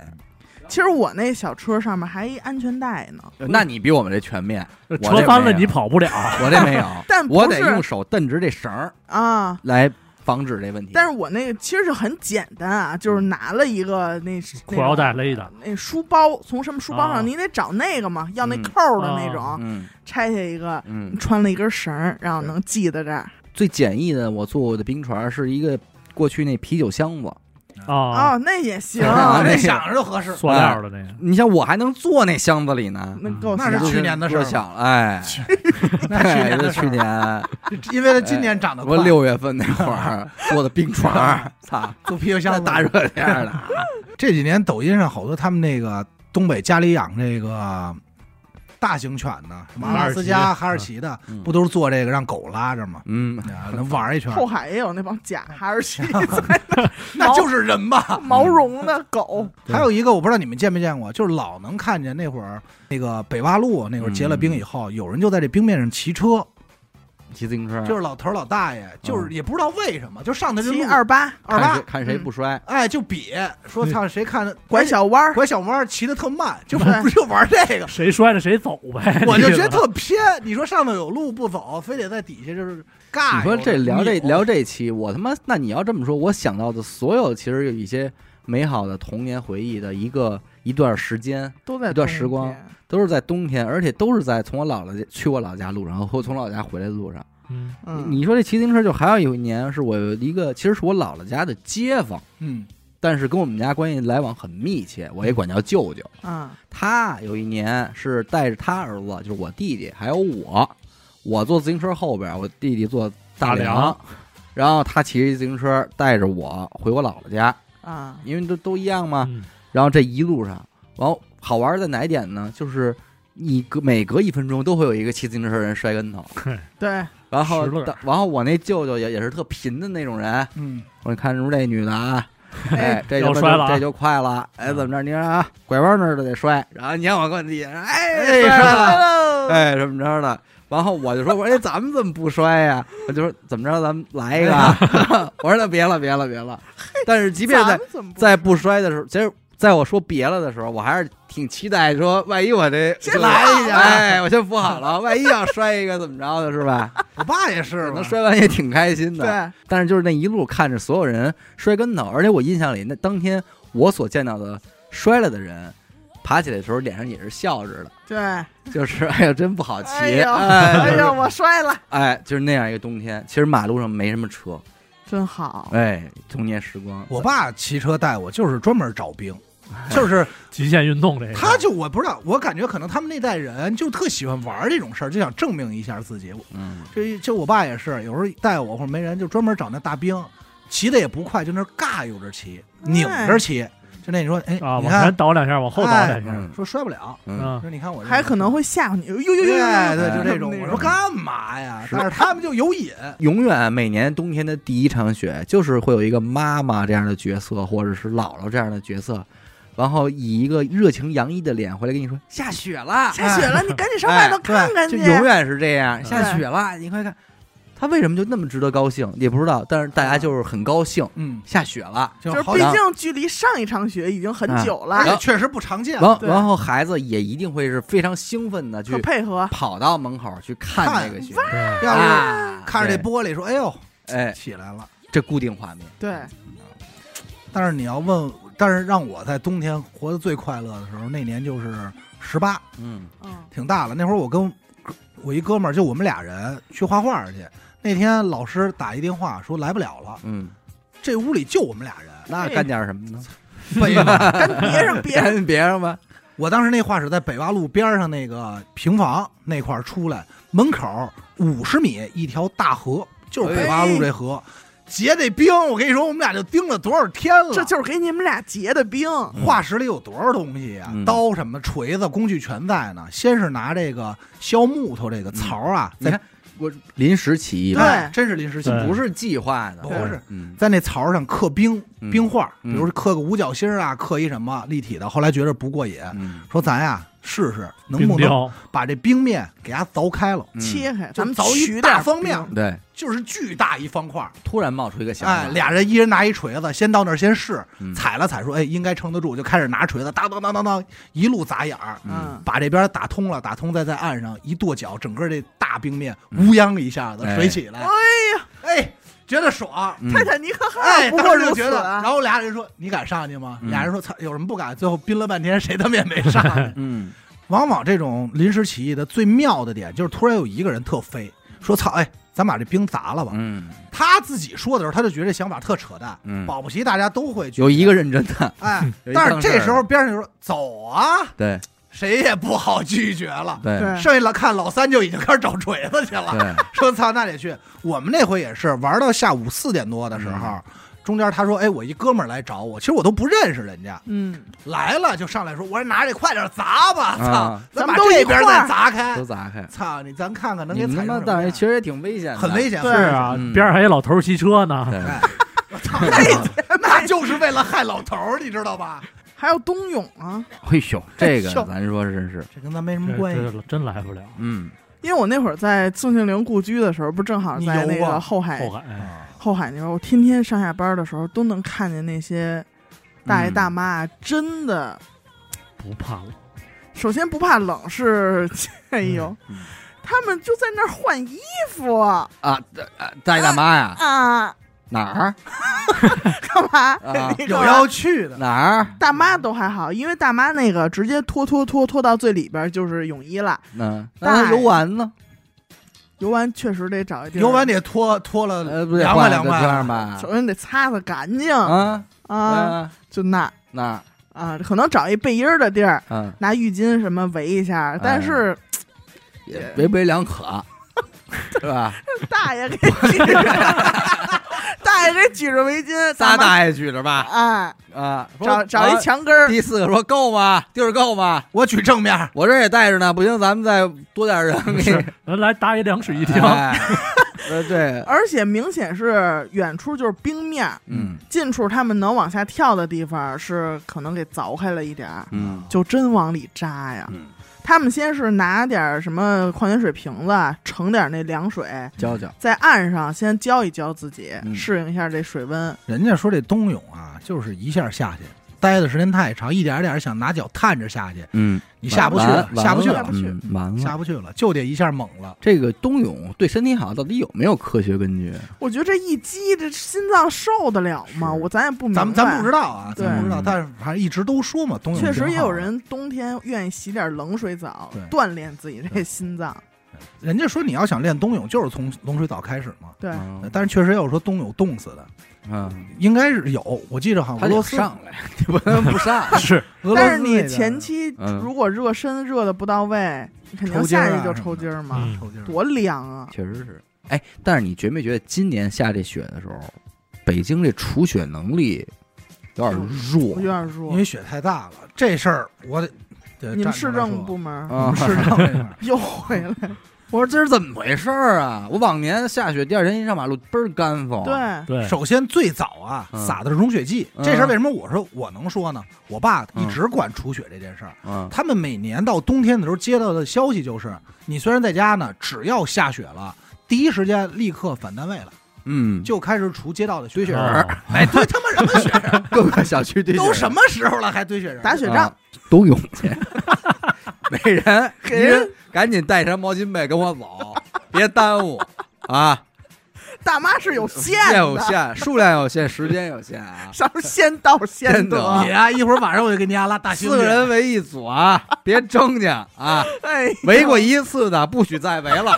[SPEAKER 3] 其实我那小车上面还一安全带呢，
[SPEAKER 1] 那
[SPEAKER 2] 啊
[SPEAKER 1] 你比我们这全面，
[SPEAKER 4] 这
[SPEAKER 1] 我
[SPEAKER 4] 车
[SPEAKER 1] 这
[SPEAKER 4] 翻了
[SPEAKER 1] 没有
[SPEAKER 4] 你跑不了，
[SPEAKER 1] 我这没有，
[SPEAKER 3] 但不
[SPEAKER 1] 我得
[SPEAKER 3] 是
[SPEAKER 1] 用手蹬直这绳儿
[SPEAKER 3] 啊。
[SPEAKER 1] 来防止这问题。
[SPEAKER 3] 但是我那个其实是很简单啊，就是拿了一个那
[SPEAKER 4] 裤腰带勒的，
[SPEAKER 3] 那书包，从什么书包
[SPEAKER 4] 啊
[SPEAKER 3] 上，你得找那个嘛，要那
[SPEAKER 1] 嗯
[SPEAKER 3] 扣儿的那
[SPEAKER 4] 啊
[SPEAKER 3] 种，
[SPEAKER 1] 嗯
[SPEAKER 3] 拆下一个，
[SPEAKER 1] 嗯，
[SPEAKER 3] 穿了一根绳儿，然后能系在这儿。
[SPEAKER 1] 最简易的我坐过的冰船是一个过去那啤酒箱子，
[SPEAKER 4] 啊，
[SPEAKER 3] 哦，那也行，
[SPEAKER 1] 啊
[SPEAKER 2] 那
[SPEAKER 1] 那
[SPEAKER 2] 想着就合适。
[SPEAKER 4] 塑料的那个，
[SPEAKER 1] 你像我还能坐那箱子里呢，
[SPEAKER 3] 那够
[SPEAKER 2] 那是
[SPEAKER 3] 呛
[SPEAKER 2] 去年的事
[SPEAKER 1] 多
[SPEAKER 2] 儿吗
[SPEAKER 1] 小了， 哎，
[SPEAKER 2] 那去年
[SPEAKER 1] 就
[SPEAKER 2] 的事
[SPEAKER 1] 去
[SPEAKER 2] 儿，
[SPEAKER 1] 年，
[SPEAKER 2] 因为他今年长得快
[SPEAKER 1] 我，六月份那会 儿坐的冰船儿，操，
[SPEAKER 2] 做啤酒
[SPEAKER 1] 像
[SPEAKER 2] 箱
[SPEAKER 1] 大热。天儿的，
[SPEAKER 2] 这几年抖音上好多他们那个东北家里养这个大型犬呢，马拉斯加、哈士奇的，
[SPEAKER 1] 嗯
[SPEAKER 2] 不都是做这个让狗拉着吗？
[SPEAKER 1] 嗯，
[SPEAKER 2] 啊能玩一圈，
[SPEAKER 3] 后海也有那帮假哈士奇
[SPEAKER 2] 那就是人吧。
[SPEAKER 3] 毛绒的狗，
[SPEAKER 4] 对，
[SPEAKER 2] 还有一个我不知道你们见没见过，就是老能看见那会儿那个北洼路那会儿结了冰以后，有人就在这冰面上骑车，
[SPEAKER 1] 骑自行车，
[SPEAKER 2] 就是老头儿老大爷，就是也不知道为什么就上的这
[SPEAKER 3] 骑
[SPEAKER 2] 路，
[SPEAKER 3] 二八
[SPEAKER 2] 二
[SPEAKER 1] 看
[SPEAKER 2] 八
[SPEAKER 1] 谁，看谁不摔，
[SPEAKER 2] 哎，就比说操谁看
[SPEAKER 3] 拐小弯儿，
[SPEAKER 2] 拐小弯儿骑的特慢，就
[SPEAKER 3] 对
[SPEAKER 2] 不就玩这个
[SPEAKER 4] 谁摔了谁走 呗，
[SPEAKER 2] 我就觉得
[SPEAKER 4] 这意思
[SPEAKER 2] 特偏。你说上头有路不走，非得在底下就是尬。
[SPEAKER 1] 哎你说这聊这
[SPEAKER 2] 扭
[SPEAKER 1] 聊这期，我他妈，那你要这么说，我想到的所有其实有一些美好的童年回忆的一个一段时间，
[SPEAKER 3] 都在
[SPEAKER 1] 一段
[SPEAKER 3] 冬
[SPEAKER 1] 时光
[SPEAKER 3] 天
[SPEAKER 1] 都是在冬天，而且都是在从我姥姥家去我老家路上和从老家回来的路上。
[SPEAKER 4] 嗯
[SPEAKER 3] 嗯，
[SPEAKER 1] 你说这骑自行车，就还有有一年是我一个，其实是我姥姥家的街坊，
[SPEAKER 2] 嗯，
[SPEAKER 1] 但是跟我们家关系来往很密切，我也管叫舅舅。
[SPEAKER 3] 啊，
[SPEAKER 1] 他有一年是带着他儿子，就是我弟弟，还有我，我坐自行车后边，我弟弟坐大
[SPEAKER 4] 大
[SPEAKER 1] 梁
[SPEAKER 4] 梁，
[SPEAKER 1] 然后他骑自行车带着我回我姥姥家，
[SPEAKER 3] 啊，
[SPEAKER 1] 因为都都一样嘛。
[SPEAKER 4] 嗯
[SPEAKER 1] 然后这一路上，然后好玩在哪一点呢？就是你隔每隔一分钟都会有一个骑自行车的人摔跟头，
[SPEAKER 3] 对，
[SPEAKER 1] 然后
[SPEAKER 4] 石乐
[SPEAKER 1] 当然后我那舅舅也也是特贫的那种人，
[SPEAKER 2] 嗯，
[SPEAKER 1] 我说你看是不是这女的啊？
[SPEAKER 3] 哎
[SPEAKER 1] 哎，这就
[SPEAKER 4] 要摔了啊
[SPEAKER 1] 这就快了。哎，怎么着？你看啊，拐弯那儿都得摔。然后你看我跟我弟，哎，
[SPEAKER 2] 哎
[SPEAKER 1] 摔
[SPEAKER 2] 摔了
[SPEAKER 1] 了，
[SPEAKER 3] Hello，
[SPEAKER 1] 哎，怎么着的？然后我就说，我说哎，咱们怎么不摔呀？我就说怎么着，咱们来一个啊。 我说那别了，别了，别了。但是即便
[SPEAKER 3] 咱
[SPEAKER 1] 在
[SPEAKER 3] 们怎么
[SPEAKER 1] 在不摔的时候，其实在我说别了的时候，我还是挺期待说，万一我这
[SPEAKER 3] 先
[SPEAKER 2] 来一下
[SPEAKER 1] 哎，我先扶好了，万一要摔一个怎么着的，是吧？
[SPEAKER 2] 我爸也是
[SPEAKER 1] 可能
[SPEAKER 2] 吧，
[SPEAKER 1] 摔完也挺开心的。
[SPEAKER 3] 对，
[SPEAKER 1] 但是就是那一路看着所有人摔跟头，而且我印象里那当天我所见到的摔了的人，爬起来的时候脸上也是笑着 的，
[SPEAKER 3] 对，
[SPEAKER 1] 就是哎呀真不好骑，
[SPEAKER 3] 哎呦，
[SPEAKER 1] 哎
[SPEAKER 3] 哎
[SPEAKER 1] 就是
[SPEAKER 3] 呦，我摔了，
[SPEAKER 1] 哎就是那样一个冬天，其实马路上没什么车，
[SPEAKER 3] 真好，
[SPEAKER 1] 哎，童年时光，
[SPEAKER 2] 我爸骑车带我就是专门找 冰，就是
[SPEAKER 4] 极限运动这个，
[SPEAKER 2] 他就我不知道，我感觉可能他们那代人就特喜欢玩这种事儿，就想证明一下自己。
[SPEAKER 1] 嗯，
[SPEAKER 2] 这就我爸也是，有时候带我或者没人，就专门找那大兵，骑的也不快，就那儿尬悠着骑，拧着骑，就那你说，哎，
[SPEAKER 4] 啊，往
[SPEAKER 2] 你看
[SPEAKER 4] 前倒两下，往后倒两下，
[SPEAKER 1] 嗯
[SPEAKER 2] 说摔不了，
[SPEAKER 1] 嗯，
[SPEAKER 4] 嗯，
[SPEAKER 2] 说你看我这
[SPEAKER 3] 还可能会吓唬你，呦呦
[SPEAKER 2] 对
[SPEAKER 3] 呦呦呦，
[SPEAKER 2] 对，
[SPEAKER 1] 哎
[SPEAKER 2] 就这种。
[SPEAKER 3] 那
[SPEAKER 2] 我
[SPEAKER 3] 种
[SPEAKER 2] 说干嘛呀？
[SPEAKER 1] 是
[SPEAKER 2] 但是他们就有瘾，
[SPEAKER 1] 永远每年冬天的第一场雪，就是会有一个妈妈这样的角色，或者是姥姥这样的角色。然后以一个热情洋溢的脸回来跟你说下雪了，
[SPEAKER 3] 下雪了，你赶紧上外头看看
[SPEAKER 1] 就
[SPEAKER 3] 去，
[SPEAKER 1] 永远是这样，
[SPEAKER 4] 嗯
[SPEAKER 1] 下雪了，你快看，他为什么就那么值得高兴也不知道，但是大家就是很高兴，
[SPEAKER 2] 嗯，
[SPEAKER 1] 下雪了，
[SPEAKER 2] 就
[SPEAKER 3] 就是
[SPEAKER 2] 好
[SPEAKER 3] 毕
[SPEAKER 2] 像，
[SPEAKER 3] 竟距离上一场雪已经很久
[SPEAKER 2] 而
[SPEAKER 3] 了，
[SPEAKER 2] 且哎确实不常见。
[SPEAKER 1] 然后
[SPEAKER 3] 对
[SPEAKER 1] 然后孩子也一定会是非常兴奋的
[SPEAKER 3] 可
[SPEAKER 1] 去
[SPEAKER 3] 配合。
[SPEAKER 1] 跑到门口去看
[SPEAKER 2] 看
[SPEAKER 1] 那个雪，
[SPEAKER 4] 对，
[SPEAKER 2] 要是
[SPEAKER 1] 啊
[SPEAKER 2] 看着这玻璃说：“哎呦，
[SPEAKER 1] 对哎，
[SPEAKER 2] 起来了。
[SPEAKER 1] 这固定画面，
[SPEAKER 3] 对，
[SPEAKER 2] 但是你要问，但是让我在冬天活得最快乐的时候，那年就是十八，
[SPEAKER 1] 嗯
[SPEAKER 3] 嗯，
[SPEAKER 2] 挺大了。那会儿我跟我一哥们儿，就我们俩人去画画去。那天老师打一电话说来不了了，
[SPEAKER 1] 嗯，
[SPEAKER 2] 这屋里就我们俩人。
[SPEAKER 1] 那
[SPEAKER 3] 这
[SPEAKER 1] 干点什么呢？
[SPEAKER 2] 废 话，
[SPEAKER 3] 干别 上别上，
[SPEAKER 1] 别别上吧，
[SPEAKER 2] 我当时那画室在北洼路边上那个平房那块儿出来，门口五十米一条大河，就是北洼路这河。结这冰，我跟你说，我们俩就盯了多少天了。
[SPEAKER 3] 这就是给你们俩结的冰。
[SPEAKER 2] 画室里有多少东西啊？
[SPEAKER 1] 嗯
[SPEAKER 2] 刀什么、锤子、工具全在呢。先是拿这个削木头这个槽啊，
[SPEAKER 1] 你看我临时起意
[SPEAKER 2] 在
[SPEAKER 1] 吧，
[SPEAKER 2] 哎真是临时性
[SPEAKER 4] 对
[SPEAKER 1] 不是计划的，
[SPEAKER 2] 不
[SPEAKER 4] 对
[SPEAKER 2] 是
[SPEAKER 1] 嗯
[SPEAKER 2] 在那槽上刻冰
[SPEAKER 1] 嗯
[SPEAKER 2] 冰画，
[SPEAKER 1] 嗯
[SPEAKER 2] 比如刻个五角星啊，刻一什么立体的。后来觉着不过瘾，
[SPEAKER 1] 嗯，
[SPEAKER 2] 说咱呀试试能
[SPEAKER 4] 冰
[SPEAKER 2] 不能
[SPEAKER 4] 雕，
[SPEAKER 2] 把这冰面给它凿开了，
[SPEAKER 1] 嗯
[SPEAKER 3] 切开，咱们
[SPEAKER 2] 就凿
[SPEAKER 3] 取
[SPEAKER 2] 一
[SPEAKER 3] 点
[SPEAKER 2] 大
[SPEAKER 3] 儿
[SPEAKER 2] 方面
[SPEAKER 3] 冰，
[SPEAKER 1] 对，
[SPEAKER 2] 就是巨大一方块儿。
[SPEAKER 1] 突然冒出一个想法，
[SPEAKER 2] 哎，俩人一人拿一锤子，先到那儿先试，
[SPEAKER 1] 嗯
[SPEAKER 2] 踩了踩，说哎应该撑得住，就开始拿锤子当当当当当，一路砸眼儿，
[SPEAKER 1] 嗯
[SPEAKER 3] 嗯，
[SPEAKER 2] 把这边打通了，打通再在岸上一跺脚，整个这大冰面乌泱一下子
[SPEAKER 1] 哎
[SPEAKER 2] 水起来，
[SPEAKER 3] 哎呀，
[SPEAKER 2] 哎，觉得爽。
[SPEAKER 1] 嗯
[SPEAKER 3] 泰坦尼克号
[SPEAKER 2] 哎，
[SPEAKER 3] 不
[SPEAKER 2] 当
[SPEAKER 3] 过
[SPEAKER 2] 时
[SPEAKER 3] 如
[SPEAKER 2] 就
[SPEAKER 3] 此
[SPEAKER 2] 觉得，
[SPEAKER 3] 啊
[SPEAKER 2] 然。后俩人说：“你敢上去吗？”
[SPEAKER 1] 嗯
[SPEAKER 2] 俩人说：“操，有什么不敢？”最后拼了半天，谁他妈也没上去。
[SPEAKER 1] 嗯
[SPEAKER 2] 往往这种临时起意的最妙的点，就是突然有一个人特飞，说：“操，哎，咱把这冰砸了吧。
[SPEAKER 1] 嗯
[SPEAKER 2] 他自己说的时候，他就觉得这想法特扯淡，
[SPEAKER 1] 嗯，
[SPEAKER 2] 保不齐大家都会觉得
[SPEAKER 1] 有一个认真的，
[SPEAKER 2] 哎
[SPEAKER 1] 有，一
[SPEAKER 2] 但
[SPEAKER 1] 当事
[SPEAKER 2] 是
[SPEAKER 1] 儿
[SPEAKER 2] 这时候边上就说：“走啊，
[SPEAKER 1] 对
[SPEAKER 2] 谁也不好拒绝了。”
[SPEAKER 1] 对
[SPEAKER 3] 对
[SPEAKER 2] 剩下了看老三就已经开始找锤子去了，
[SPEAKER 1] 嗯对，
[SPEAKER 2] 说操那得去。我们那回也是玩到下午四点多的时
[SPEAKER 1] 嗯
[SPEAKER 2] 候，中间他说哎我一哥们儿来找我，其实我都不认识人家，
[SPEAKER 3] 嗯，
[SPEAKER 2] 来了就上来说我说拿这快点砸吧，操
[SPEAKER 1] 啊，
[SPEAKER 2] 把
[SPEAKER 3] 咱们都
[SPEAKER 2] 这
[SPEAKER 3] 一块
[SPEAKER 2] 边
[SPEAKER 3] 儿
[SPEAKER 2] 再砸开
[SPEAKER 1] 都，砸开，
[SPEAKER 2] 操你咱看看能
[SPEAKER 1] 你
[SPEAKER 2] 给
[SPEAKER 1] 们
[SPEAKER 2] 踩
[SPEAKER 1] 他
[SPEAKER 2] 成
[SPEAKER 1] 妈
[SPEAKER 2] 什么
[SPEAKER 1] 当然
[SPEAKER 2] 样
[SPEAKER 1] 其实也挺危险的，
[SPEAKER 2] 很危
[SPEAKER 1] 险，
[SPEAKER 2] 险，
[SPEAKER 3] 对
[SPEAKER 4] 是啊，
[SPEAKER 1] 嗯
[SPEAKER 4] 边上还有老头骑车呢，
[SPEAKER 1] 对，
[SPEAKER 2] 我操那那就是为了害老头儿，你知道吧？
[SPEAKER 3] 还有冬泳啊，
[SPEAKER 1] 哎呦，这个
[SPEAKER 3] 哎呦
[SPEAKER 1] 咱说真是，
[SPEAKER 2] 这跟咱没什
[SPEAKER 4] 这
[SPEAKER 2] 么关系。
[SPEAKER 4] 这真来不了
[SPEAKER 1] 嗯
[SPEAKER 3] 因为我那会儿在宋庆龄故居的时候，不正好
[SPEAKER 2] 你
[SPEAKER 3] 在
[SPEAKER 2] 游
[SPEAKER 3] 那个
[SPEAKER 2] 啊
[SPEAKER 3] 后
[SPEAKER 1] 哎
[SPEAKER 3] 海
[SPEAKER 4] 后海，哎
[SPEAKER 3] 后海那边，我天天上下班的时候都能看见那些大
[SPEAKER 2] 嗯
[SPEAKER 1] 嗯
[SPEAKER 3] 爷大妈啊，真的，
[SPEAKER 4] 不怕 了，
[SPEAKER 3] 首先不怕冷是， 哎呦
[SPEAKER 1] 嗯嗯，
[SPEAKER 3] 他们就在那儿换衣服
[SPEAKER 1] 啊，呃大爷大妈呀，
[SPEAKER 3] 啊，
[SPEAKER 1] 哪儿
[SPEAKER 3] 干嘛
[SPEAKER 1] 啊？
[SPEAKER 3] 你干
[SPEAKER 2] 有
[SPEAKER 3] 嘛
[SPEAKER 2] 要去的，
[SPEAKER 1] 哪儿？嗯
[SPEAKER 3] 大妈都还好，因为大妈那个直接脱脱脱脱到最里边就是泳衣了。
[SPEAKER 1] 嗯，
[SPEAKER 3] 大
[SPEAKER 1] 那游玩呢？
[SPEAKER 3] 游完确实得找一地儿
[SPEAKER 2] 游完得脱脱了
[SPEAKER 1] 呃，不得
[SPEAKER 2] 凉快
[SPEAKER 1] 换
[SPEAKER 2] 凉快
[SPEAKER 1] 这
[SPEAKER 2] 了
[SPEAKER 1] 样。吧？
[SPEAKER 3] 首先得擦擦干净
[SPEAKER 1] 啊
[SPEAKER 3] 啊，
[SPEAKER 1] 啊，
[SPEAKER 3] 就那
[SPEAKER 1] 那
[SPEAKER 3] 啊，可能找一背阴儿的地儿，
[SPEAKER 1] 嗯，
[SPEAKER 3] 拿浴巾什么围一下。
[SPEAKER 1] 哎
[SPEAKER 3] 但 是
[SPEAKER 1] 也别悲两可，是吧？
[SPEAKER 3] 大爷给举着， 大爷给举着围巾，
[SPEAKER 1] 仨
[SPEAKER 3] 妈
[SPEAKER 1] 大爷举着吧，
[SPEAKER 3] 啊，
[SPEAKER 1] 啊，
[SPEAKER 3] 找找一
[SPEAKER 1] 墙。
[SPEAKER 3] 墙根儿，
[SPEAKER 1] 第四个说够吗？地儿够吗？
[SPEAKER 2] 我举正面，
[SPEAKER 1] 我这也带着呢，不行，咱们再多点人给
[SPEAKER 4] 是人来打野两室一
[SPEAKER 1] 你
[SPEAKER 4] 厅，
[SPEAKER 1] 哎呃，对，
[SPEAKER 3] 而且明显是远处就是冰面，
[SPEAKER 1] 嗯
[SPEAKER 3] 近处他们能往下跳的地方是可能给凿开了一点儿。
[SPEAKER 1] 嗯
[SPEAKER 3] 就真往里扎呀。
[SPEAKER 1] 嗯
[SPEAKER 3] 他们先是拿点儿什么矿泉水瓶子盛点儿那凉水，
[SPEAKER 1] 教教，
[SPEAKER 3] 在岸上先浇一浇自己，
[SPEAKER 1] 嗯
[SPEAKER 3] 适应一下这水温。
[SPEAKER 2] 人家说这冬泳啊，就是一下下去，待的时间太长，一点点想拿脚探着下去，
[SPEAKER 1] 嗯，
[SPEAKER 2] 你下不去
[SPEAKER 1] 完
[SPEAKER 2] 了，
[SPEAKER 1] 完
[SPEAKER 2] 下不去
[SPEAKER 1] 了
[SPEAKER 2] 了，
[SPEAKER 1] 嗯完了。
[SPEAKER 2] 下不去了，就得一下猛了。
[SPEAKER 1] 这个冬泳对身体好，到底有没有科学根据？
[SPEAKER 3] 我觉得这一激，这心脏受得了吗？
[SPEAKER 1] 是
[SPEAKER 3] 我咱也不明白。
[SPEAKER 2] 咱们咱不知道啊，
[SPEAKER 3] 对
[SPEAKER 2] 咱不知道，但是反正一直都说嘛，冬泳
[SPEAKER 3] 确实
[SPEAKER 2] 挺
[SPEAKER 3] 也
[SPEAKER 2] 好啊
[SPEAKER 3] 有，人冬天愿意洗点冷水澡
[SPEAKER 2] 对，
[SPEAKER 3] 锻炼自己这心脏。
[SPEAKER 2] 人家说你要想练冬泳，就是从冷水澡开始嘛。
[SPEAKER 3] 对，
[SPEAKER 1] 嗯
[SPEAKER 2] 但是确实也有说冬泳冻死的，
[SPEAKER 1] 嗯，
[SPEAKER 2] 应该是有，我记着好像
[SPEAKER 1] 他
[SPEAKER 2] 俄
[SPEAKER 1] 得
[SPEAKER 2] 罗斯，
[SPEAKER 1] 上来，你 不能不上。
[SPEAKER 4] 是
[SPEAKER 2] 俄罗斯
[SPEAKER 3] 但是
[SPEAKER 2] 那
[SPEAKER 3] 你
[SPEAKER 2] 个
[SPEAKER 3] 前期
[SPEAKER 1] 嗯
[SPEAKER 3] 如果热身热的不到位，你肯定
[SPEAKER 2] 抽筋
[SPEAKER 3] 下
[SPEAKER 2] 儿啊
[SPEAKER 3] 去就抽筋儿嘛，
[SPEAKER 4] 嗯
[SPEAKER 2] 抽筋儿
[SPEAKER 3] 多凉啊！
[SPEAKER 1] 确实是，哎，但是你觉没觉得今年下这雪的时候，北京这除雪能力有点
[SPEAKER 3] 我
[SPEAKER 1] 弱
[SPEAKER 3] 有点弱
[SPEAKER 2] 因。为雪太大了，这事儿我得得
[SPEAKER 3] 你们
[SPEAKER 2] 站出
[SPEAKER 3] 市
[SPEAKER 2] 来
[SPEAKER 3] 政
[SPEAKER 2] 说
[SPEAKER 3] 部门
[SPEAKER 1] 啊？
[SPEAKER 2] 市政这 块儿
[SPEAKER 3] 又回来了，
[SPEAKER 1] 我说这是怎么回事儿啊？我往年下雪第二天一上马路倍儿干风，
[SPEAKER 3] 对，
[SPEAKER 4] 对，
[SPEAKER 2] 首先最早啊，
[SPEAKER 1] 嗯
[SPEAKER 2] 撒的是融雪剂。
[SPEAKER 1] 嗯
[SPEAKER 2] 这事儿为什么我说我能说呢？我爸一直管除雪这件事儿。
[SPEAKER 1] 嗯，
[SPEAKER 2] 他们每年到冬天的时候接到的消息就是，你虽然在家呢，只要下雪了，第一时间立刻返单位了，
[SPEAKER 1] 嗯，
[SPEAKER 2] 就开始除街道的
[SPEAKER 1] 堆雪
[SPEAKER 2] 雪
[SPEAKER 1] 人
[SPEAKER 2] 人。
[SPEAKER 4] 啊
[SPEAKER 1] 儿，
[SPEAKER 2] 哎，堆他妈什么雪人？
[SPEAKER 1] 各个小区嗯 堆雪人
[SPEAKER 2] 都
[SPEAKER 1] 儿
[SPEAKER 2] 什么时候了还堆雪人？
[SPEAKER 3] 打雪仗，
[SPEAKER 1] 啊冬泳去，每人
[SPEAKER 3] 给
[SPEAKER 1] 一
[SPEAKER 3] 人
[SPEAKER 1] 人赶紧带上毛巾被跟我走，别耽误啊！
[SPEAKER 3] 大妈是有限
[SPEAKER 1] 线有
[SPEAKER 3] 的，
[SPEAKER 1] 限，数量有限，时间有限啊！
[SPEAKER 3] 啥时候先到先
[SPEAKER 1] 先
[SPEAKER 3] 得。
[SPEAKER 1] 得
[SPEAKER 2] 你啊，一会儿晚上我就给你家拉大兴。
[SPEAKER 1] 四个人为一组啊，别争去啊！
[SPEAKER 3] 哎，
[SPEAKER 1] 围过一次的不许再围了。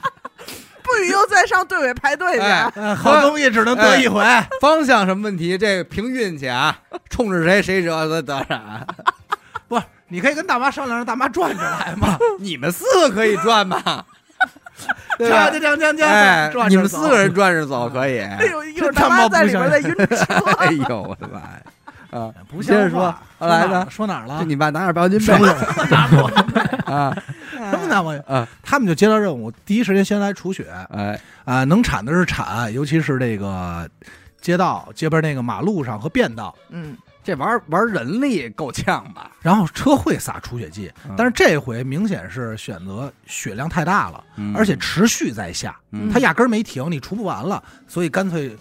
[SPEAKER 3] 不许又再上队尾排队去。
[SPEAKER 1] 哎，
[SPEAKER 2] 呃，好东西只能得一回。
[SPEAKER 1] 方向什么问题？这个凭运气啊，冲着谁谁惹的当然。啊
[SPEAKER 2] 不是，你可以跟大妈商量，让大妈转着来嘛。
[SPEAKER 1] 你们四个可以转吧？ 对吧
[SPEAKER 2] 锵？锵锵锵
[SPEAKER 1] 哎
[SPEAKER 2] 锵，转，
[SPEAKER 1] 你
[SPEAKER 2] 啊着
[SPEAKER 1] 们
[SPEAKER 2] 走
[SPEAKER 1] 四个人转着走可以。
[SPEAKER 3] 哎呦，一会儿
[SPEAKER 2] 真他
[SPEAKER 3] 大
[SPEAKER 2] 妈
[SPEAKER 3] 妈
[SPEAKER 2] 不
[SPEAKER 3] 在里
[SPEAKER 2] 像
[SPEAKER 3] 边在晕车。
[SPEAKER 1] 哎呦我的妈呀！啊，
[SPEAKER 2] 不
[SPEAKER 1] 接着
[SPEAKER 2] 像
[SPEAKER 1] 说
[SPEAKER 2] 话。
[SPEAKER 1] 后来呢
[SPEAKER 2] 说哪儿了？
[SPEAKER 1] 这你爸拿点毛巾
[SPEAKER 2] 什么
[SPEAKER 1] 被
[SPEAKER 2] 什么大漠？
[SPEAKER 1] 啊，
[SPEAKER 2] 什么大漠？
[SPEAKER 1] 嗯，
[SPEAKER 2] 他们就接到任务，第一时间先来除雪啊、
[SPEAKER 1] 哎，
[SPEAKER 2] 能铲的是铲，尤其是这个街道街边那个马路上和便道，
[SPEAKER 3] 嗯，
[SPEAKER 1] 这玩玩人力够呛吧？
[SPEAKER 2] 然后车会撒除雪剂
[SPEAKER 1] 嗯，
[SPEAKER 2] 但是这回明显是选择雪量太大了，而且持续在下，
[SPEAKER 1] 嗯
[SPEAKER 2] 它压根儿没停，你除不完了，所以干脆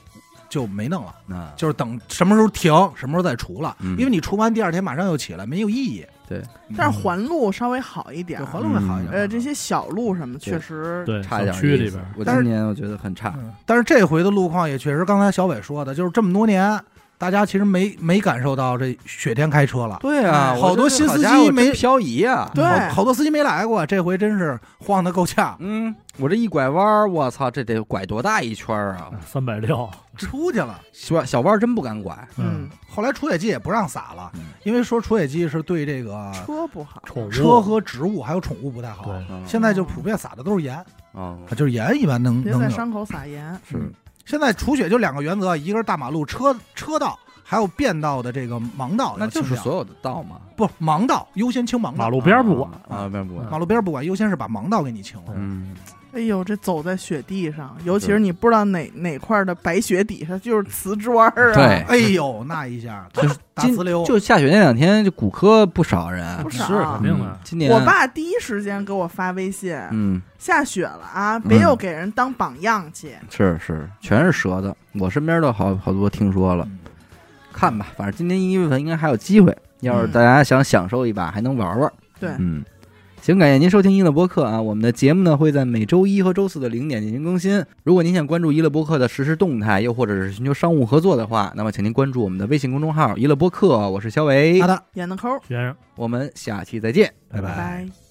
[SPEAKER 2] 就没弄了。
[SPEAKER 1] 啊，
[SPEAKER 2] 就是等什么时候停，什么时候再除了，
[SPEAKER 1] 嗯
[SPEAKER 2] 因为你除完第二天马上又起来，没有意义。嗯
[SPEAKER 1] 对，嗯
[SPEAKER 3] 但是环路稍微好一点
[SPEAKER 2] 对
[SPEAKER 3] 儿，
[SPEAKER 2] 环路会好一点。
[SPEAKER 3] 呃，这些小路什么确
[SPEAKER 1] 对
[SPEAKER 3] 实，
[SPEAKER 4] 对，
[SPEAKER 1] 差
[SPEAKER 4] 小
[SPEAKER 1] 点
[SPEAKER 4] 区
[SPEAKER 1] 意
[SPEAKER 4] 里
[SPEAKER 1] 思
[SPEAKER 4] 边儿，
[SPEAKER 1] 我
[SPEAKER 2] 但是
[SPEAKER 1] 今年我觉得很差。
[SPEAKER 2] 嗯，但是这回的路况也确实，刚才小伟说的，就是这么多年，大家其实没没感受到这雪天开车了，
[SPEAKER 1] 对啊，
[SPEAKER 2] 好多新司机没
[SPEAKER 1] 漂移啊。
[SPEAKER 3] 对
[SPEAKER 2] 好好多司机没来过，这回真是晃得够呛，
[SPEAKER 1] 嗯，我这一拐弯儿，我操，这得拐多大一圈儿啊！
[SPEAKER 4] 三百六，
[SPEAKER 2] 出去了。
[SPEAKER 1] 小小弯儿真不敢拐。
[SPEAKER 3] 嗯，，
[SPEAKER 2] 后来除雪剂也不让撒了
[SPEAKER 1] 嗯，
[SPEAKER 2] 因为说除雪剂是对这个
[SPEAKER 3] 车不好，
[SPEAKER 4] 宠物
[SPEAKER 2] 嗯车和植物还有宠物不太好。
[SPEAKER 4] 对，
[SPEAKER 1] 嗯
[SPEAKER 2] 现在就普遍撒的都是盐，
[SPEAKER 1] 哦，
[SPEAKER 2] 就是盐一般能
[SPEAKER 3] 别
[SPEAKER 2] 能
[SPEAKER 3] 在
[SPEAKER 2] 有。
[SPEAKER 3] 伤口撒盐。
[SPEAKER 1] 是
[SPEAKER 2] 现在除雪就两个原则，一个是大马路车车道，还有变道的这个盲道
[SPEAKER 1] 那
[SPEAKER 2] 要清掉。
[SPEAKER 1] 就是所有的道嘛，
[SPEAKER 2] 不盲道优先清盲道，
[SPEAKER 4] 马 路边儿不管，
[SPEAKER 1] 啊，边儿不管。
[SPEAKER 2] 马路边儿不管，优先是把盲道给你清了。
[SPEAKER 1] 嗯，
[SPEAKER 3] 哎呦，这走在雪地上，尤其
[SPEAKER 1] 对
[SPEAKER 3] 是你不知道哪哪块儿的白雪底下就是瓷砖儿啊，
[SPEAKER 1] 对
[SPEAKER 2] 哎呦，那一下
[SPEAKER 1] 嗯就是
[SPEAKER 2] 打
[SPEAKER 1] 今
[SPEAKER 2] 呲溜，
[SPEAKER 1] 就下雪那两天，就骨科啊不少人
[SPEAKER 3] 不。
[SPEAKER 4] 啊是
[SPEAKER 3] 少
[SPEAKER 4] 肯定的
[SPEAKER 1] 嗯，今年
[SPEAKER 3] 我爸第一时间给我发微信，
[SPEAKER 1] 嗯，
[SPEAKER 3] 下雪了啊，别又给人当榜样去。
[SPEAKER 1] 是是，全是折的。我身边的好好多听说了，
[SPEAKER 2] 嗯
[SPEAKER 1] 看吧，反正今年一月份应该还有机会，要是
[SPEAKER 3] 嗯
[SPEAKER 1] 大家想享受一把，还能玩玩。
[SPEAKER 3] 对，
[SPEAKER 1] 嗯，行，感谢您收听一乐播客啊！我们的节目呢会在每周一和周四的零点进行更新。如果您想关注一乐播客的实时动态，又或者是寻求商务合作的话，那么请您关注我们的微信公众号“一乐播客”。我是肖维
[SPEAKER 2] 好，的，
[SPEAKER 3] 演的抠儿，
[SPEAKER 4] 先生，
[SPEAKER 1] 我们下期再见。
[SPEAKER 4] 拜
[SPEAKER 2] 拜
[SPEAKER 3] 拜。